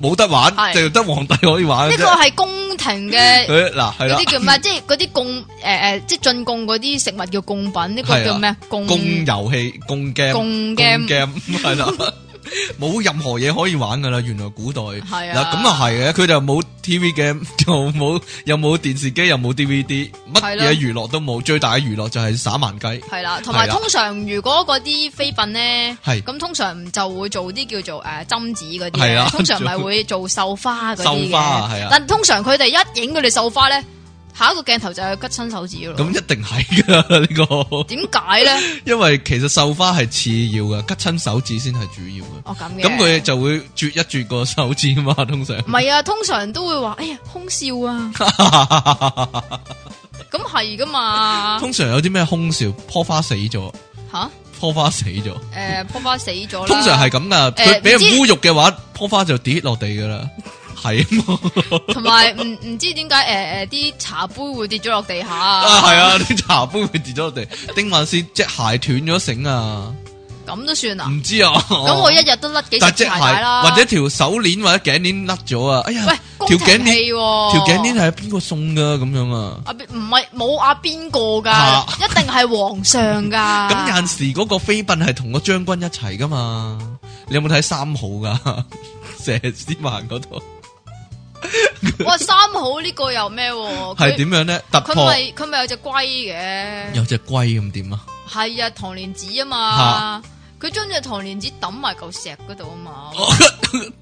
Speaker 1: 冇得玩，
Speaker 2: 係
Speaker 1: 就得皇帝可以玩嘅
Speaker 2: 呢個
Speaker 1: 啫。
Speaker 2: 係宮廷嘅。
Speaker 1: 佢嗱係
Speaker 2: 嗰
Speaker 1: 啦，
Speaker 2: 啲叫咩？即係嗰啲貢诶诶，即係進貢嗰啲食物叫貢品，
Speaker 1: 係
Speaker 2: 呢
Speaker 1: 啊
Speaker 2: 個叫咩？貢
Speaker 1: 共遊戲、共 game、
Speaker 2: 共 game
Speaker 1: game 係啦， 冇任何嘢可以玩噶啦。原來古代
Speaker 2: 係
Speaker 1: 嗱
Speaker 2: 啊
Speaker 1: 咁啊係嘅，佢就冇 TV game，又 冇又冇電視機，又冇 DVD，乜
Speaker 2: 係啦
Speaker 1: 嘢娛樂都冇。最大嘅娛樂就係耍蠻雞，
Speaker 2: 係啦，同埋
Speaker 1: 係啦
Speaker 2: 通常如果嗰啲妃嬪咧，
Speaker 1: 係
Speaker 2: 咁通常就會做啲叫做诶針子嗰啲
Speaker 1: 係啊
Speaker 2: 咧，通常咪會做繡花嗰啲
Speaker 1: 繡花係啊
Speaker 2: 嘅。但通常佢哋一影佢哋繡花咧，下一個鏡頭就係拮親手指
Speaker 1: 咁
Speaker 2: 咯。
Speaker 1: 一定係噶呢個，
Speaker 2: 點解咧？
Speaker 1: 因為其實繡花係次要嘅，拮親手指先係主要嘅。
Speaker 2: 哦咁嘅。
Speaker 1: 咁佢就會啜一啜個手指嘛，通常
Speaker 2: 唔係啊，通常都會話哎呀空笑 啊，咁係噶嘛
Speaker 1: 通常有啲咩空笑，坡花死咗，
Speaker 2: 吓？
Speaker 1: 坡花死咗，
Speaker 2: 诶，波花死咗啦。
Speaker 1: 通常係咁噶。
Speaker 2: 誒
Speaker 1: 佢俾人
Speaker 2: 唔知
Speaker 1: 侮辱嘅話，坡花就跌落地噶啦，係啊嘛
Speaker 2: 同埋唔唔知點解誒誒啲茶杯會跌咗落地下
Speaker 1: 啊，
Speaker 2: 啊？
Speaker 1: 係啊，啲茶杯會跌咗落地，定還是隻鞋斷咗繩啊？
Speaker 2: 咁都算啊？
Speaker 1: 唔知啊，
Speaker 2: 咁我一日都甩幾隻
Speaker 1: 但隻
Speaker 2: 鞋
Speaker 1: 鞋
Speaker 2: 帶啦，
Speaker 1: 或者條手鏈或者頸鏈甩咗啊，哎呀
Speaker 2: 喂，
Speaker 1: 條頸
Speaker 2: 鏈
Speaker 1: 鏈
Speaker 2: 條
Speaker 1: 條頸鏈係邊個送噶咁樣啊？
Speaker 2: 啊邊唔係冇阿邊個
Speaker 1: 啊
Speaker 2: 㗎，一定係皇上㗎。
Speaker 1: 咁有陣時嗰個飛奔係同個將軍一齊噶嘛？你有冇睇三號噶？ 佘詩曼嗰度
Speaker 2: 哇三好呢個又咩喎？
Speaker 1: 係
Speaker 2: 佢
Speaker 1: 點樣咧？突
Speaker 2: 佢
Speaker 1: 破
Speaker 2: 咪佢咪有隻龜嘅？
Speaker 1: 有隻龜咁點啊？
Speaker 2: 係啊，唐蓮子啊嘛。佢將只唐蓮子抌埋嚿石嗰度啊嘛，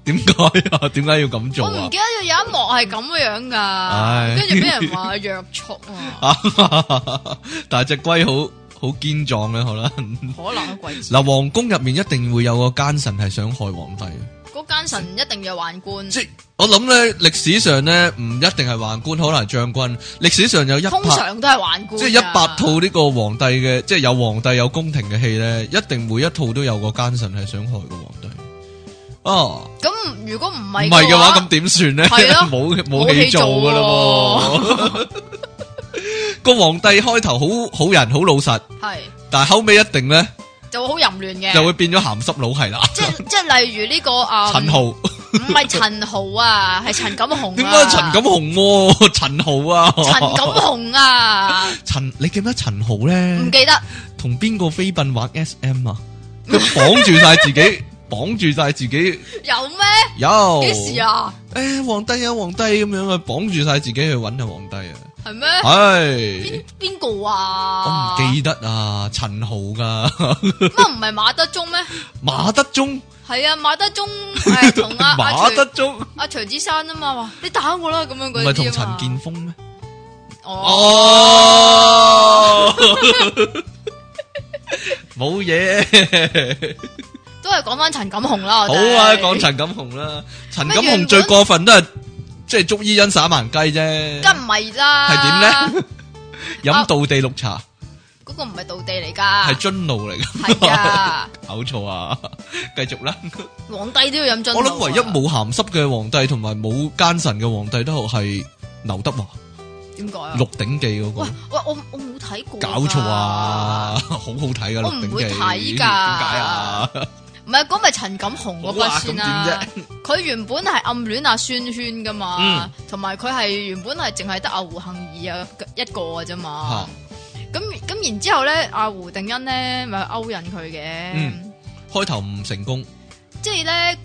Speaker 1: 點解啊？ 點解要咁做
Speaker 2: 我唔
Speaker 1: 啊？
Speaker 2: 記得咗有一幕係咁樣
Speaker 1: 唉
Speaker 2: 㗎，跟住俾人話虐畜 啊，
Speaker 1: 但係隻龜好好堅壯咧，可能
Speaker 2: 可能啊鬼知。
Speaker 1: 嗱，皇宮入面一定會有個奸臣係想害皇帝嘅，
Speaker 2: 嗰奸臣一定要宦官，
Speaker 1: 即係我諗咧，歷史上咧唔一定係宦官，可能係將軍。歷史上有一
Speaker 2: 通
Speaker 1: 百。
Speaker 2: 常都係宦官。啊
Speaker 1: 即係一百套呢個皇帝嘅，即係有皇帝有宮廷嘅戲咧，一定每一套都有個奸臣係想害個皇帝。哦，
Speaker 2: 咁如果唔
Speaker 1: 唔
Speaker 2: 係
Speaker 1: 係嘅
Speaker 2: 話
Speaker 1: 話，咁點算咧？
Speaker 2: 係咯
Speaker 1: 冇冇
Speaker 2: 冇
Speaker 1: 戲
Speaker 2: 戲
Speaker 1: 做噶啦噃。 個皇帝開頭好好人好老實，
Speaker 2: 係
Speaker 1: 但係後尾一定咧
Speaker 2: 就會好淫亂嘅，
Speaker 1: 就會變咗鹹濕佬係啦。
Speaker 2: 即即係例如呢個啊，
Speaker 1: 陳豪，
Speaker 2: 唔係陳豪啊，係陳錦鴻啊。
Speaker 1: 點解陳錦鴻喎？ 陳豪啊，
Speaker 2: 陳錦鴻啊？
Speaker 1: 陳，你記唔記得陳豪咧？
Speaker 2: 唔記得
Speaker 1: 同邊個飛奔玩 SM 啊？佢綁住晒自己， 綁住晒自己，
Speaker 2: 有咩？
Speaker 1: 有
Speaker 2: 幾時？啊？
Speaker 1: 诶、皇帝啊，皇帝咁樣啊，綁住晒自己去揾啊，皇帝 啊，
Speaker 2: 係咩？
Speaker 1: 唉
Speaker 2: 邊，邊個
Speaker 1: 我唔
Speaker 2: 啊？
Speaker 1: 記得啊，陳豪噶
Speaker 2: 乜唔係馬德鐘咩？
Speaker 1: 馬德鐘，
Speaker 2: 係啊，馬德鐘 誒同阿阿
Speaker 1: 馬德
Speaker 2: 徐
Speaker 1: 鐘
Speaker 2: 阿徐子珊啊嘛，話你打我啦咁樣
Speaker 1: 唔
Speaker 2: 嗰
Speaker 1: 係
Speaker 2: 啲
Speaker 1: 同
Speaker 2: 啊
Speaker 1: 陳
Speaker 2: 嘛
Speaker 1: 建鋒咩？哦，
Speaker 2: 哦。
Speaker 1: 冇嘢，
Speaker 2: 都系讲翻陈锦鸿啦。我
Speaker 1: 好
Speaker 2: 哋
Speaker 1: 啊，講陳錦鴻啦，陳
Speaker 2: 乜
Speaker 1: 錦
Speaker 2: 原
Speaker 1: 鴻
Speaker 2: 本
Speaker 1: 最過分都係即係捉伊恩耍盲雞啫，
Speaker 2: 梗唔系啦。
Speaker 1: 係
Speaker 2: 点咧？
Speaker 1: 飲道地綠茶。
Speaker 2: 嗰个唔系道地嚟噶，
Speaker 1: 系樽路嚟
Speaker 2: 系噶，
Speaker 1: 噶，搞错啊！繼續啦，
Speaker 2: 皇帝都要饮樽。啊
Speaker 1: 我諗唯一冇鹹濕嘅皇帝同埋冇奸臣嘅皇帝都係劉德華
Speaker 2: 点解啊？
Speaker 1: 《鹿鼎記》嗰
Speaker 2: 喂
Speaker 1: 個，
Speaker 2: 喂，我我冇睇过。
Speaker 1: 搞錯啊！！好好睇噶《
Speaker 2: 我
Speaker 1: 鹿鼎
Speaker 2: 唔
Speaker 1: 記》，
Speaker 2: 會睇㗎
Speaker 1: 點解啊？
Speaker 2: 唔系嗰咪陈锦鸿嗰
Speaker 1: 好啊
Speaker 2: 笔先
Speaker 1: 咁
Speaker 2: 啦
Speaker 1: 點。
Speaker 2: 佢原本系暗恋阿宣萱噶
Speaker 1: 嗯
Speaker 2: 嘛，同埋佢系原本系净系得阿胡杏儿啊一个嘅啫 嘛。咁咁然之后咧，阿胡定欣咧咪勾引佢嘅。
Speaker 1: 嗯開頭唔成功，
Speaker 2: 即系 咧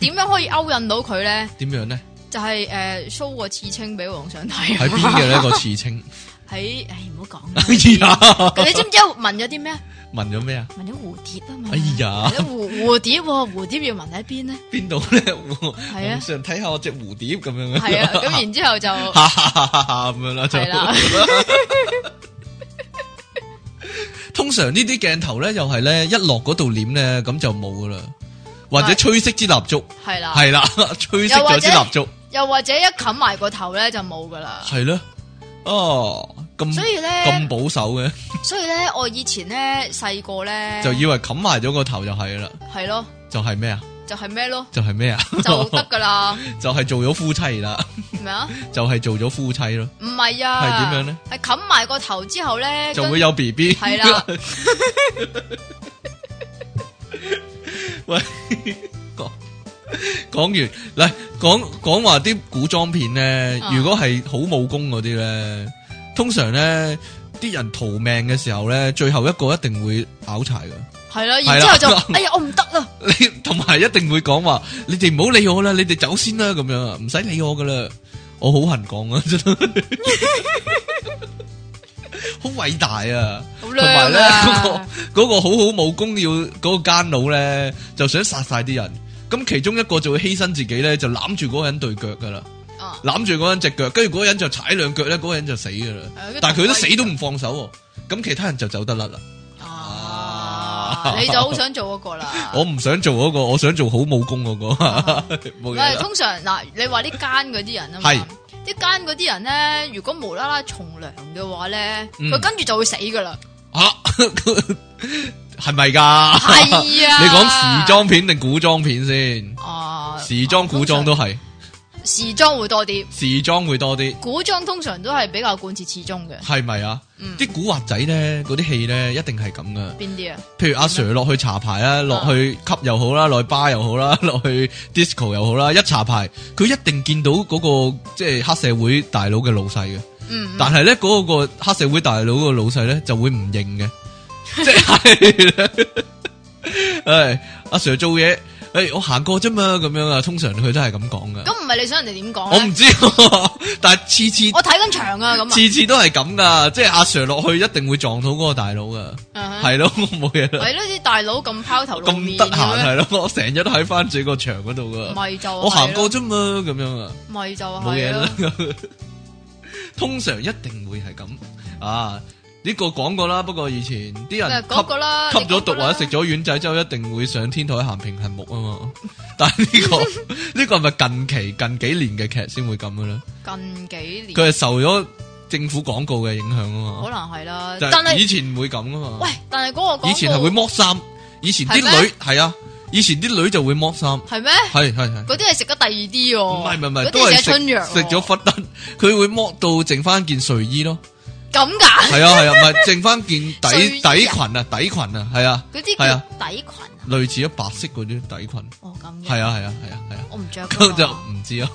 Speaker 2: 点样可以勾引到佢咧？
Speaker 1: 点样咧？
Speaker 2: 就系诶 show 个刺青俾皇上睇。啊
Speaker 1: 喺边嘅呢個刺青？
Speaker 2: 喺唉唔好讲
Speaker 1: 哎呀，
Speaker 2: 佢你知唔知紋咗啲咩？
Speaker 1: 問咗咩啊？
Speaker 2: 紋咗蝴蝶啊嘛。
Speaker 1: 哎呀
Speaker 2: 紋咗蝴蝴蝶喎，蝴蝶要紋喺邊咧？
Speaker 1: 邊度咧？我
Speaker 2: 啊
Speaker 1: 皇上睇下我只蝴蝶咁樣啊！
Speaker 2: 係啊，咁然之后就
Speaker 1: 哈哈哈哈哈咁樣啦，就
Speaker 2: 係啦。
Speaker 1: 通常呢啲鏡頭咧，又係咧一落嗰度簾咧，咁就冇噶啦，或者
Speaker 2: 係
Speaker 1: 吹熄支蠟燭，
Speaker 2: 係啦，
Speaker 1: 係啦， 吹熄
Speaker 2: 又或
Speaker 1: 咗支
Speaker 2: 者
Speaker 1: 蠟燭，
Speaker 2: 又或者一冚埋個頭咧就冇噶啦。
Speaker 1: 係咯，哦，咁
Speaker 2: 所以咧
Speaker 1: 咁，保守嘅，
Speaker 2: 所以咧，我以前咧細個咧
Speaker 1: 就以為冚埋咗個頭就係啦，
Speaker 2: 係咯，
Speaker 1: 就係咩啊？
Speaker 2: 就係咩 咯，
Speaker 1: 就係咩啊？
Speaker 2: 就得噶啦，
Speaker 1: 就係做咗夫妻啦，
Speaker 2: 咩啊？
Speaker 1: 就係做咗夫妻咯，
Speaker 2: 唔係啊，
Speaker 1: 係點樣咧？
Speaker 2: 係冚埋個頭之後咧，
Speaker 1: 就會有 B B。
Speaker 2: 係啦，
Speaker 1: 喂，講講完，嚟講講話啲古裝片咧，
Speaker 2: 啊
Speaker 1: 如果係好武功嗰啲咧，通常咧啲人逃命嘅時候咧，最後一個一定會拗柴噶。
Speaker 2: 係啦，
Speaker 1: 係
Speaker 2: 然之
Speaker 1: 啦
Speaker 2: 後就哎呀，我唔得啦，
Speaker 1: 你 同埋一定會講話，你哋唔好理我啦，你哋走先啦，咁樣啊，唔使理我噶啦，我好恨講啊， 真係好偉大啊！
Speaker 2: 好
Speaker 1: 同埋
Speaker 2: 靚
Speaker 1: 咧嗰個
Speaker 2: 啊！
Speaker 1: 嗰、個好好武功要嗰、個奸佬咧，就想殺晒啲人。咁其中一個就會犧牲自己咧，就攬住嗰個人對腳噶啦，
Speaker 2: 啊
Speaker 1: 攬住嗰個人只腳，跟住嗰個人就踩兩腳咧，嗰、個人就死噶啦。
Speaker 2: 係啊
Speaker 1: 但係佢都死都唔放手喎，咁其他人就走得甩啦。
Speaker 2: 啊！你就好想做嗰個啦。
Speaker 1: 我唔想做嗰、個，我想做好武功嗰、
Speaker 2: 啊
Speaker 1: 個， 冇
Speaker 2: 唔
Speaker 1: 嘢
Speaker 2: 係
Speaker 1: 啦。
Speaker 2: 通常嗱，你話啲奸嗰啲人啊嘛
Speaker 1: 係，
Speaker 2: 啲奸嗰啲人咧，如果無啦啦從良嘅話咧，
Speaker 1: 嗯
Speaker 2: 佢跟住就會死噶啦。
Speaker 1: 吓，啊 係咪㗎？
Speaker 2: 係 啊，
Speaker 1: 你講時裝片定古裝片先？
Speaker 2: 啊，
Speaker 1: 時裝、古裝都
Speaker 2: 通
Speaker 1: 係，
Speaker 2: 常時裝會多啲，
Speaker 1: 時裝會多啲。
Speaker 2: 古裝通常都係比較貫徹始終嘅。
Speaker 1: 系咪啊
Speaker 2: 嗯？
Speaker 1: 啲古惑仔咧，嗰啲戲咧，一定係咁噶。
Speaker 2: 邊啲啊？
Speaker 1: 譬如阿 Sir 落去茶牌啦，落去吸又好啦，落去巴又好啦， 落去 disco 又好啦，一茶牌，佢一定見到嗰、個即係黑社會大佬嘅老細嘅。
Speaker 2: 嗯，
Speaker 1: 但係咧，嗰、個黑社會大佬個老細咧就會唔認 嘅，即係诶阿 Sir 做嘢，诶、我行過啫嘛，咁樣啊，通常佢都係咁講噶。
Speaker 2: 咁唔係你想人哋點講
Speaker 1: 我
Speaker 2: 咧
Speaker 1: 唔？知， 但係次次
Speaker 2: 我睇緊場啊，咁啊
Speaker 1: 次次都係咁噶，即係阿 Sir 落去一定會撞到嗰個大佬噶，
Speaker 2: 嗯哼，
Speaker 1: 係咯， 冇嘢啦，
Speaker 2: 係咯，啲大佬咁拋頭露
Speaker 1: 咁
Speaker 2: 面
Speaker 1: 得
Speaker 2: 嘅啊
Speaker 1: 閒
Speaker 2: 咩
Speaker 1: 係咯，我成日都喺翻自己個場嗰度噶，
Speaker 2: 咪就係
Speaker 1: 我行過
Speaker 2: 咯，
Speaker 1: 啫嘛，咁樣啊，
Speaker 2: 咪就
Speaker 1: 冇嘢
Speaker 2: 係啊咯
Speaker 1: 啦。。 通常一定會係咁啊，呢個講過啦，不過以前啲人
Speaker 2: 嗰個
Speaker 1: 吸
Speaker 2: 啦，
Speaker 1: 吸咗毒
Speaker 2: 你講過
Speaker 1: 或者
Speaker 2: 啦
Speaker 1: 食咗丸仔之後，一定會上天台行平衡木啊嘛。但係呢 個呢個係咪近期近幾年嘅劇先會咁嘅咧？
Speaker 2: 近幾年，
Speaker 1: 佢係受咗政府廣告嘅影響啊嘛
Speaker 2: 可。能係啦。
Speaker 1: 就係
Speaker 2: 但
Speaker 1: 以
Speaker 2: 係
Speaker 1: 前唔會咁噶嘛
Speaker 2: 喂。，但係嗰個廣告
Speaker 1: 以前係會剝衫，以前啲
Speaker 2: 係咩
Speaker 1: 女係啊，以前啲女就會剝衫，
Speaker 2: 係咩？
Speaker 1: 係係係。
Speaker 2: 嗰啲係食咗第二啲
Speaker 1: 唔
Speaker 2: 喎，
Speaker 1: 係唔係唔
Speaker 2: 嗰
Speaker 1: 係，都
Speaker 2: 哦啲
Speaker 1: 係
Speaker 2: 係
Speaker 1: 食
Speaker 2: 春藥喎
Speaker 1: 食咗忽得，佢會剝到剩翻件睡衣咯。
Speaker 2: 咁㗎？
Speaker 1: 係啊係啊，唔 係剩翻件底
Speaker 2: 睡
Speaker 1: 底
Speaker 2: 衣啊
Speaker 1: 裙啊，底裙啊，係啊，
Speaker 2: 嗰啲
Speaker 1: 係啊
Speaker 2: 叫底裙啊，
Speaker 1: 類似咗白色嗰啲底裙。
Speaker 2: 哦咁嘅，
Speaker 1: 係啊係啊係啊係啊，
Speaker 2: 我唔着㗎
Speaker 1: 咁
Speaker 2: 嘛
Speaker 1: 就唔知啊。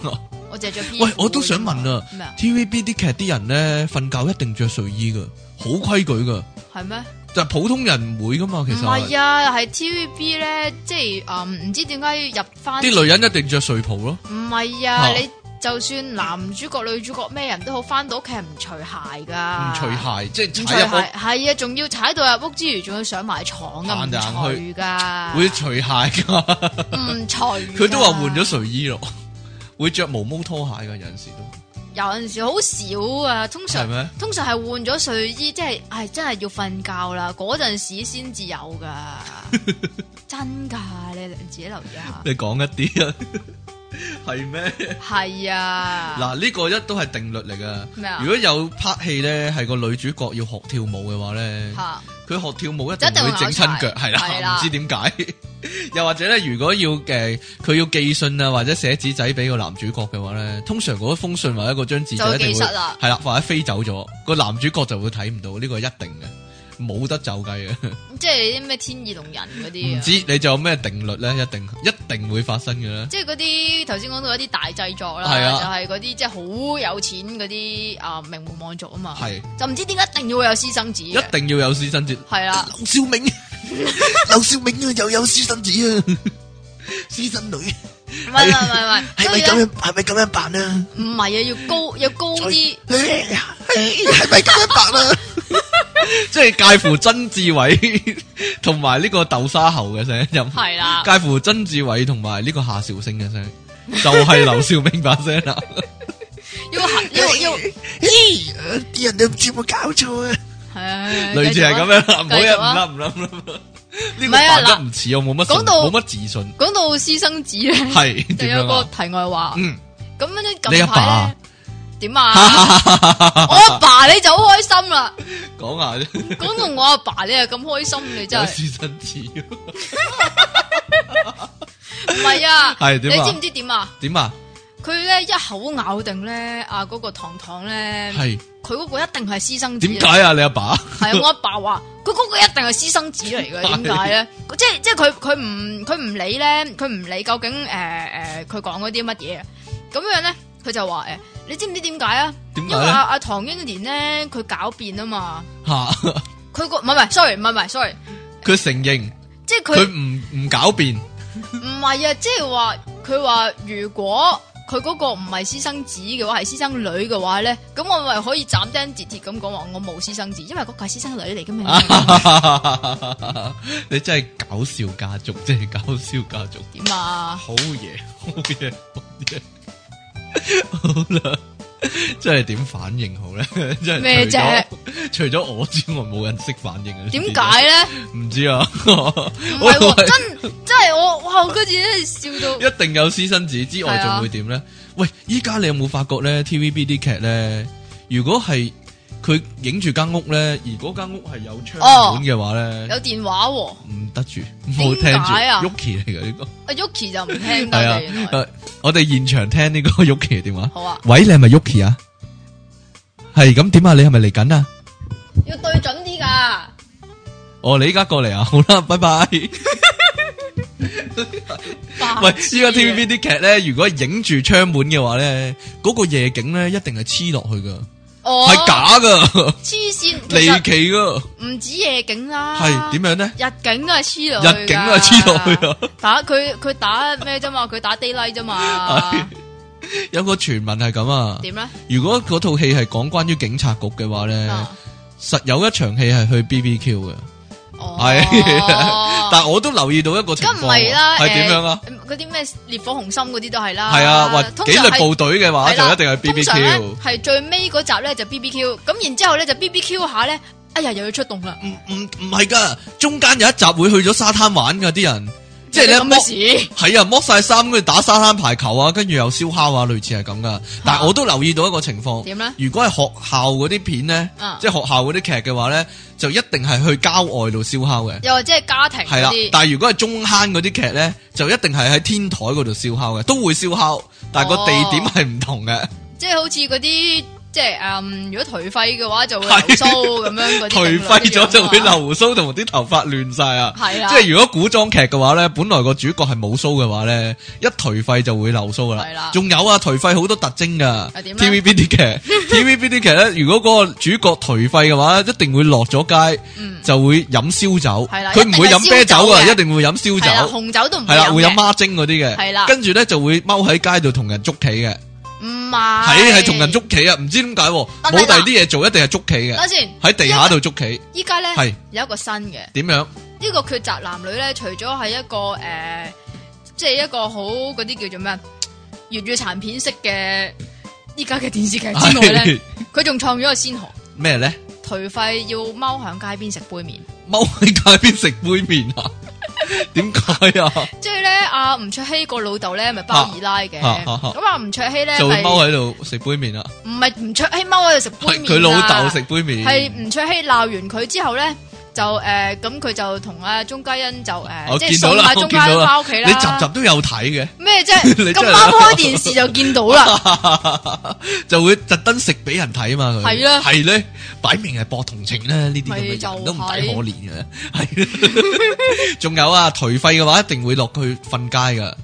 Speaker 2: 我淨係着 P。
Speaker 1: 喂，我都想問啊
Speaker 2: 咩啊？
Speaker 1: TVB 啲劇啲人咧，瞓覺一定着睡衣噶，好規矩噶，
Speaker 2: 係咩？
Speaker 1: 但係普通人唔會噶嘛，其
Speaker 2: 唔係
Speaker 1: 實。
Speaker 2: 啊，係 TVB 咧，即係嗯，唔知點解入翻
Speaker 1: 啲女人一定着睡袍咯。
Speaker 2: 唔係
Speaker 1: 啊
Speaker 2: 啊，你就算男主角、女主角咩人都好，翻到屋企係唔除鞋
Speaker 1: 唔
Speaker 2: 㗎，
Speaker 1: 除，鞋，即係
Speaker 2: 啊唔除
Speaker 1: 踩入
Speaker 2: 鞋
Speaker 1: 屋
Speaker 2: 係啊，仲要踩到入屋之餘，仲要上埋床㗎，
Speaker 1: 行
Speaker 2: 唔
Speaker 1: 嚟行去
Speaker 2: 除㗎，
Speaker 1: 會除鞋噶。
Speaker 2: 唔除。
Speaker 1: 佢都話
Speaker 2: 啊
Speaker 1: 換咗，睡衣咯，會着毛毛拖鞋噶，有陣時都
Speaker 2: 有陣時好少啊，通
Speaker 1: 係
Speaker 2: 常。
Speaker 1: 咩？
Speaker 2: 通常係換咗睡衣，即係係真係要瞓覺啦，嗰陣時先至有 噶，真噶，你自己留 意下。
Speaker 1: 你講一啲 啊，係咩？
Speaker 2: 係啊，
Speaker 1: 嗱，呢個一都係定律嚟噶。
Speaker 2: 咩啊
Speaker 1: 如果有拍戲咧，係個女主角要學跳舞嘅話咧，
Speaker 2: 吓
Speaker 1: 佢學跳舞一
Speaker 2: 就一
Speaker 1: 定
Speaker 2: 定
Speaker 1: 會
Speaker 2: 會
Speaker 1: 整親腳，
Speaker 2: 拗柴
Speaker 1: 係
Speaker 2: 係
Speaker 1: 啦，
Speaker 2: 啦
Speaker 1: 唔知點解。 又或者咧，如果要誒佢要寄信啊，或者寫紙仔俾個男主角嘅話咧，通常嗰封信或者嗰張紙
Speaker 2: 就
Speaker 1: 仔
Speaker 2: 會
Speaker 1: 一定
Speaker 2: 寄
Speaker 1: 會
Speaker 2: 失啦
Speaker 1: 係啦，或者飛走咗，個男主角就會睇唔到，呢個一定嘅，冇得走雞 嘅。
Speaker 2: 即係啲咩天意弄人嗰
Speaker 1: 唔
Speaker 2: 啲啊，
Speaker 1: 知你仲有咩定律咧？一定一定會發生嘅咧。
Speaker 2: 即係嗰啲頭先講到一啲大製作啦，
Speaker 1: 係啊
Speaker 2: 就係嗰啲即係好有錢嗰啲啊名門望族啊嘛，
Speaker 1: 係
Speaker 2: 就唔知點解一定要有私生子
Speaker 1: 一
Speaker 2: 嘅，
Speaker 1: 定要有 私生子。
Speaker 2: 係啦，
Speaker 1: 劉少明，劉少明啊，又有私生子啊！
Speaker 3: 私生女
Speaker 2: 唔係唔係唔係唔係，
Speaker 3: 係
Speaker 2: 所
Speaker 3: 咪
Speaker 2: 以
Speaker 3: 咁
Speaker 2: 咧
Speaker 3: 樣？係咪咁樣扮啊？
Speaker 2: 唔係啊，要高要高啲，
Speaker 3: 再係咪咁樣扮啊？
Speaker 1: 即系介乎曾志伟 同埋呢个豆沙喉嘅声音，
Speaker 2: 係啊啦，
Speaker 1: 介乎曾志伟同埋呢个夏兆星嘅声，就系刘兆明把啊声 啦。
Speaker 2: 要要要，
Speaker 3: 咦啲人都唔知有冇搞錯啊！
Speaker 2: 係
Speaker 1: 类似系咁。
Speaker 2: 繼
Speaker 1: 样
Speaker 2: 續啊
Speaker 1: 啦，唔好
Speaker 2: 繼
Speaker 1: 呀
Speaker 2: 續
Speaker 1: 唔
Speaker 2: 啊
Speaker 1: 啦唔啦唔啦，唔啦呢个
Speaker 2: 唔係啊
Speaker 1: 扮得
Speaker 2: 嗱
Speaker 1: 唔似，我冇乜
Speaker 2: 講
Speaker 1: 信
Speaker 2: 到
Speaker 1: 冇乜自信，
Speaker 2: 講到私生子咧，
Speaker 1: 系
Speaker 2: 就
Speaker 1: 点
Speaker 2: 有
Speaker 1: 样
Speaker 2: 個
Speaker 1: 啊？
Speaker 2: 題外話。
Speaker 1: 嗯，
Speaker 2: 咁樣咧
Speaker 1: 你
Speaker 2: 近
Speaker 1: 阿爸
Speaker 2: 排
Speaker 1: 啊
Speaker 2: 咧點啊？我 阿爸你就好開心啦，
Speaker 1: 讲下啫，
Speaker 2: 講到我阿爸你又啊咁開心，你真
Speaker 1: 有
Speaker 2: 係
Speaker 1: 私生子
Speaker 2: 唔係啊？
Speaker 1: 係
Speaker 2: 你
Speaker 1: 點啊
Speaker 2: 知唔知點啊？
Speaker 1: 点啊？
Speaker 2: 佢咧一口咬定咧，啊嗰個糖糖咧，
Speaker 1: 系
Speaker 2: 佢嗰個一定係私生子。
Speaker 1: 点解啊？你阿爸
Speaker 2: 系 啊，我阿爸話佢嗰個一定係私生子嚟嘅，點解咧？即系即系佢佢唔佢唔理咧，佢唔理究竟诶诶佢講嗰啲乜嘢，啊咁樣咧佢就話诶、誒你知唔知點解啊？
Speaker 1: 点
Speaker 2: 因
Speaker 1: 解
Speaker 2: 為阿
Speaker 1: 咧？
Speaker 2: 阿唐英年咧佢狡辯啊嘛，
Speaker 1: 吓，
Speaker 2: 佢個唔係唔係，sorry 唔係唔係，sorry，
Speaker 1: 佢承认
Speaker 2: 即係
Speaker 1: 佢
Speaker 2: 佢
Speaker 1: 唔唔狡辩，
Speaker 2: 唔係啊，即係話佢話如果。佢嗰個唔係私生子嘅話，係私生女嘅話咧，咁我咪可以斬釘截鐵咁講話我冇私生子，因為嗰個係私生女嚟噶嘛。
Speaker 1: 你真系搞笑家族，真系搞笑家族。
Speaker 2: 點啊？
Speaker 1: 好嘢，好嘢，好嘢，好啦，真系點反應好咧？ 真係
Speaker 2: 咩啫
Speaker 1: 除咗？除咗我之外，冇人識反應啊！
Speaker 2: 點解咧？
Speaker 1: 唔知啊，
Speaker 2: 唔
Speaker 1: 唔
Speaker 2: 係 喎，真真係我哇！我嗰次真係笑到，
Speaker 1: 一定有私生子之外，
Speaker 2: 係啊
Speaker 1: 仲會點咧？喂，依家你有冇發覺咧？TVB 啲劇咧，如果係佢影住間屋咧，而嗰間屋係有窗
Speaker 2: 哦
Speaker 1: 門嘅話咧，
Speaker 2: 有電話喎。
Speaker 1: 唔得住，唔好聽
Speaker 2: 點解啊
Speaker 1: 住。Yuki 嚟嘅呢個
Speaker 2: 阿 Yuki 就唔聽得
Speaker 1: 係啊
Speaker 2: 嘅，原來
Speaker 1: 誒我哋現場聽呢個 Yuki 嘅電話。
Speaker 2: 好啊，
Speaker 1: 喂，你系咪 Yuki 啊？系咁点啊？你系咪嚟紧啊？
Speaker 2: 要對準啲㗎。
Speaker 1: 哦，你依家过嚟啊，好 啦，拜拜。
Speaker 2: 啊
Speaker 1: 喂，
Speaker 2: 白痴
Speaker 1: 依家 TVB 啲剧咧，如果影住窗门嘅话咧，嗰、個个夜景咧一定系黐落去噶，
Speaker 2: 哦，
Speaker 1: 系、假噶，
Speaker 2: 黐線，其
Speaker 1: 离
Speaker 2: 實
Speaker 1: 奇噶，
Speaker 2: 唔止夜景啦，
Speaker 1: 系點樣咧？
Speaker 2: 日景都係黐落去㗎，
Speaker 1: 日景啊黐落去啊！
Speaker 2: 打佢佢打咩啫嘛？佢打 daylight 啫嘛？
Speaker 1: 啊有个传闻系咁啊，
Speaker 2: 啊點咧？
Speaker 1: 如果嗰套戏系讲关于警察局嘅话咧，
Speaker 2: 啊
Speaker 1: 实有一场戏系去 BBQ 嘅，
Speaker 2: 哦，
Speaker 1: 係但我都留意到一个情
Speaker 2: 咁唔
Speaker 1: 况，
Speaker 2: 係 啦，
Speaker 1: 系
Speaker 2: 誒
Speaker 1: 点样啊？？
Speaker 2: 嗰啲咩烈火雄心嗰啲都係啦，
Speaker 1: 系啊，或
Speaker 2: 通
Speaker 1: 紀
Speaker 2: 常
Speaker 1: 律
Speaker 2: 係
Speaker 1: 部隊嘅話
Speaker 2: 係啦
Speaker 1: 就一定係
Speaker 2: 通常咧
Speaker 1: BBQ，
Speaker 2: 係最尾嗰集咧就 B B Q，咁然之后咧就 B B Q 下咧，哎呀又要出動啦，
Speaker 1: 唔唔唔係噶，中間有一集會去咗沙灘玩噶啲人，即係
Speaker 2: 有
Speaker 1: 咧
Speaker 2: 啲咁嘅
Speaker 1: 剝
Speaker 2: 事，
Speaker 1: 係啊剝晒衫跟住打沙灘排球啊，跟住又燒烤啊，類似係咁噶。但係我都留意到一個情況，
Speaker 2: 啊點咧？
Speaker 1: 如果係學校嗰啲片咧
Speaker 2: 啊，
Speaker 1: 即係學校嗰啲劇嘅話咧，就一定係去郊外度燒烤嘅。
Speaker 2: 又或者係家庭
Speaker 1: 係
Speaker 2: 嗰
Speaker 1: 啦，
Speaker 2: 啲，
Speaker 1: 但係如果係中坑嗰啲劇咧，就一定係喺天台嗰度燒烤嘅，都會燒烤，但係個
Speaker 2: 哦
Speaker 1: 地點係唔同嘅。
Speaker 2: 即係好似嗰啲即係嗯，如果頹廢嘅話就會流须咁樣 嗰啲，
Speaker 1: 颓廢咗就會，留須同埋啲頭髮亂晒啊！
Speaker 2: 係啦，
Speaker 1: 即係如果古裝劇嘅話咧，本來個主角係冇須嘅話咧，一頹廢就會漏須噶啦
Speaker 2: 係啦。
Speaker 1: 仲有啊，頹廢好多特徵噶。
Speaker 2: 係點啊
Speaker 1: TVB 啲劇 ，TVB 啲劇咧，如果嗰個主角頹廢嘅話，一定會落咗街，
Speaker 2: 嗯
Speaker 1: 就會飲燒酒。
Speaker 2: 係啦
Speaker 1: 佢唔會飲啤酒啊，
Speaker 2: 一定係燒酒嘅
Speaker 1: 一定會飲燒
Speaker 2: 係啦，
Speaker 1: 酒。
Speaker 2: 紅酒都唔
Speaker 1: 係啦，會
Speaker 2: 會
Speaker 1: 飲
Speaker 2: 嘅，
Speaker 1: 孖精嗰啲嘅。
Speaker 2: 係啦
Speaker 1: 跟住咧就會踎喺街度同人捉棋嘅。
Speaker 2: 唔係
Speaker 1: 係係同人捉棋啊，唔知點解喎
Speaker 2: 但係
Speaker 1: 冇第二
Speaker 2: 嗱
Speaker 1: 啲嘢做，一定係捉棋嘅
Speaker 2: 等。下先，
Speaker 1: 喺地下度捉棋
Speaker 2: 依家咧
Speaker 1: 係
Speaker 2: 有一個新嘅。
Speaker 1: 點樣？
Speaker 2: 呢個抉擇男女咧，除咗係一個誒、呃即係一個好嗰啲叫做咩啊粵語殘片式嘅依家嘅電視劇之外咧，佢仲創咗個先河，
Speaker 1: 咩咧？
Speaker 2: 頹廢要踎響街邊食杯麵。
Speaker 1: 踎喺街边食杯面 啊？点解啊？
Speaker 2: 即係咧，阿吳卓羲個老豆咧，咪包二奶嘅。
Speaker 1: 啊啊啊
Speaker 2: 咁啊，吳卓羲咧，
Speaker 1: 就會
Speaker 2: 咪
Speaker 1: 踎喺度食杯面啊？
Speaker 2: 唔係吳卓羲踎喺度食杯
Speaker 1: 係
Speaker 2: 麵
Speaker 1: 佢老
Speaker 2: 啊
Speaker 1: 豆食杯面，
Speaker 2: 係吳卓羲鬧完佢之後咧，就誒咁佢就同阿鐘嘉欣就誒
Speaker 1: 我
Speaker 2: 即係
Speaker 1: 見到
Speaker 2: 送
Speaker 1: 啦
Speaker 2: 阿
Speaker 1: 我
Speaker 2: 鐘
Speaker 1: 哦見
Speaker 2: 嘉
Speaker 1: 到
Speaker 2: 欣
Speaker 1: 啦
Speaker 2: 翻屋企啦。
Speaker 1: 你集集都有睇
Speaker 2: 咩啫？
Speaker 1: 你
Speaker 2: 咁
Speaker 1: 真係
Speaker 2: 啱開電視就見到 啦，
Speaker 1: 嘅， 就會特登食俾人睇嘛。佢
Speaker 2: 係啊
Speaker 1: 係咧，擺明係博同情啦，呢啲咁
Speaker 2: 咪
Speaker 1: 嘅
Speaker 2: 就
Speaker 1: 人
Speaker 2: 係
Speaker 1: 都唔抵可憐嘅。係啊， 仲有啊，頹廢嘅話一定會落去瞓街噶。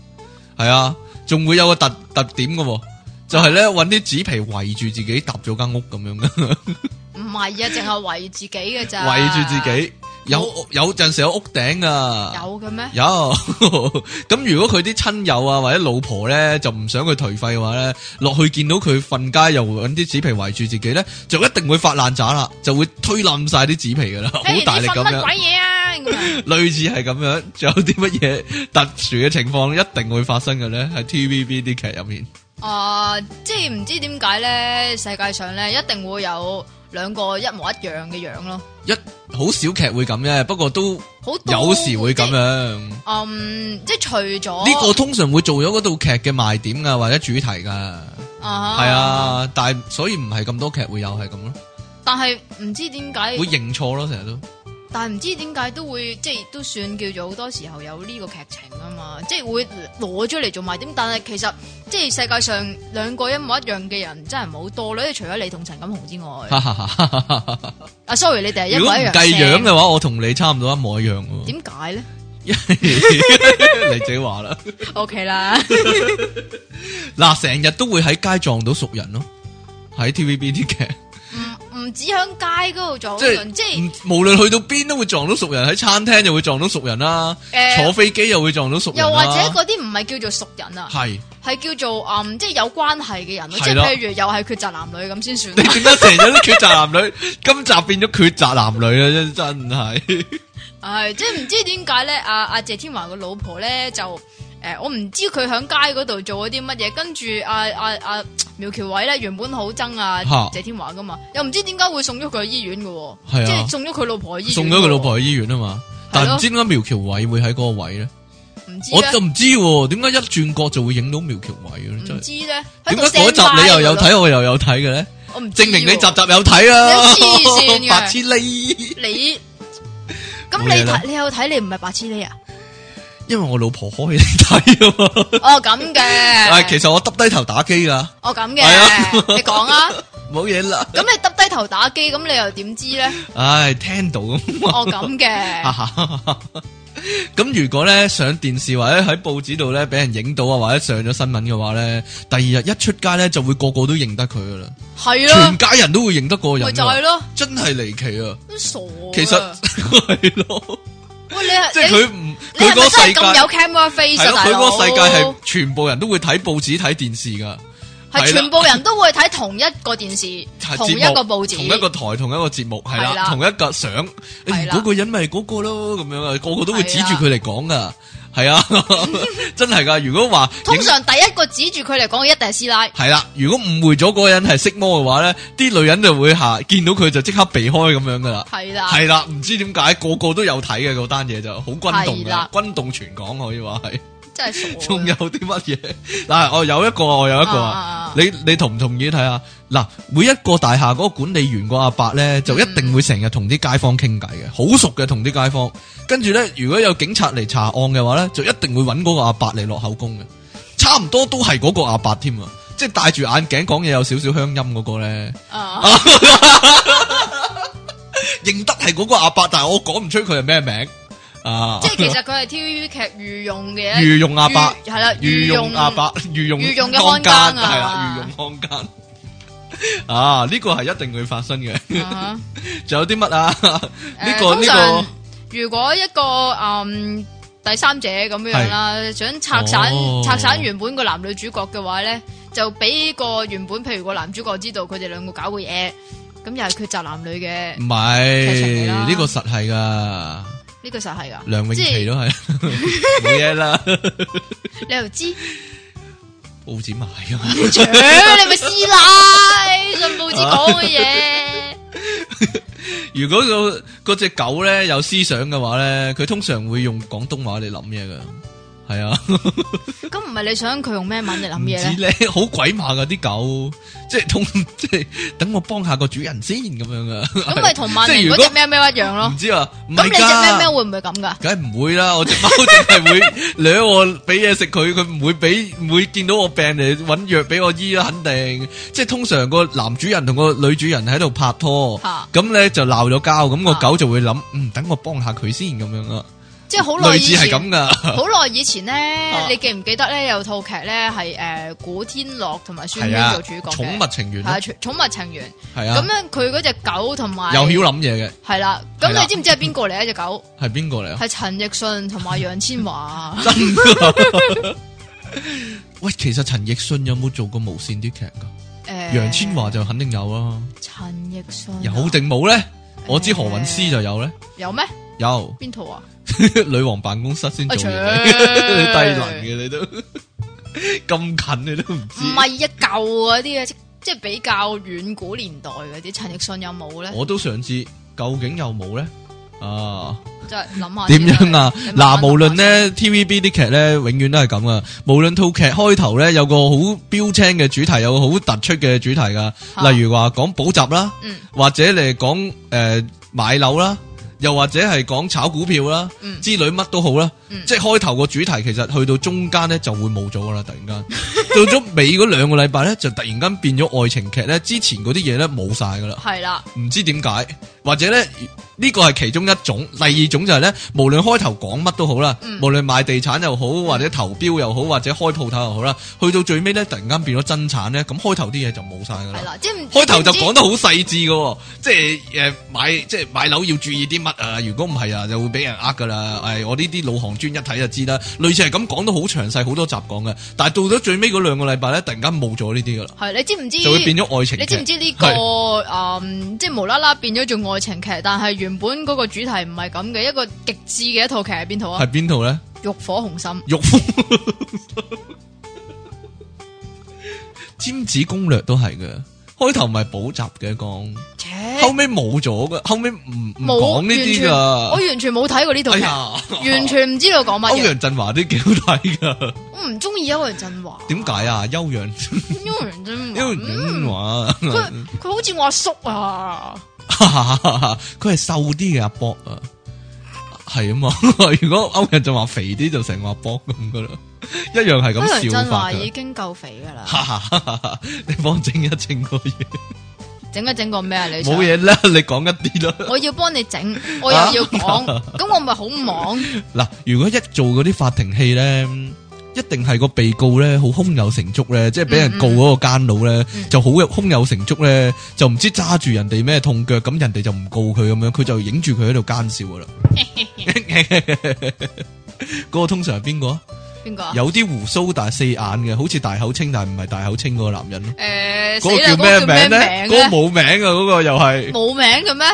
Speaker 1: 係啊，仲會有個特特點嘅喎，就係咧搵啲紙皮圍住 自己搭咗間屋咁樣嘅。
Speaker 2: 唔係啊，淨係圍自己嘅咋，
Speaker 1: 圍住自己，有有阵时有屋顶啊。
Speaker 2: 有嘅咩？
Speaker 1: 有 咁，如果佢啲親友啊或者老婆咧就唔想佢頹廢嘅話咧，落去見到佢瞓街又揾啲紙皮圍住自己咧，就一定會發爛渣啦，就會推冧晒啲紙皮噶啦，好
Speaker 2: 嘿，你
Speaker 1: 大
Speaker 2: 瞓
Speaker 1: 力咁
Speaker 2: 乜
Speaker 1: 樣，
Speaker 2: 鬼嘢啊？咁樣
Speaker 1: 類似係咁樣。仲有啲乜嘢特殊嘅情況一定會發生嘅咧？喺 TVB 啲劇入面，
Speaker 2: 啊，即系唔知點解咧，世界上咧一定會有兩個一模一樣嘅樣咯，
Speaker 1: 一好少劇會咁嘅，不過都
Speaker 2: 好多
Speaker 1: 有時會咁。樣。
Speaker 2: 即嗯，即系除咗
Speaker 1: 呢個通常會做咗嗰套劇嘅賣點噶，或者主題噶，
Speaker 2: 個啊
Speaker 1: 係，啊，但係所以唔係咁多劇會有係咁咯。
Speaker 2: 但係唔知點解
Speaker 1: 会认错咯，成日都
Speaker 2: 但係唔知點解都會即係都算叫做好多時候有呢個劇情啊嘛，即係會攞咗嚟做賣點。但係其實即係世界上兩個一模一樣嘅人真係唔好多啦，即係除咗你同陳錦鴻之
Speaker 1: 哈
Speaker 2: 外，
Speaker 1: 哈哈。
Speaker 2: 啊，sorry，你哋係一
Speaker 1: 如果唔
Speaker 2: 模
Speaker 1: 啊
Speaker 2: 一樣
Speaker 1: 计样
Speaker 2: 聲
Speaker 1: 嘅话，我同你差唔多一模一样喎。
Speaker 2: 點解咧
Speaker 1: 你自己话啦，
Speaker 2: ？OK 啦，
Speaker 1: 嗱，成日都会喺街撞到熟人咯，喺 TVB 啲劇，
Speaker 2: 唔唔止喺街嗰度撞
Speaker 1: 即
Speaker 2: 人，即係
Speaker 1: 系无论去到边都会撞到熟人，喺餐厅又会撞到熟人啊啦，
Speaker 2: 誒
Speaker 1: 坐飞机又会撞到熟人
Speaker 2: 又
Speaker 1: 啦，
Speaker 2: 或者嗰啲唔係叫做熟人啊，
Speaker 1: 系
Speaker 2: 係叫做嗯即係有關係嘅人咯，即
Speaker 1: 係
Speaker 2: 係
Speaker 1: 啦
Speaker 2: 譬如又係抉擇男女咁先算
Speaker 1: 你
Speaker 2: 啦。
Speaker 1: 点解成日都抉择男女？今集变咗抉擇男女啦，真真系
Speaker 2: 唉，即系唔知點解咧，阿、阿、謝天華個老婆咧就诶、呃我唔知佢喺街嗰度做咗啲乜嘢，跟住阿阿阿苗僑偉咧原本好憎啊
Speaker 1: 嚇
Speaker 2: 謝天華噶嘛，又唔知點解會送咗佢去醫院嘅喎，
Speaker 1: 係啊
Speaker 2: 即係送咗佢老婆去醫院，
Speaker 1: 送咗佢老，婆去醫院啊嘛，但
Speaker 2: 係
Speaker 1: 係
Speaker 2: 咯
Speaker 1: 唔知點解苗僑偉會喺嗰個位咧？
Speaker 2: 唔知啊
Speaker 1: 我就
Speaker 2: 咧，
Speaker 1: 唔知喎，點解一轉角就會影到苗僑偉嘅咧？真
Speaker 2: 唔
Speaker 1: 係
Speaker 2: 知咧，喺
Speaker 1: 點
Speaker 2: 度
Speaker 1: 解嗰
Speaker 2: stand by
Speaker 1: 集你又有
Speaker 2: 嗰度？
Speaker 1: 睇，我又有睇嘅咧？
Speaker 2: 我唔知
Speaker 1: 證明你集集
Speaker 2: 喎
Speaker 1: 有睇啊！
Speaker 2: 你黐線嘅
Speaker 1: 白痴呢？
Speaker 2: 你咁
Speaker 1: 冇嘢
Speaker 2: 你
Speaker 1: 啦
Speaker 2: 睇你有睇你唔係白痴呢啊？
Speaker 1: 因為我老婆開你睇啊嘛。
Speaker 2: 哦咁 嘅，
Speaker 1: 但係其實我耷低頭打機噶，
Speaker 2: 我咁
Speaker 1: 係啊
Speaker 2: 嘅，你講啊，
Speaker 1: 冇嘢啦。
Speaker 2: 咁你耷低頭打機，咁你又點知 咧？
Speaker 1: 唉，聽到咁。
Speaker 2: 哦咁嘅。
Speaker 1: 咁如果咧上電視或者喺報紙度咧俾人影到啊，或者上咗新聞嘅話咧，第二日一出街咧就會個個都認得佢噶啦，
Speaker 2: 系咯
Speaker 1: 全，家人都會認得嗰個人㗎。
Speaker 2: 咪啊就係咯，
Speaker 1: 真係離奇啊！
Speaker 2: 都傻㗎。
Speaker 1: 其實係咯。
Speaker 2: 喂你係
Speaker 1: 啊即系佢唔
Speaker 2: 你
Speaker 1: 佢
Speaker 2: 係
Speaker 1: 嗰個
Speaker 2: 咪真
Speaker 1: 世
Speaker 2: 係
Speaker 1: 界
Speaker 2: 咁有 camera face
Speaker 1: 係
Speaker 2: 啊？
Speaker 1: 咯，
Speaker 2: 大
Speaker 1: 佢
Speaker 2: 佬
Speaker 1: 嗰個世界係全部人都會睇報紙睇電視噶，係啦
Speaker 2: 係全部人都會睇同一個電視、
Speaker 1: 係
Speaker 2: 同
Speaker 1: 節
Speaker 2: 一個
Speaker 1: 目
Speaker 2: 報紙，
Speaker 1: 同一個台同一個節目係
Speaker 2: 係
Speaker 1: 啦，
Speaker 2: 啦
Speaker 1: 同一個相，哎
Speaker 2: 係啦
Speaker 1: 嗰個人咪嗰個咯咁樣啊，個個都會指住佢嚟講噶，係 啊，真係噶。如果話
Speaker 2: 通
Speaker 1: 影
Speaker 2: 常第一個指住佢嚟講嘅一定係師奶，
Speaker 1: 係啦，如果誤會咗嗰個人係色魔嘅話咧，啲女人就會吓見到佢就即刻避開咁樣噶啦。
Speaker 2: 係啦，
Speaker 1: 係啦，唔知點解個個都有睇嘅嗰單嘢就好轟動
Speaker 2: 係
Speaker 1: 噶
Speaker 2: 啦，
Speaker 1: 轟動全港可以話係。
Speaker 2: 真係傻啊
Speaker 1: 仲有
Speaker 2: 㗎。
Speaker 1: 啲乜嘢？ 嗱，我有一個，我有一個啊
Speaker 2: 啊！
Speaker 1: 你你同唔同意睇下？嗱，每一個大廈嗰個管理員個阿伯咧，
Speaker 2: 嗯
Speaker 1: 就一定會成日同啲街坊傾偈嘅，好熟嘅同啲街坊。跟住咧，如果有警察嚟查案嘅話咧，就一定會揾嗰個阿伯嚟落口供嘅，差唔多都係嗰個阿伯添啊！即係戴住眼鏡講嘢有少少鄉音嗰個咧，
Speaker 2: 啊
Speaker 1: 認得係嗰個阿伯，但係我講唔出佢係咩名啊！
Speaker 2: 即係其實佢係 TVB 劇御用嘅
Speaker 1: 御用阿伯。
Speaker 2: 御係啦，
Speaker 1: 御用阿伯， 御用
Speaker 2: 御用嘅
Speaker 1: 康
Speaker 2: 看
Speaker 1: 奸
Speaker 2: 更
Speaker 1: 係
Speaker 2: 啊
Speaker 1: 啦，御用康奸啊，呢個係一定會發生嘅。
Speaker 2: 啊
Speaker 1: 仲有啲乜啊？呢
Speaker 2: 誒
Speaker 1: 個
Speaker 2: 通
Speaker 1: 呢
Speaker 2: 常
Speaker 1: 個
Speaker 2: 如果一個嗯第三者咁樣啦，想拆散
Speaker 1: 哦
Speaker 2: 拆散原本個男女主角嘅話咧，就俾個原本譬如個男主角知道佢哋兩個搞過嘢，咁又係抉擇男女嘅，
Speaker 1: 唔
Speaker 2: 劇情嚟
Speaker 1: 係
Speaker 2: 啦
Speaker 1: 呢個實係噶，
Speaker 2: 呢個實係噶。
Speaker 1: 梁詠
Speaker 2: 即
Speaker 1: 琪
Speaker 2: 係
Speaker 1: 都係 冇嘢啦，
Speaker 2: 你 又知？
Speaker 1: 報紙買啊嘛。
Speaker 2: 搶你咪師奶信報紙講 嘅嘢，
Speaker 1: 如果個嗰只狗咧有思想嘅話咧，佢通常會用廣東話嚟諗嘢噶。係啊，
Speaker 2: 咁唔係你想佢用咩文嚟諗
Speaker 1: 唔
Speaker 2: 嘢
Speaker 1: 止
Speaker 2: 咧？
Speaker 1: 咧，好鬼馬噶啲狗，即係通即係等我幫下個主人先咁樣噶。
Speaker 2: 咁咪同曼
Speaker 1: 即係
Speaker 2: 聯
Speaker 1: 如
Speaker 2: 嗰
Speaker 1: 果
Speaker 2: 只喵喵一樣咯
Speaker 1: 唔。知啊，唔
Speaker 2: 咁
Speaker 1: 係
Speaker 2: 你只喵喵
Speaker 1: 㗎，
Speaker 2: 會唔會咁噶？
Speaker 1: 梗係唔會啦，我只貓淨係會掠我俾嘢食佢，佢唔會俾唔會見到我病嚟揾藥俾我醫啦，肯定。即係通常個男主人同個女主人喺度拍拖
Speaker 2: 嚇，
Speaker 1: 咁咧就鬧咗交，咁個
Speaker 2: 嚇
Speaker 1: 狗就會諗，嗯，等我幫下佢先咁樣啊，
Speaker 2: 即系好耐
Speaker 1: 类
Speaker 2: 以
Speaker 1: 似系
Speaker 2: 前
Speaker 1: 咁。噶，
Speaker 2: 好耐以前咧
Speaker 1: 啊，
Speaker 2: 你記唔記得咧？有套劇咧係诶古天樂同埋孫
Speaker 1: 系
Speaker 2: 英
Speaker 1: 啊
Speaker 2: 做主角，
Speaker 1: 宠
Speaker 2: 嘅，
Speaker 1: 物情缘
Speaker 2: 係啊，寵寵物情緣。
Speaker 1: 系啊
Speaker 2: 咁，樣佢嗰只狗同埋
Speaker 1: 又曉諗嘢嘅，
Speaker 2: 係啦。
Speaker 1: 係
Speaker 2: 咁
Speaker 1: 啦
Speaker 2: 你知唔知係邊個嚟啊？只狗
Speaker 1: 係邊個嚟啊？
Speaker 2: 係陳奕迅同埋楊千 嬅。
Speaker 1: 真㗎喂，其實陳奕迅有冇做過無線啲劇㗎？
Speaker 2: 诶，
Speaker 1: 楊千嬅、就肯定有啦，
Speaker 2: 陳奕迅啊
Speaker 1: 有定冇咧？我知何韻詩就有咧，
Speaker 2: 有咩？
Speaker 1: 有
Speaker 2: 邊套啊？
Speaker 1: 女王辦公室先
Speaker 2: 啊
Speaker 1: 做
Speaker 2: 切
Speaker 1: 嘢，你 低能嘅你都 咁近你都唔知
Speaker 2: 唔。係一舊嗰啲啊，即即係比較遠古年代嗰啲。陳奕迅有冇咧？
Speaker 1: 我都想知究竟有冇咧？啊，
Speaker 2: 即係諗下
Speaker 1: 点
Speaker 2: 先
Speaker 1: 样啊
Speaker 2: 你？慢慢
Speaker 1: 嗱，無論
Speaker 2: 諗下
Speaker 1: 咧 TVB 啲劇咧，永遠都係咁啊。無論套劇開頭咧有個好標青嘅主題，有個好突出嘅主題噶，
Speaker 2: 啊
Speaker 1: 例如話講補習啦，
Speaker 2: 嗯
Speaker 1: 或者你係講诶买楼啦，又或者係講炒股票啦。
Speaker 2: 嗯
Speaker 1: 之類乜都好啦，
Speaker 2: 嗯
Speaker 1: 即係開頭個主題其實去到中間咧就會冇咗噶啦，突然 間到咗尾嗰兩個禮拜咧就突然間變咗愛情劇咧，之前嗰啲嘢咧冇晒噶啦，
Speaker 2: 係啦，
Speaker 1: 唔知點解，或者咧呢個係其中一種，第二種就係咧，無論開頭講乜都好啦，
Speaker 2: 嗯
Speaker 1: 無論賣地產又好，或者投標又好，或者開鋪頭又好啦，去到最尾咧突然間變咗增產咧，咁開頭啲嘢就冇晒噶啦
Speaker 2: 係。啦，即係唔
Speaker 1: 開頭就
Speaker 2: 唔知
Speaker 1: 講得好細緻嘅喎，即係誒買即係買樓要注意啲乜啊？如果唔係啊，就會俾人呃噶啦。誒、我呢啲老行專一睇就知啦。類似係咁講到好詳細，好多集講嘅。但係到咗最尾嗰兩個禮拜咧，突然間冇咗呢啲噶啦，
Speaker 2: 系你知唔知？
Speaker 1: 就會變咗愛情
Speaker 2: 你知
Speaker 1: 劇。
Speaker 2: 唔知呢、個个嗯，即系无啦啦變咗做愛情劇，但係原本嗰個主題唔係咁嘅，一個極致嘅一套劇係邊套啊？
Speaker 1: 係邊套咧？
Speaker 2: 浴火雄心
Speaker 1: 玉夫 尖子攻略都係嘅。開頭咪補習嘅講，
Speaker 2: 切，
Speaker 1: 後尾冇咗嘅，後尾唔唔
Speaker 2: 冇
Speaker 1: 講呢啲
Speaker 2: 我
Speaker 1: 噶。
Speaker 2: 完全冇睇過呢套
Speaker 1: 哎
Speaker 2: 劇，
Speaker 1: 呀，
Speaker 2: 完全唔知道
Speaker 1: 歐
Speaker 2: 講乜嘢。
Speaker 1: 陽振華啲幾好睇 㗎。
Speaker 2: 我唔中意歐陽振華，
Speaker 1: 点解
Speaker 2: 哦
Speaker 1: 啊？休養
Speaker 2: 歐陽振華
Speaker 1: 休
Speaker 2: 嗯
Speaker 1: 養話，
Speaker 2: 佢佢好似我阿叔啊，
Speaker 1: 佢係瘦啲嘅阿博啊，係啊嘛。 如果歐陽就話肥啲，就成個阿博咁噶啦，一樣係
Speaker 2: 歐
Speaker 1: 咁
Speaker 2: 陽
Speaker 1: 笑
Speaker 2: 振
Speaker 1: 法
Speaker 2: 華
Speaker 1: 㗎
Speaker 2: 已經夠肥㗎啦，
Speaker 1: 哈哈哈哈哈你幫我整一整個嘢，
Speaker 2: 整一整個咩啊？你
Speaker 1: 冇
Speaker 2: 想，
Speaker 1: 嘢啦，你講一啲啦。
Speaker 2: 我要幫你整， 我又要講，咁我咪好忙。
Speaker 1: 嗱，如果一做嗰啲法庭戲咧，一定係個被告咧好胸有成竹咧，即係俾人告嗰個奸佬咧，
Speaker 2: 嗯
Speaker 1: 就好有胸有成竹咧，就唔知揸住人哋咩痛腳，咁人哋就唔告佢咁樣，佢就影住佢喺度奸笑噶啦。 嗰個通常係邊個啊？
Speaker 2: 邊個啊？
Speaker 1: 有啲胡鬚但係四眼嘅，好似大口青但係唔係大口青嗰個男人咯。
Speaker 2: 诶，死
Speaker 1: 嗰個
Speaker 2: 啦
Speaker 1: 叫
Speaker 2: 嗰個
Speaker 1: 咩
Speaker 2: 叫
Speaker 1: 名
Speaker 2: 咩
Speaker 1: 咧？
Speaker 2: 名
Speaker 1: 嗰個
Speaker 2: 咧？
Speaker 1: 冇名啊，嗰個又係。
Speaker 2: 冇名嘅咩？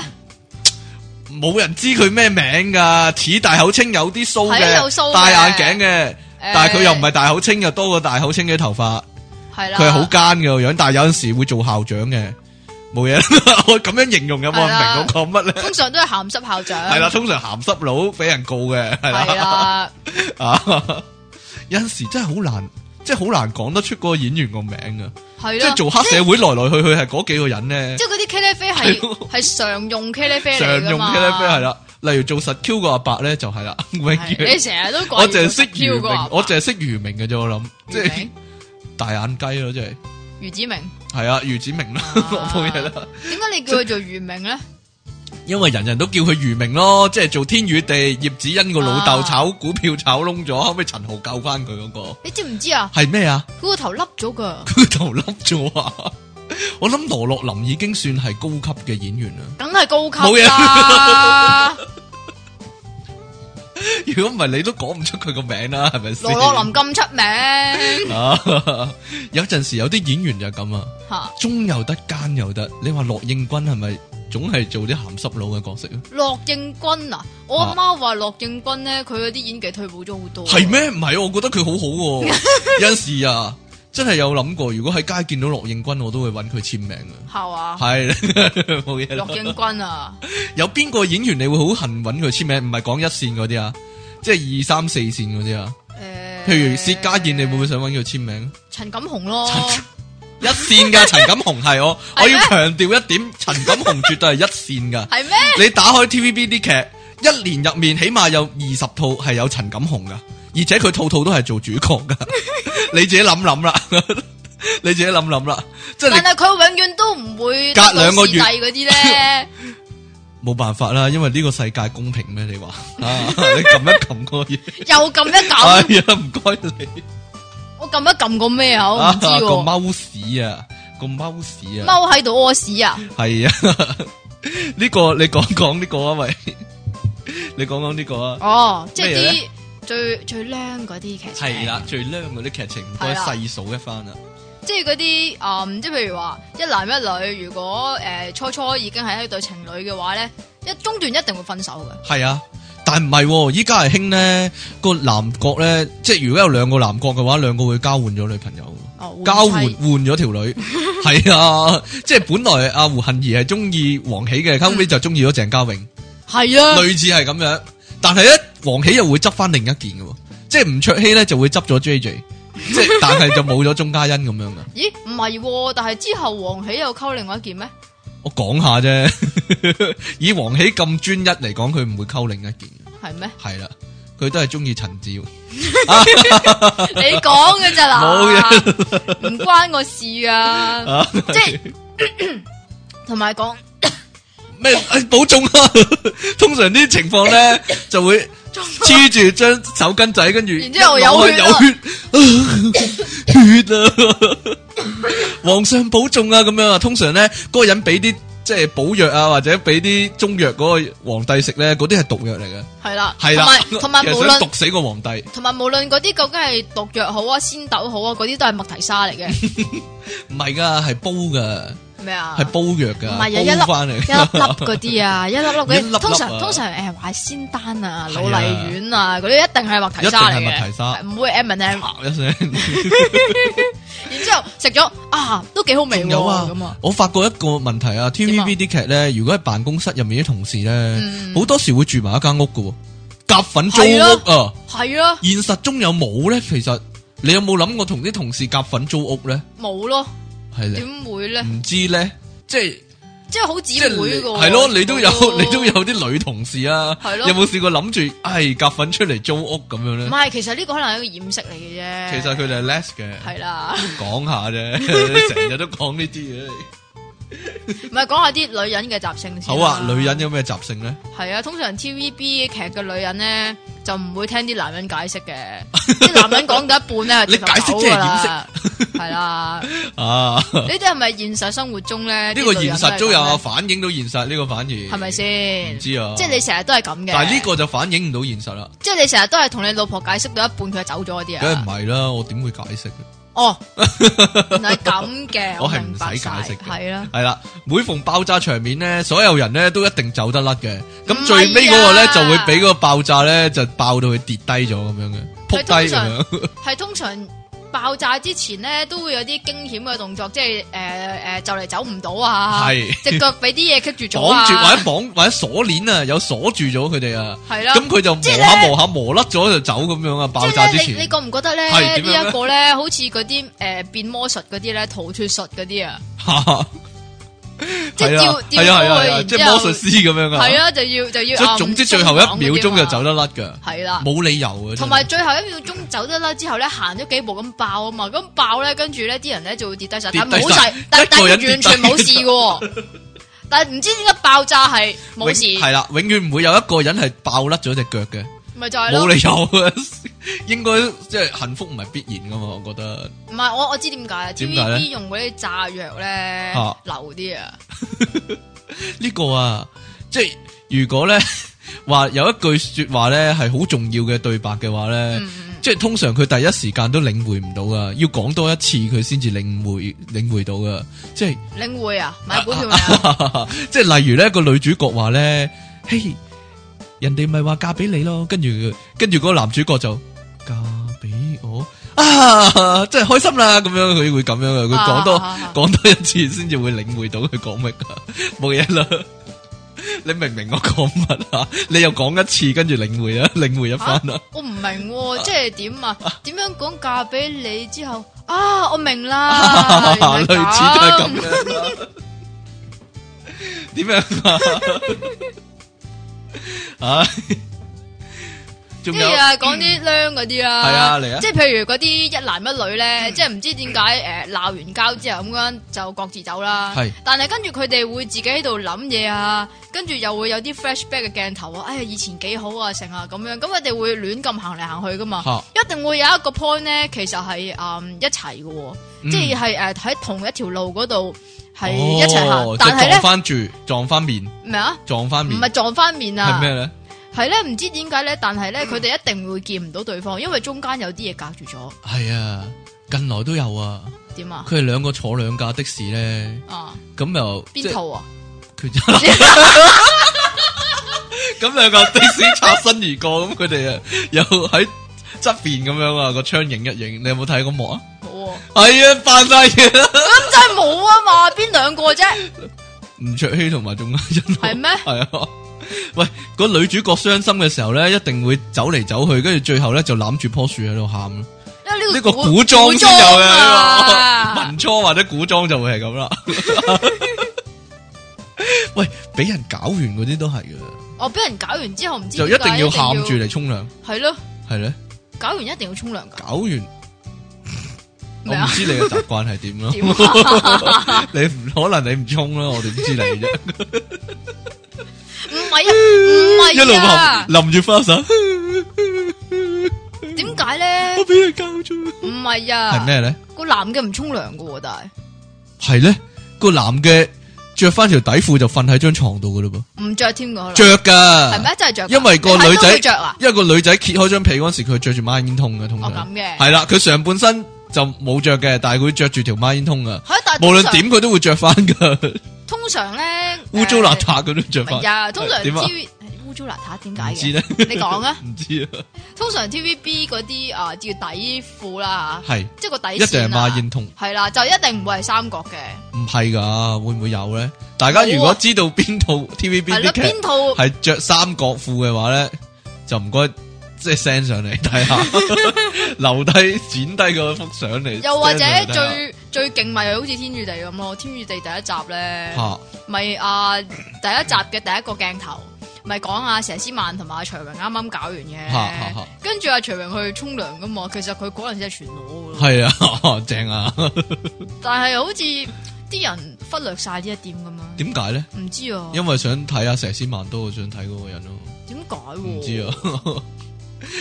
Speaker 1: 冇人知佢咩名噶，似大口青有啲須
Speaker 2: 係啊有鬚
Speaker 1: 嘅，
Speaker 2: 嘅
Speaker 1: 戴眼鏡嘅， 但係佢又唔
Speaker 2: 係
Speaker 1: 係大口青，又多過大口青嘅頭
Speaker 2: 啊
Speaker 1: 髮，
Speaker 2: 系啦，
Speaker 1: 佢係好奸嘅個樣，但係有陣時會做校長嘅，冇嘢啦。 我咁樣形容有冇
Speaker 2: 係啦
Speaker 1: 人明我講乜咧？
Speaker 2: 通常都係鹹濕校長，
Speaker 1: 係啦，通常鹹濕佬俾人告嘅，係啦，
Speaker 2: 係啦，
Speaker 1: 啊，有陣時真係好難，即係好難講得出嗰個演員個名啊！
Speaker 2: 係
Speaker 1: 即
Speaker 2: 啦，
Speaker 1: 係做黑社會來來去去係嗰幾個人咧
Speaker 2: 即，係嗰啲 K 喱 啡
Speaker 1: 係
Speaker 2: 係
Speaker 1: 咯
Speaker 2: 係常用 K 喱啡嚟
Speaker 1: 常用
Speaker 2: 㗎嘛
Speaker 1: 嘅咧，係啦，例如做實 Q 個阿伯咧就係啦，永
Speaker 2: 係
Speaker 1: 遠
Speaker 2: 你成日都講，
Speaker 1: 我淨係識
Speaker 2: 要
Speaker 1: 魚
Speaker 2: 個阿
Speaker 1: 明，
Speaker 2: 伯
Speaker 1: 我淨係識魚明嘅啫，我諗即
Speaker 2: 余
Speaker 1: 係
Speaker 2: 明
Speaker 1: 大眼雞咯，即係
Speaker 2: 余子明，
Speaker 1: 係啊，魚子明啦，
Speaker 2: 啊
Speaker 1: 我 冇嘢啦，
Speaker 2: 點解你叫佢做余明咧？
Speaker 1: 因為人人都叫佢魚明咯，即係做天與地，葉子欣個老
Speaker 2: 啊
Speaker 1: 豆炒股票炒窿咗，後尾陳豪救翻佢嗰個
Speaker 2: 你知唔知啊？
Speaker 1: 係咩啊？
Speaker 2: 佢個頭笠咗㗎，
Speaker 1: 佢頭笠咗啊！ 我諗羅樂林已經算係高級嘅演員啦。
Speaker 2: 梗係高級
Speaker 1: 冇嘢
Speaker 2: 啦。
Speaker 1: 如果唔係，你都講唔出佢個名啦，係咪先？
Speaker 2: 羅樂林咁出 名
Speaker 1: 啊！有陣時有啲演員就係咁啊。
Speaker 2: 吓，
Speaker 1: 中又得，奸又得。你話樂應君係咪總係做啲鹹濕佬嘅角色啊？
Speaker 2: 樂應君啊！我阿媽話樂應君咧，佢嗰啲演技退步咗好多。
Speaker 1: 係？咩？唔係，我覺得佢好好、 喎。有阵时啊，真係有諗過，如果喺街見到樂應君，我都會揾佢簽名啊。
Speaker 2: 係啊，
Speaker 1: 係 冇嘢啦
Speaker 2: 樂。應君啊！
Speaker 1: 有邊個演員你會好恨揾佢簽名？唔係講一線嗰啲啊，即係二三四線嗰啲啊。
Speaker 2: 诶，
Speaker 1: 譬如薛家燕，你會唔會想揾佢簽 名？
Speaker 2: 陈锦鸿咯？
Speaker 1: 一線㗎，陳錦鴻係我，我要
Speaker 2: 係
Speaker 1: 強調一點，陳錦鴻絕對係一線㗎。
Speaker 2: 系咩？
Speaker 1: 你打開 TVB 啲劇，一年入面起碼有二十套係有陳錦鴻噶，而且佢套套都係做主角 噶。你自己諗諗啦， 你自己諗諗啦，即係
Speaker 2: 但
Speaker 1: 你
Speaker 2: 系佢永远都唔会
Speaker 1: 隔兩個
Speaker 2: 个
Speaker 1: 月
Speaker 2: 嗰啲咧，
Speaker 1: 冇辦法啦，因為呢個世界公平咩？你話啊，你撳一撳個 嘢，
Speaker 2: 又揿一
Speaker 1: 哎
Speaker 2: 揿，
Speaker 1: 呀，唔該你
Speaker 2: 我揿一揿个咩啊？我
Speaker 1: 啊
Speaker 2: 唔知
Speaker 1: 個
Speaker 2: 喎，
Speaker 1: 貓屎啊，個貓屎啊，
Speaker 2: 踎喺度屙屎啊！
Speaker 1: 係啊， 呢個你講講呢個啊，喂，你講講呢個啊，
Speaker 2: 哦，即系
Speaker 1: 咩
Speaker 2: 啲
Speaker 1: 呢
Speaker 2: 最最靓嗰啲劇情，
Speaker 1: 係啦，，最靚嗰啲劇情唔
Speaker 2: 係
Speaker 1: 該
Speaker 2: 啦
Speaker 1: 細數一番啊，
Speaker 2: 即係嗰啲嗯，即係譬如話一男一女，如果诶、呃初初已經係一對情侶嘅話咧，一中段一定會分手嘅。
Speaker 1: 係啊。但唔係喎，依家係興呢個男角呢，即係如果有兩個男角嘅話，兩個會交換咗女朋友喎。
Speaker 2: 哦，
Speaker 1: 交換
Speaker 2: 換妻
Speaker 1: 換咗條 女，係啊，即係本來阿胡杏兒係中意黃喜嘅，後尾就中意咗鄭嘉 穎，
Speaker 2: 係啊，
Speaker 1: 類似係咁樣。但係咧，黃喜又會執翻另一件嘅喎，即係吳卓羲咧就會執咗 J J，即係但係就冇咗鐘嘉欣咁樣嘅。
Speaker 2: 咦唔係喎，但係之後黃喜又溝另外一件咩？
Speaker 1: 我講下啫， 以黃喜咁專一嚟講，佢唔會溝另一件嘅，
Speaker 2: 係咩？
Speaker 1: 係啦，佢都係中意陳照，
Speaker 2: 你講嘅咋
Speaker 1: 冇
Speaker 2: 嗱，唔關我事啊，
Speaker 1: 啊
Speaker 2: 即係同埋講
Speaker 1: 咩哎保重啊！ 通常呢啲情況 咧就會。黐住張手巾仔，跟住
Speaker 2: 然之後
Speaker 1: 一
Speaker 2: 有血
Speaker 1: 扭
Speaker 2: 啦
Speaker 1: 去有血 血啊！皇上保重啊！咁樣啊，通常咧嗰個人俾啲即係補藥啊，或者俾啲中藥嗰個皇帝食咧，嗰啲係毒藥嚟嘅，
Speaker 2: 係啦，
Speaker 1: 係 啦，
Speaker 2: 同埋
Speaker 1: 其
Speaker 2: 同埋
Speaker 1: 實
Speaker 2: 無
Speaker 1: 想
Speaker 2: 論
Speaker 1: 毒死個皇帝，
Speaker 2: 同埋無論嗰啲究竟係毒藥好啊、仙豆好啊，嗰啲都係麥提沙嚟 嘅，
Speaker 1: 唔係噶，係煲噶，
Speaker 2: 咩啊？
Speaker 1: 係煲藥
Speaker 2: 唔係啊，一
Speaker 1: 噶，
Speaker 2: 粒
Speaker 1: 煲翻
Speaker 2: 一 粒粒
Speaker 1: 嚟。
Speaker 2: 嗰啲啊，一粒粒
Speaker 1: 一粒粒
Speaker 2: 嗰啲，
Speaker 1: 啊
Speaker 2: 通常通常誒話仙丹啊、
Speaker 1: 係啊
Speaker 2: 老麗丸啊嗰啲一定係麥提沙嚟
Speaker 1: 一定係麥
Speaker 2: 嘅，
Speaker 1: 提啊沙
Speaker 2: 係唔會 M and M。
Speaker 1: 啪一聲，
Speaker 2: 然之後食咗啊，都幾好味
Speaker 1: 仲
Speaker 2: 喎
Speaker 1: 有啊
Speaker 2: 咁啊，！
Speaker 1: 我發覺一個問題啊，TVB 啲劇咧，如果喺辦公室入面啲同事咧，
Speaker 2: 嗯，
Speaker 1: 好多時會住埋一間屋噶，夾粉租
Speaker 2: 係咯
Speaker 1: 屋啊。
Speaker 2: 係咯，
Speaker 1: 現實中有冇咧？其實你有冇諗過同啲同事夾份租屋咧？
Speaker 2: 冇咯，
Speaker 1: 係咧，
Speaker 2: 點啊會咧？
Speaker 1: 唔知咧，即係
Speaker 2: 即係好姊
Speaker 1: 即係
Speaker 2: 妹
Speaker 1: 你
Speaker 2: 個喎，
Speaker 1: 係咯，你都有
Speaker 2: 全部
Speaker 1: 你都有。啲女同事啊，
Speaker 2: 係咯
Speaker 1: 有冇試過諗住係夾份出嚟租屋咁樣
Speaker 2: 唔
Speaker 1: 咧？
Speaker 2: 係，其實呢個可能係一個掩飾嚟嘅啫。
Speaker 1: 其實佢哋係 less 嘅，
Speaker 2: 係啦，
Speaker 1: 講下啫， 成日都講呢啲嘢。
Speaker 2: 唔係講下啲女人嘅習性先
Speaker 1: 好
Speaker 2: 啦。
Speaker 1: 啊，女人有咩習性咧？
Speaker 2: 系啊，通常 TVB 劇嘅女人咧就唔會聽啲男人解釋 嘅，啲男人講到一半咧，
Speaker 1: 你解釋
Speaker 2: 释
Speaker 1: 即係掩
Speaker 2: 啦，系 啦，呢
Speaker 1: 啊，呢
Speaker 2: 啲係咪現實生活中咧？
Speaker 1: 個現實都有啊反映到現實，呢個反而
Speaker 2: 系咪
Speaker 1: 唔
Speaker 2: 先？
Speaker 1: 知啊。
Speaker 2: 即係你成日都係咁嘅，啊
Speaker 1: 但係呢個就反映唔到現實啦，
Speaker 2: 即係你成日都係同你老婆解釋到一半佢就走咗嗰啲
Speaker 1: 梗係唔
Speaker 2: 啊。
Speaker 1: 係啦，我點會解釋啊呢？
Speaker 2: 哦，原來係 咁嘅，
Speaker 1: 我係唔
Speaker 2: 明白
Speaker 1: 使解釋嘅
Speaker 2: 系啦，
Speaker 1: 系啦，每逢爆炸場面咧，所有人咧都一定走得甩嘅。
Speaker 2: 唔係啊
Speaker 1: 咁最尾嗰個咧就會俾嗰個爆炸咧就爆到佢跌低咗咁樣嘅，扑低咁樣。
Speaker 2: 係通常。爆炸之前咧，都會有啲驚險嘅動作，即係诶诶，就嚟走唔到啊！
Speaker 1: 係
Speaker 2: 只腳俾啲嘢棘住咗啊！
Speaker 1: 綁住或者綁或者鎖鏈啊，有鎖住咗佢哋啊。
Speaker 2: 系啦，
Speaker 1: 咁佢就磨
Speaker 2: 即係
Speaker 1: 下
Speaker 2: 呢
Speaker 1: 磨下磨甩咗就走咁樣啊！爆
Speaker 2: 即
Speaker 1: 炸
Speaker 2: 係
Speaker 1: 之
Speaker 2: 咧，你你
Speaker 1: 前
Speaker 2: 覺唔覺得咧
Speaker 1: 係點樣咧
Speaker 2: 呢一個咧，好似嗰啲诶变魔術嗰啲咧，逃脱術嗰啲啊，即 係
Speaker 1: 係啊
Speaker 2: 吊吊
Speaker 1: 係啊係啊係
Speaker 2: 高佢
Speaker 1: 啊，
Speaker 2: 然
Speaker 1: 即
Speaker 2: 之
Speaker 1: 係
Speaker 2: 後
Speaker 1: 魔術師咁樣啊。
Speaker 2: 係啊，就要就要
Speaker 1: 所
Speaker 2: 啊
Speaker 1: 以總之最後一秒鐘就走得
Speaker 2: 啦，
Speaker 1: 甩噶，
Speaker 2: 係啦，
Speaker 1: 冇理由啊嘅。
Speaker 2: 啊同埋最後一秒鐘走得啦之後咧，行咗幾步咁爆啊嘛，咁爆咧，跟住咧啲人咧就會跌低晒，
Speaker 1: 跌
Speaker 2: 但
Speaker 1: 低
Speaker 2: 係冇晒，但
Speaker 1: 一
Speaker 2: 但
Speaker 1: 個人
Speaker 2: 係完全冇事嘅喎，但係唔知點解爆炸係冇
Speaker 1: 系
Speaker 2: 事，
Speaker 1: 啦，永遠唔會有一個人係爆甩咗只腳嘅。
Speaker 2: 咪就係
Speaker 1: 冇
Speaker 2: 咯，
Speaker 1: 理由啊！ 應該即係幸福唔係必然噶嘛，我覺得
Speaker 2: 唔係我我知點解啊
Speaker 1: 點解咧
Speaker 2: ，TVB 用嗰啲炸藥咧
Speaker 1: 啊
Speaker 2: 流啲啊，
Speaker 1: 呢個啊，即係如果咧 話有一句说話咧係好重要嘅對白嘅話咧，
Speaker 2: 嗯嗯
Speaker 1: 即係通常佢第一時間都領會唔到噶，要講多一次佢先至領會領會到噶，即係。
Speaker 2: 領會啊，買股 票未啊？
Speaker 1: 即系例如咧个女主角话咧，嘿，人哋咪话嫁俾你咯，跟住跟住嗰个男主角就嫁俾我 啊，真系开心啦，咁样佢会咁样嘅，佢讲多
Speaker 2: 啊啊啊
Speaker 1: 讲多一次先至会领会到佢讲乜噶， 冇嘢啦。你明唔明我讲乜啊？你又讲一次，跟住领会啊，领会一番啦。
Speaker 2: 我唔 明喎，即系点啊？点样讲嫁俾你之后啊？我明 啊啦，原來
Speaker 1: 类似都系咁样啦。点样啊？唉，仲
Speaker 2: 跟
Speaker 1: 有
Speaker 2: 住啊，講啲僆嗰啲啦，
Speaker 1: 係啊嚟啊嗯
Speaker 2: 即係譬如嗰啲一男一女咧，即係唔知點解诶鬧完交之後咁樣就各自走啦。
Speaker 1: 係
Speaker 2: 但係跟住佢哋會自己喺度諗嘢啊，跟住又會有啲 flashback 嘅鏡頭啊，哎呀以前幾好啊，成啊咁樣，咁佢哋會亂咁行嚟行去噶嘛，
Speaker 1: 吓，
Speaker 2: 一定會有一個 point 咧，其實係嗯一齊嘅喎，
Speaker 1: 嗯
Speaker 2: 即係係诶喺同一條路嗰度係一齊行，但
Speaker 1: 哦系
Speaker 2: 係
Speaker 1: 撞
Speaker 2: 咧
Speaker 1: 翻住，撞翻面，
Speaker 2: 咩啊？
Speaker 1: 撞翻
Speaker 2: 唔
Speaker 1: 面，
Speaker 2: 係撞翻面啊！
Speaker 1: 係咩咧？
Speaker 2: 系咧，唔知點解咧，但
Speaker 1: 嗯
Speaker 2: 係咧，佢哋一定會見唔到對方，因為中間有啲嘢隔住咗。
Speaker 1: 系啊，近來都有啊，
Speaker 2: 點啊？
Speaker 1: 佢哋兩個坐兩架的士咧，
Speaker 2: 啊，
Speaker 1: 咁又即
Speaker 2: 邊
Speaker 1: 係
Speaker 2: 套啊？
Speaker 1: 佢就 咁兩架的士擦身而過，咁佢哋啊 又喺側邊咁樣啊個窗影一影，你有冇睇嗰幕 啊？
Speaker 2: 冇啊！
Speaker 1: 係啊，扮晒嘢啦，
Speaker 2: 咁真係冇啊嘛？邊兩個啫？
Speaker 1: 吳卓羲同埋仲嘉欣
Speaker 2: 係咩？
Speaker 1: 系啊。喂，個女主角傷心嘅時候咧，一定會走嚟走去，跟住最後咧就攬住棵樹喺度喊咯。
Speaker 2: 因為
Speaker 1: 呢
Speaker 2: 呢
Speaker 1: 個
Speaker 2: 個
Speaker 1: 古裝先有嘅，
Speaker 2: 古裝啊
Speaker 1: 呢個文初或者古裝就會係 咁啦。喂，俾人搞完嗰啲都係嘅，
Speaker 2: 我哦俾人搞完之後唔知
Speaker 1: 就一
Speaker 2: 點解
Speaker 1: 定要喊住嚟沖涼，
Speaker 2: 係咯，
Speaker 1: 係咧？
Speaker 2: 搞完一定要沖涼㗎。
Speaker 1: 搞完，我
Speaker 2: 咩
Speaker 1: 唔
Speaker 2: 啊？
Speaker 1: 知你嘅習慣係點咯。
Speaker 2: 點啊
Speaker 1: 你唔可能你唔沖啦，我哋唔知你啫。
Speaker 2: 唔 係啊，唔
Speaker 1: 一路
Speaker 2: 係
Speaker 1: 淋
Speaker 2: 啊。
Speaker 1: 淋住 花灑，
Speaker 2: 點解咧
Speaker 1: 我？俾人搞咗。
Speaker 2: 唔係啊。
Speaker 1: 係？咩咧？
Speaker 2: 個男嘅唔沖涼㗎喎，但係
Speaker 1: 系咧，个男嘅着翻条底裤就瞓喺张床度噶嘞噃，
Speaker 2: 唔着添㗎可能。
Speaker 1: 着噶，
Speaker 2: 哦係？咩？真係着㗎？
Speaker 1: 因為個
Speaker 2: 你係
Speaker 1: 女
Speaker 2: 都
Speaker 1: 仔
Speaker 2: 會着啊？
Speaker 1: 因为个女仔揭开张被嗰陣时，佢係着住孖煙筒嘅，通
Speaker 2: 哦
Speaker 1: 常
Speaker 2: 咁嘅。
Speaker 1: 系啦，佢上半身就冇着嘅，但系佢着住条孖煙筒噶，
Speaker 2: 係，
Speaker 1: 无
Speaker 2: 但係啊通
Speaker 1: 论
Speaker 2: 常
Speaker 1: 点佢都会着翻 噶，
Speaker 2: 通常咧
Speaker 1: 污糟邋
Speaker 2: 誒
Speaker 1: 遢佢都着
Speaker 2: 唔
Speaker 1: 翻
Speaker 2: 系，啊，通常
Speaker 1: 點啊
Speaker 2: T 污糟邋遢點解
Speaker 1: 唔知
Speaker 2: 嘅？
Speaker 1: 咧，
Speaker 2: 你講啊！
Speaker 1: 唔知啊，
Speaker 2: 通常 TVB 嗰啲啊叫底褲啦，
Speaker 1: 系
Speaker 2: 即係個底
Speaker 1: 一定系
Speaker 2: 線
Speaker 1: 孖
Speaker 2: 啦，
Speaker 1: 煙筒，
Speaker 2: 係啦，就一定唔會係三角嘅，
Speaker 1: 唔系噶，会唔会有咧？大家如
Speaker 2: 冇
Speaker 1: 果
Speaker 2: 啊
Speaker 1: 知道边套 TVB
Speaker 2: 係
Speaker 1: 啲
Speaker 2: 咯，
Speaker 1: 劇
Speaker 2: 邊套
Speaker 1: 系着三角褲嘅話咧，就唔該即係 send 上嚟 睇下，留低剪低嗰幅相嚟。
Speaker 2: 又或
Speaker 1: send
Speaker 2: 者
Speaker 1: 上嚟睇下
Speaker 2: 最最勁咪好似《天與地》咁咯，《天與地》第一集咧，
Speaker 1: 嚇
Speaker 2: 咪啊第一集嘅第一個鏡頭，咪講啊佘詩曼同埋阿徐榮啱啱搞完
Speaker 1: 嚇嚇
Speaker 2: 嘅，
Speaker 1: 嚇，
Speaker 2: 跟住阿徐榮去沖涼噶嘛，其實佢嗰陣時係全裸噶咯，
Speaker 1: 係啊， 正啊！
Speaker 2: 但係好似啲人忽略晒呢一點咁樣，
Speaker 1: 點解咧？
Speaker 2: 唔知啊。
Speaker 1: 因為想睇阿佘詩曼多過想睇嗰個人咯，
Speaker 2: 点解喎？
Speaker 1: 唔知啊。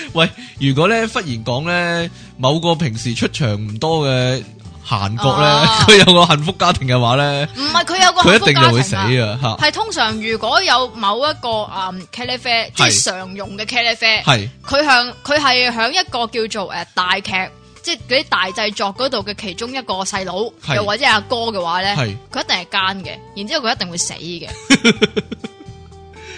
Speaker 1: 喂，如果咧忽然講咧某個平時出場唔多嘅韓國咧，
Speaker 2: 啊
Speaker 1: 佢、有個幸福家庭嘅話咧，
Speaker 2: 唔係佢有個
Speaker 1: 佢
Speaker 2: 幸
Speaker 1: 一
Speaker 2: 福
Speaker 1: 定就會
Speaker 2: 家
Speaker 1: 死
Speaker 2: 庭啊！
Speaker 1: 啊！吓，
Speaker 2: 係通常如果有某一個嗯茄喱啡，即
Speaker 1: 係
Speaker 2: 係常用嘅茄喱啡，
Speaker 1: 係
Speaker 2: 佢向佢係響一個叫做诶大劇，即係嗰啲大製作嗰度嘅其中一個細佬，
Speaker 1: 係
Speaker 2: 又或者阿哥嘅話咧，
Speaker 1: 係。
Speaker 2: 佢一定係奸嘅，然之后佢一定會死嘅。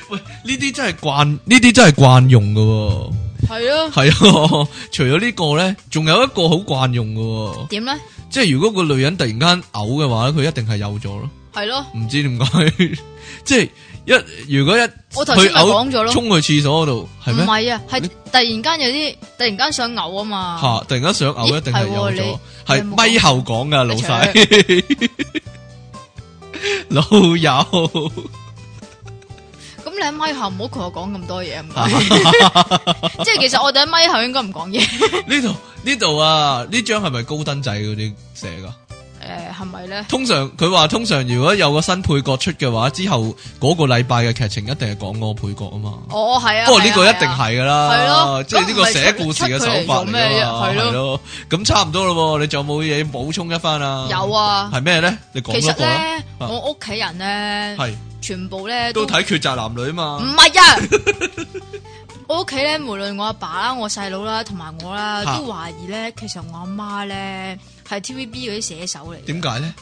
Speaker 1: 喂，呢啲真係慣，呢啲真係慣用嘅喎。
Speaker 2: 係咯，
Speaker 1: 系啊， 除咗呢个咧，仲有一个好惯用嘅喎，
Speaker 2: 點咧？
Speaker 1: 即系如果个女人突然间呕嘅话咧，佢一定系有咗咯，
Speaker 2: 係咯，
Speaker 1: 唔知点解， 即系一如果一
Speaker 2: 我頭先咪講咗
Speaker 1: 佢
Speaker 2: 咯
Speaker 1: 嘔冲去厕所嗰度，系
Speaker 2: 唔
Speaker 1: 咩？
Speaker 2: 係啊，係突然間有啲突然間想嘔啊嘛。
Speaker 1: 吓，突然间想
Speaker 2: 咦
Speaker 1: 呕一定系有
Speaker 2: 係喎你
Speaker 1: 咗，系
Speaker 2: 你有冇
Speaker 1: 咪后讲噶老
Speaker 2: 你
Speaker 1: 细， 老友
Speaker 2: 咁你喺咪後唔好同我講咁多嘢，唔 該即係其實我哋喺咪後應該唔講嘢。
Speaker 1: 呢度呢度啊，呢张系咪高登仔嗰啲写噶？
Speaker 2: 诶，係咪咧？
Speaker 1: 通常佢話通常如果有個新配角出嘅話，之後嗰個禮拜嘅劇情一定係講嗰個配角啊嘛。
Speaker 2: 哦，係啊。
Speaker 1: 不過呢
Speaker 2: 係啊
Speaker 1: 個一
Speaker 2: 係啊
Speaker 1: 定係噶啦，
Speaker 2: 係咯
Speaker 1: 即係呢個寫故事嘅手法嚟㗎嘛
Speaker 2: 咁咪出佢嚟做咩啫係咯
Speaker 1: 係咯，咁差唔多咯喎，你仲有冇嘢補充一番啊？
Speaker 2: 有啊。
Speaker 1: 係咩咧？你講
Speaker 2: 其
Speaker 1: 多
Speaker 2: 實
Speaker 1: 個啦，
Speaker 2: 咧，
Speaker 1: 啊
Speaker 2: 我屋企人咧，
Speaker 1: 係
Speaker 2: 全部咧
Speaker 1: 都睇《抉擇男女》啊
Speaker 2: 唔
Speaker 1: 嘛，
Speaker 2: 係啊！ 我屋企咧，無論我阿爸啦、我細佬啦、同埋我啦，
Speaker 1: 嚇
Speaker 2: 都懷疑咧，其實我阿媽咧係 TVB 嗰啲寫手嚟嘅。
Speaker 1: 點解咧？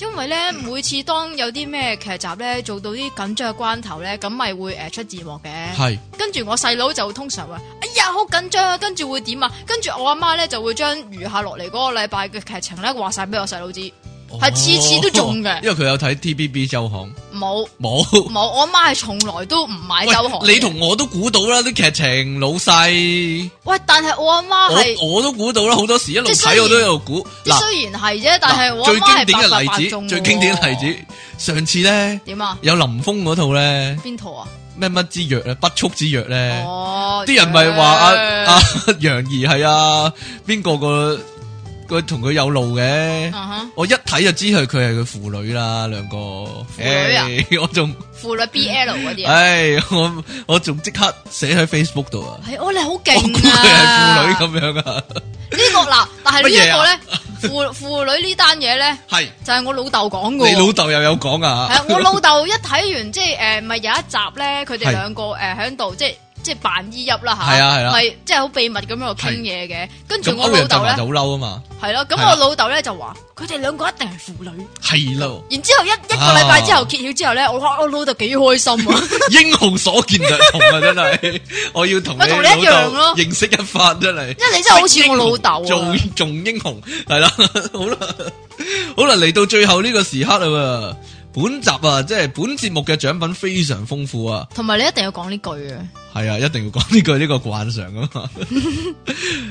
Speaker 2: 因為咧，每次當有啲咩劇集咧做到啲緊張嘅關頭咧，咁咪會誒出字幕嘅。
Speaker 1: 係
Speaker 2: 跟住我細佬就通常話：哎呀，好緊張啊！跟住會點啊？跟住我阿媽咧就會將餘下落嚟嗰個禮拜嘅劇情咧話晒俾我細佬知。係次次都中嘅
Speaker 1: 哦因為佢有睇 TBB 周刊，
Speaker 2: 冇
Speaker 1: 冇。
Speaker 2: 冇，我阿媽係從來都唔買周刊嘅。
Speaker 1: 喂你同我都估到啦，啲劇情老細。
Speaker 2: 喂，但係我阿媽啊係
Speaker 1: 我我都估到啦，好多時一路
Speaker 2: 即係雖
Speaker 1: 睇
Speaker 2: 然
Speaker 1: 我都有估。
Speaker 2: 即係雖然係啫，但係
Speaker 1: 嗱
Speaker 2: 我阿
Speaker 1: 最
Speaker 2: 媽
Speaker 1: 經
Speaker 2: 係
Speaker 1: 典
Speaker 2: 百發
Speaker 1: 嘅
Speaker 2: 百
Speaker 1: 例
Speaker 2: 中
Speaker 1: 子，
Speaker 2: 喎
Speaker 1: 最經典嘅例子，上次咧
Speaker 2: 點啊？
Speaker 1: 有林峰嗰套咧
Speaker 2: 邊套啊？
Speaker 1: 咩乜之藥咧，不速之藥咧。
Speaker 2: 哦，
Speaker 1: 啲人咪話啊阿
Speaker 2: 誒
Speaker 1: 阿 楊怡係啊，邊個個佢同佢有路嘅？
Speaker 2: 啊哈
Speaker 1: 我一睇就知佢佢係佢父女啦，兩個。父
Speaker 2: 女啊
Speaker 1: 我仲
Speaker 2: 婦女 BL 嗰啲啊，
Speaker 1: 唉，我我仲即刻寫喺 Facebook 度啊！
Speaker 2: 係哦，你好
Speaker 1: 我估
Speaker 2: 勁
Speaker 1: 佢係
Speaker 2: 啊！
Speaker 1: 父女咁樣啊，
Speaker 2: 呢個嗱，但係呢一個
Speaker 1: 乜嘢啊
Speaker 2: 咧，父父女呢單嘢咧，
Speaker 1: 係
Speaker 2: 就係我老豆講
Speaker 1: 你
Speaker 2: 嘅喎。
Speaker 1: 老豆又有講
Speaker 2: 係
Speaker 1: 啊？
Speaker 2: 啊，我老豆一睇完即係誒，咪有一集咧，佢哋
Speaker 1: 係
Speaker 2: 兩個誒喺度即係即係扮醫泣啦吓，
Speaker 1: 係啊係啊
Speaker 2: 係即係好秘密咁樣度傾嘢嘅。跟住
Speaker 1: 咁
Speaker 2: 我
Speaker 1: 歐
Speaker 2: 老
Speaker 1: 陽震
Speaker 2: 豆
Speaker 1: 華
Speaker 2: 咧
Speaker 1: 就，好嬲啊嘛，
Speaker 2: 係咯，咁
Speaker 1: 係啦
Speaker 2: 我老豆咧就話佢哋兩個一定係父女。
Speaker 1: 係咯，
Speaker 2: 然之後一一個禮拜之後揭曉之後咧，我我老豆幾 開心啊！
Speaker 1: 英雄所見略同啊，真 係，我要同你
Speaker 2: 咪同你一
Speaker 1: 老
Speaker 2: 樣
Speaker 1: 豆
Speaker 2: 咯
Speaker 1: 認識一番真係。
Speaker 2: 因為你真係好似我 老豆啊
Speaker 1: 做！做英雄系啦， 好啦，好啦，嚟到最後呢個時刻啦喎，本集啊，即係本節目嘅獎品非常豐富啊，
Speaker 2: 同埋你一定要講呢句啊！
Speaker 1: 係啊，一定要講呢句呢個慣常啊 嘛，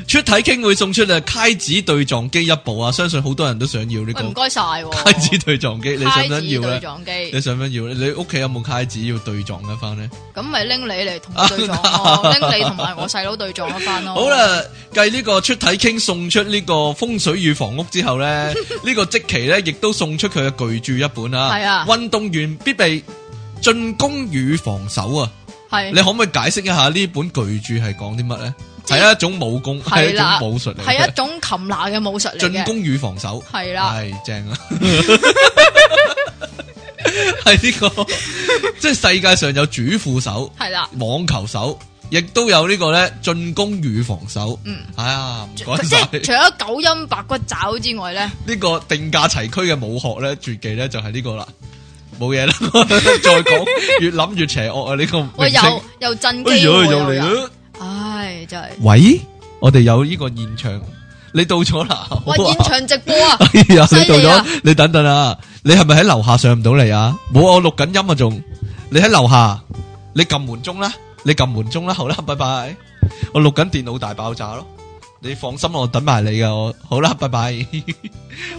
Speaker 1: 出體傾會送出啊，开子對撞機一部啊，相信好多人都想要呢、
Speaker 2: 喂，
Speaker 1: 個
Speaker 2: 唔該晒
Speaker 1: 开
Speaker 2: 喎！
Speaker 1: 子對撞機，你想唔想
Speaker 2: 揩紙
Speaker 1: 要
Speaker 2: 對
Speaker 1: 咧？
Speaker 2: 撞
Speaker 1: 你
Speaker 2: 機，
Speaker 1: 想唔想要咧？你屋企有冇开子要對撞一翻呢？
Speaker 2: 咁咪拎你嚟同我對 撞咯，拎你同埋我細佬對撞一番咯。
Speaker 1: 好，啦，繼呢個出體傾送出呢個風水與房屋之後 呢，呢個即期呢亦都送出佢嘅巨著一本啊。
Speaker 2: 係啊
Speaker 1: 運動員必備進攻與防守啊！
Speaker 2: 係
Speaker 1: 你可唔可以解釋一下呢本巨著係講啲乜呢？
Speaker 2: 即係
Speaker 1: 係一種武功，係一
Speaker 2: 係啦
Speaker 1: 種武術嚟
Speaker 2: 係一
Speaker 1: 嘅，
Speaker 2: 種擒拿嘅武術嚟
Speaker 1: 進
Speaker 2: 嘅，
Speaker 1: 攻與防守
Speaker 2: 係啦，
Speaker 1: 係正啊！ 係呢個，即係世界上有主副手。
Speaker 2: 係啦，
Speaker 1: 網球手，亦都有呢個咧進攻與防守。
Speaker 2: 嗯，
Speaker 1: 哎呀，唔
Speaker 2: 即
Speaker 1: 該晒
Speaker 2: 係除咗九陰白骨爪之外咧，
Speaker 1: 呢個定價齊驅嘅武學咧，絕技咧就係呢個啦，冇 嘢啦，再講越諗越邪惡啊！呢、個
Speaker 2: 我
Speaker 1: 明星
Speaker 2: 又又震
Speaker 1: 哎呀
Speaker 2: 機喎，
Speaker 1: 又
Speaker 2: 又
Speaker 1: 嚟
Speaker 2: 有，
Speaker 1: 啦！
Speaker 2: 唉，真係，
Speaker 1: 喂，我哋有呢個現場，你到咗啦？好
Speaker 2: 喂，
Speaker 1: 啊
Speaker 2: 現場直播 啊，
Speaker 1: 哎呀，
Speaker 2: 犀
Speaker 1: 你到
Speaker 2: 利啊
Speaker 1: 咗，你等等啊！你係咪喺樓下上唔到嚟啊？冇，我錄緊音啊，仲你喺樓下，你撳門鐘啦，你撳門鐘啦，好啦，拜拜。我錄緊電腦大爆炸咯，你放心，我等埋你噶，我好啦，拜 拜。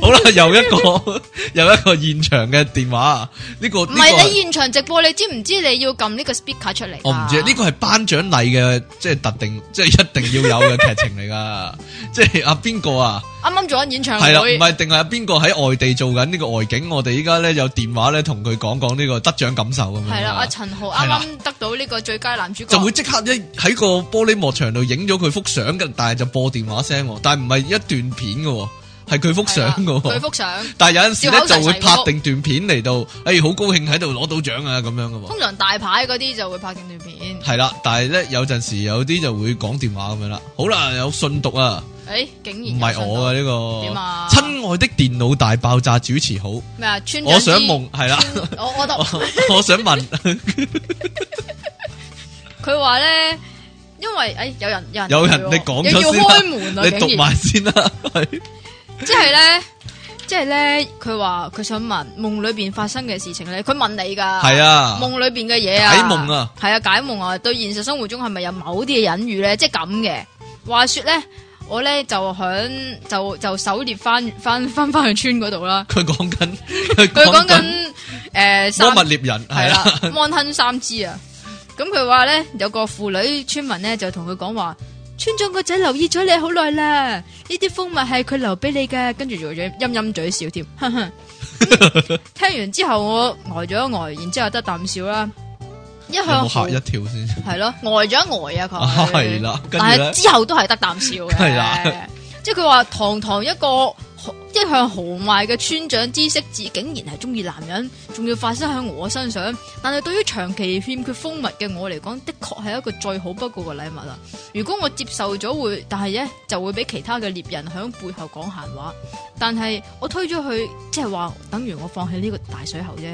Speaker 1: 好啦，又一個又一個現場嘅電話，呢、個
Speaker 2: 唔
Speaker 1: 呢、
Speaker 2: 係你
Speaker 1: 個
Speaker 2: 現場直播，你知唔知你要撳呢個 speaker 出嚟㗎？
Speaker 1: 我唔知，呢、個係頒獎禮嘅，即係特定，即係一定要有嘅劇情嚟噶。 即係阿邊個啊？
Speaker 2: 啱啱做緊演唱
Speaker 1: 系啦，唔
Speaker 2: 會，
Speaker 1: 系定系边个喺外地做紧呢个外景？我哋依家咧有电话咧同佢讲讲呢个得奖感受咁样。
Speaker 2: 係啦，阿陳豪
Speaker 1: 係
Speaker 2: 啱
Speaker 1: 啦
Speaker 2: 啱得到呢個最佳男主角，
Speaker 1: 就會即刻一喺個玻璃幕牆度影咗佢幅相嘅，但係就播電話聲喎，但係唔係一段片嘅喎，係佢幅相嘅
Speaker 2: 佢
Speaker 1: 喎。
Speaker 2: 幅相，
Speaker 1: 但係有陣時咧
Speaker 2: 笑口噬
Speaker 1: 就會
Speaker 2: 噬
Speaker 1: 拍
Speaker 2: 嗰幅
Speaker 1: 定段片嚟到，誒好高興喺度攞到獎啊咁樣嘅喎。
Speaker 2: 通常大牌嗰啲就會拍段片，
Speaker 1: 係啦，但係咧有陣時有啲就會講電話咁樣啦。好啦，有信讀啊，
Speaker 2: 誒，竟然
Speaker 1: 唔係我啊呢個。
Speaker 2: 點啊
Speaker 1: 親愛的電腦大爆炸主持好，
Speaker 2: 咩啊？穿
Speaker 1: 我
Speaker 2: 緊
Speaker 1: 想
Speaker 2: 衣
Speaker 1: 夢係啦。
Speaker 2: 我 我得。
Speaker 1: 我我想問，
Speaker 2: 佢話咧，因為诶、哎有人有人
Speaker 1: 有人
Speaker 2: 叫我
Speaker 1: 你講
Speaker 2: 又要
Speaker 1: 咗先
Speaker 2: 開門
Speaker 1: 啦，
Speaker 2: 啊，
Speaker 1: 你讀
Speaker 2: 竟然
Speaker 1: 埋先啦，係
Speaker 2: 即係咧，即係咧，佢話佢想問夢裏邊發生嘅事情咧，佢問你㗎，
Speaker 1: 係啊，
Speaker 2: 夢裏邊嘅嘢啊，
Speaker 1: 解夢啊，
Speaker 2: 係啊，解夢啊，對現實生活中係咪有某啲嘅隱喻咧？即係咁嘅。話說咧，我咧就響就就狩獵翻翻翻翻去村嗰度啦，
Speaker 1: 佢講緊佢
Speaker 2: 佢
Speaker 1: 講
Speaker 2: 講
Speaker 1: 緊
Speaker 2: 緊诶
Speaker 1: 摩物獵人
Speaker 2: 系
Speaker 1: 係啊
Speaker 2: 啦
Speaker 1: 啦，
Speaker 2: ，mon 亨三支啊。咁佢话咧，有个妇女村民咧就同佢讲话，村长个仔留意咗你好耐啦，呢啲蜂蜜系佢留俾你嘅，跟住做咗阴阴嘴笑 添。 哼哼咁听完之后我呆咗一呆，然之后得啖笑啦。一
Speaker 1: 有冇
Speaker 2: 向
Speaker 1: 嚇一跳先？
Speaker 2: 系咯，呆咗一呆啊
Speaker 1: 啊
Speaker 2: 佢。
Speaker 1: 係啦，跟住
Speaker 2: 但
Speaker 1: 咧
Speaker 2: 係之後都係得啖笑嘅。
Speaker 1: 係啦
Speaker 2: 即係佢話堂堂一個豪一向豪邁嘅村長知識字，竟然係中意男人，仲要發生喺我身上。但係對於長期欠缺蜂蜜嘅我嚟講，的確係一個最好不過嘅禮物啦。如果我接受咗會，但係咧就會俾其他嘅獵人喺背後講閒話。但係我推咗佢，即係話等於我放棄呢個大水喉啫。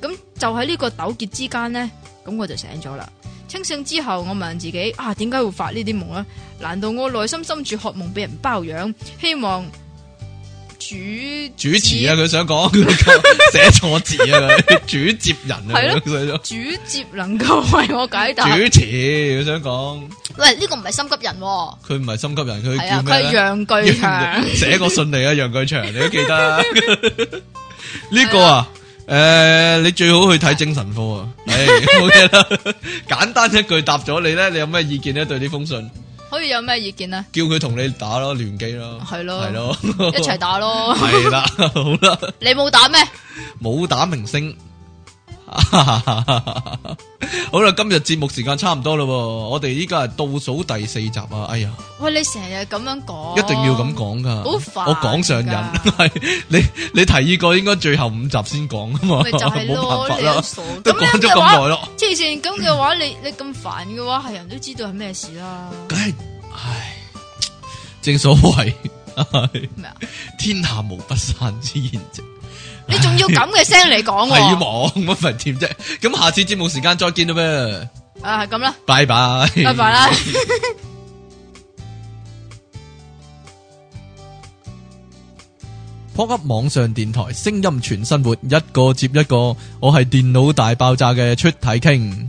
Speaker 2: 咁就喺呢個糾結之間呢，咁我就醒咗啦。清醒之後，我問自己啊，點解會發呢啲夢呢？難道我內心深處渴望俾人包養，希望主
Speaker 1: 主持啊，佢想講佢寫錯字啊，佢主接人啊，
Speaker 2: 係咯
Speaker 1: 佢想講
Speaker 2: 主接能夠為我解答？
Speaker 1: 主持，佢想講
Speaker 2: 喂，呢、個唔係心急人、喎，
Speaker 1: 佢唔係心急人，佢
Speaker 2: 係
Speaker 1: 叫
Speaker 2: 啊，
Speaker 1: 咩
Speaker 2: 佢係
Speaker 1: 咧？
Speaker 2: 楊巨 強，
Speaker 1: 寫個信嚟啊，楊巨祥，你都記得呢個啊？誒、诶，你最好去睇精神科啊。诶，冇嘢啦， 简单一句答咗你咧，你有咩意见咧？对呢封信，
Speaker 2: 可以有咩意 見啊？
Speaker 1: 叫佢同你打咯，联机咯，
Speaker 2: 係咯
Speaker 1: 系咯，
Speaker 2: 一 齊打咯！
Speaker 1: 系啦，好啦，
Speaker 2: 你冇打咩？
Speaker 1: 武打明星。好啦，今日节目时间差唔多啦喎，我哋依家系倒数第四集啊！哎呀，
Speaker 2: 喂，你成日咁樣講，
Speaker 1: 一定要咁。講噶，
Speaker 2: 哦好煩㗎
Speaker 1: 我講上癮，係你你提議過應該最後五集先講啊嘛，
Speaker 2: 咪就係
Speaker 1: 冇辦
Speaker 2: 咯，
Speaker 1: 法
Speaker 2: 你又
Speaker 1: 啦，
Speaker 2: 傻。
Speaker 1: 都
Speaker 2: 咁
Speaker 1: 講
Speaker 2: 樣
Speaker 1: 咗
Speaker 2: 嘅
Speaker 1: 咁
Speaker 2: 話，
Speaker 1: 耐咯，
Speaker 2: 黐線咁嘅話，你你咁煩嘅話，係人都知道係咩事啦。
Speaker 1: 梗係唉，正所謂唉
Speaker 2: 咩啊？
Speaker 1: 天下無不散之筵席，
Speaker 2: 你仲要咁嘅聲嚟 講
Speaker 1: 係
Speaker 2: 喎？
Speaker 1: 忙乜份添啫？咁下次節目時間再見啦咩？
Speaker 2: 啊，係 咁啦，
Speaker 1: 拜拜，
Speaker 2: 拜拜啦。
Speaker 1: 波及網上電台，聲音全生活，一個接一個。我係電腦大爆炸嘅出體傾。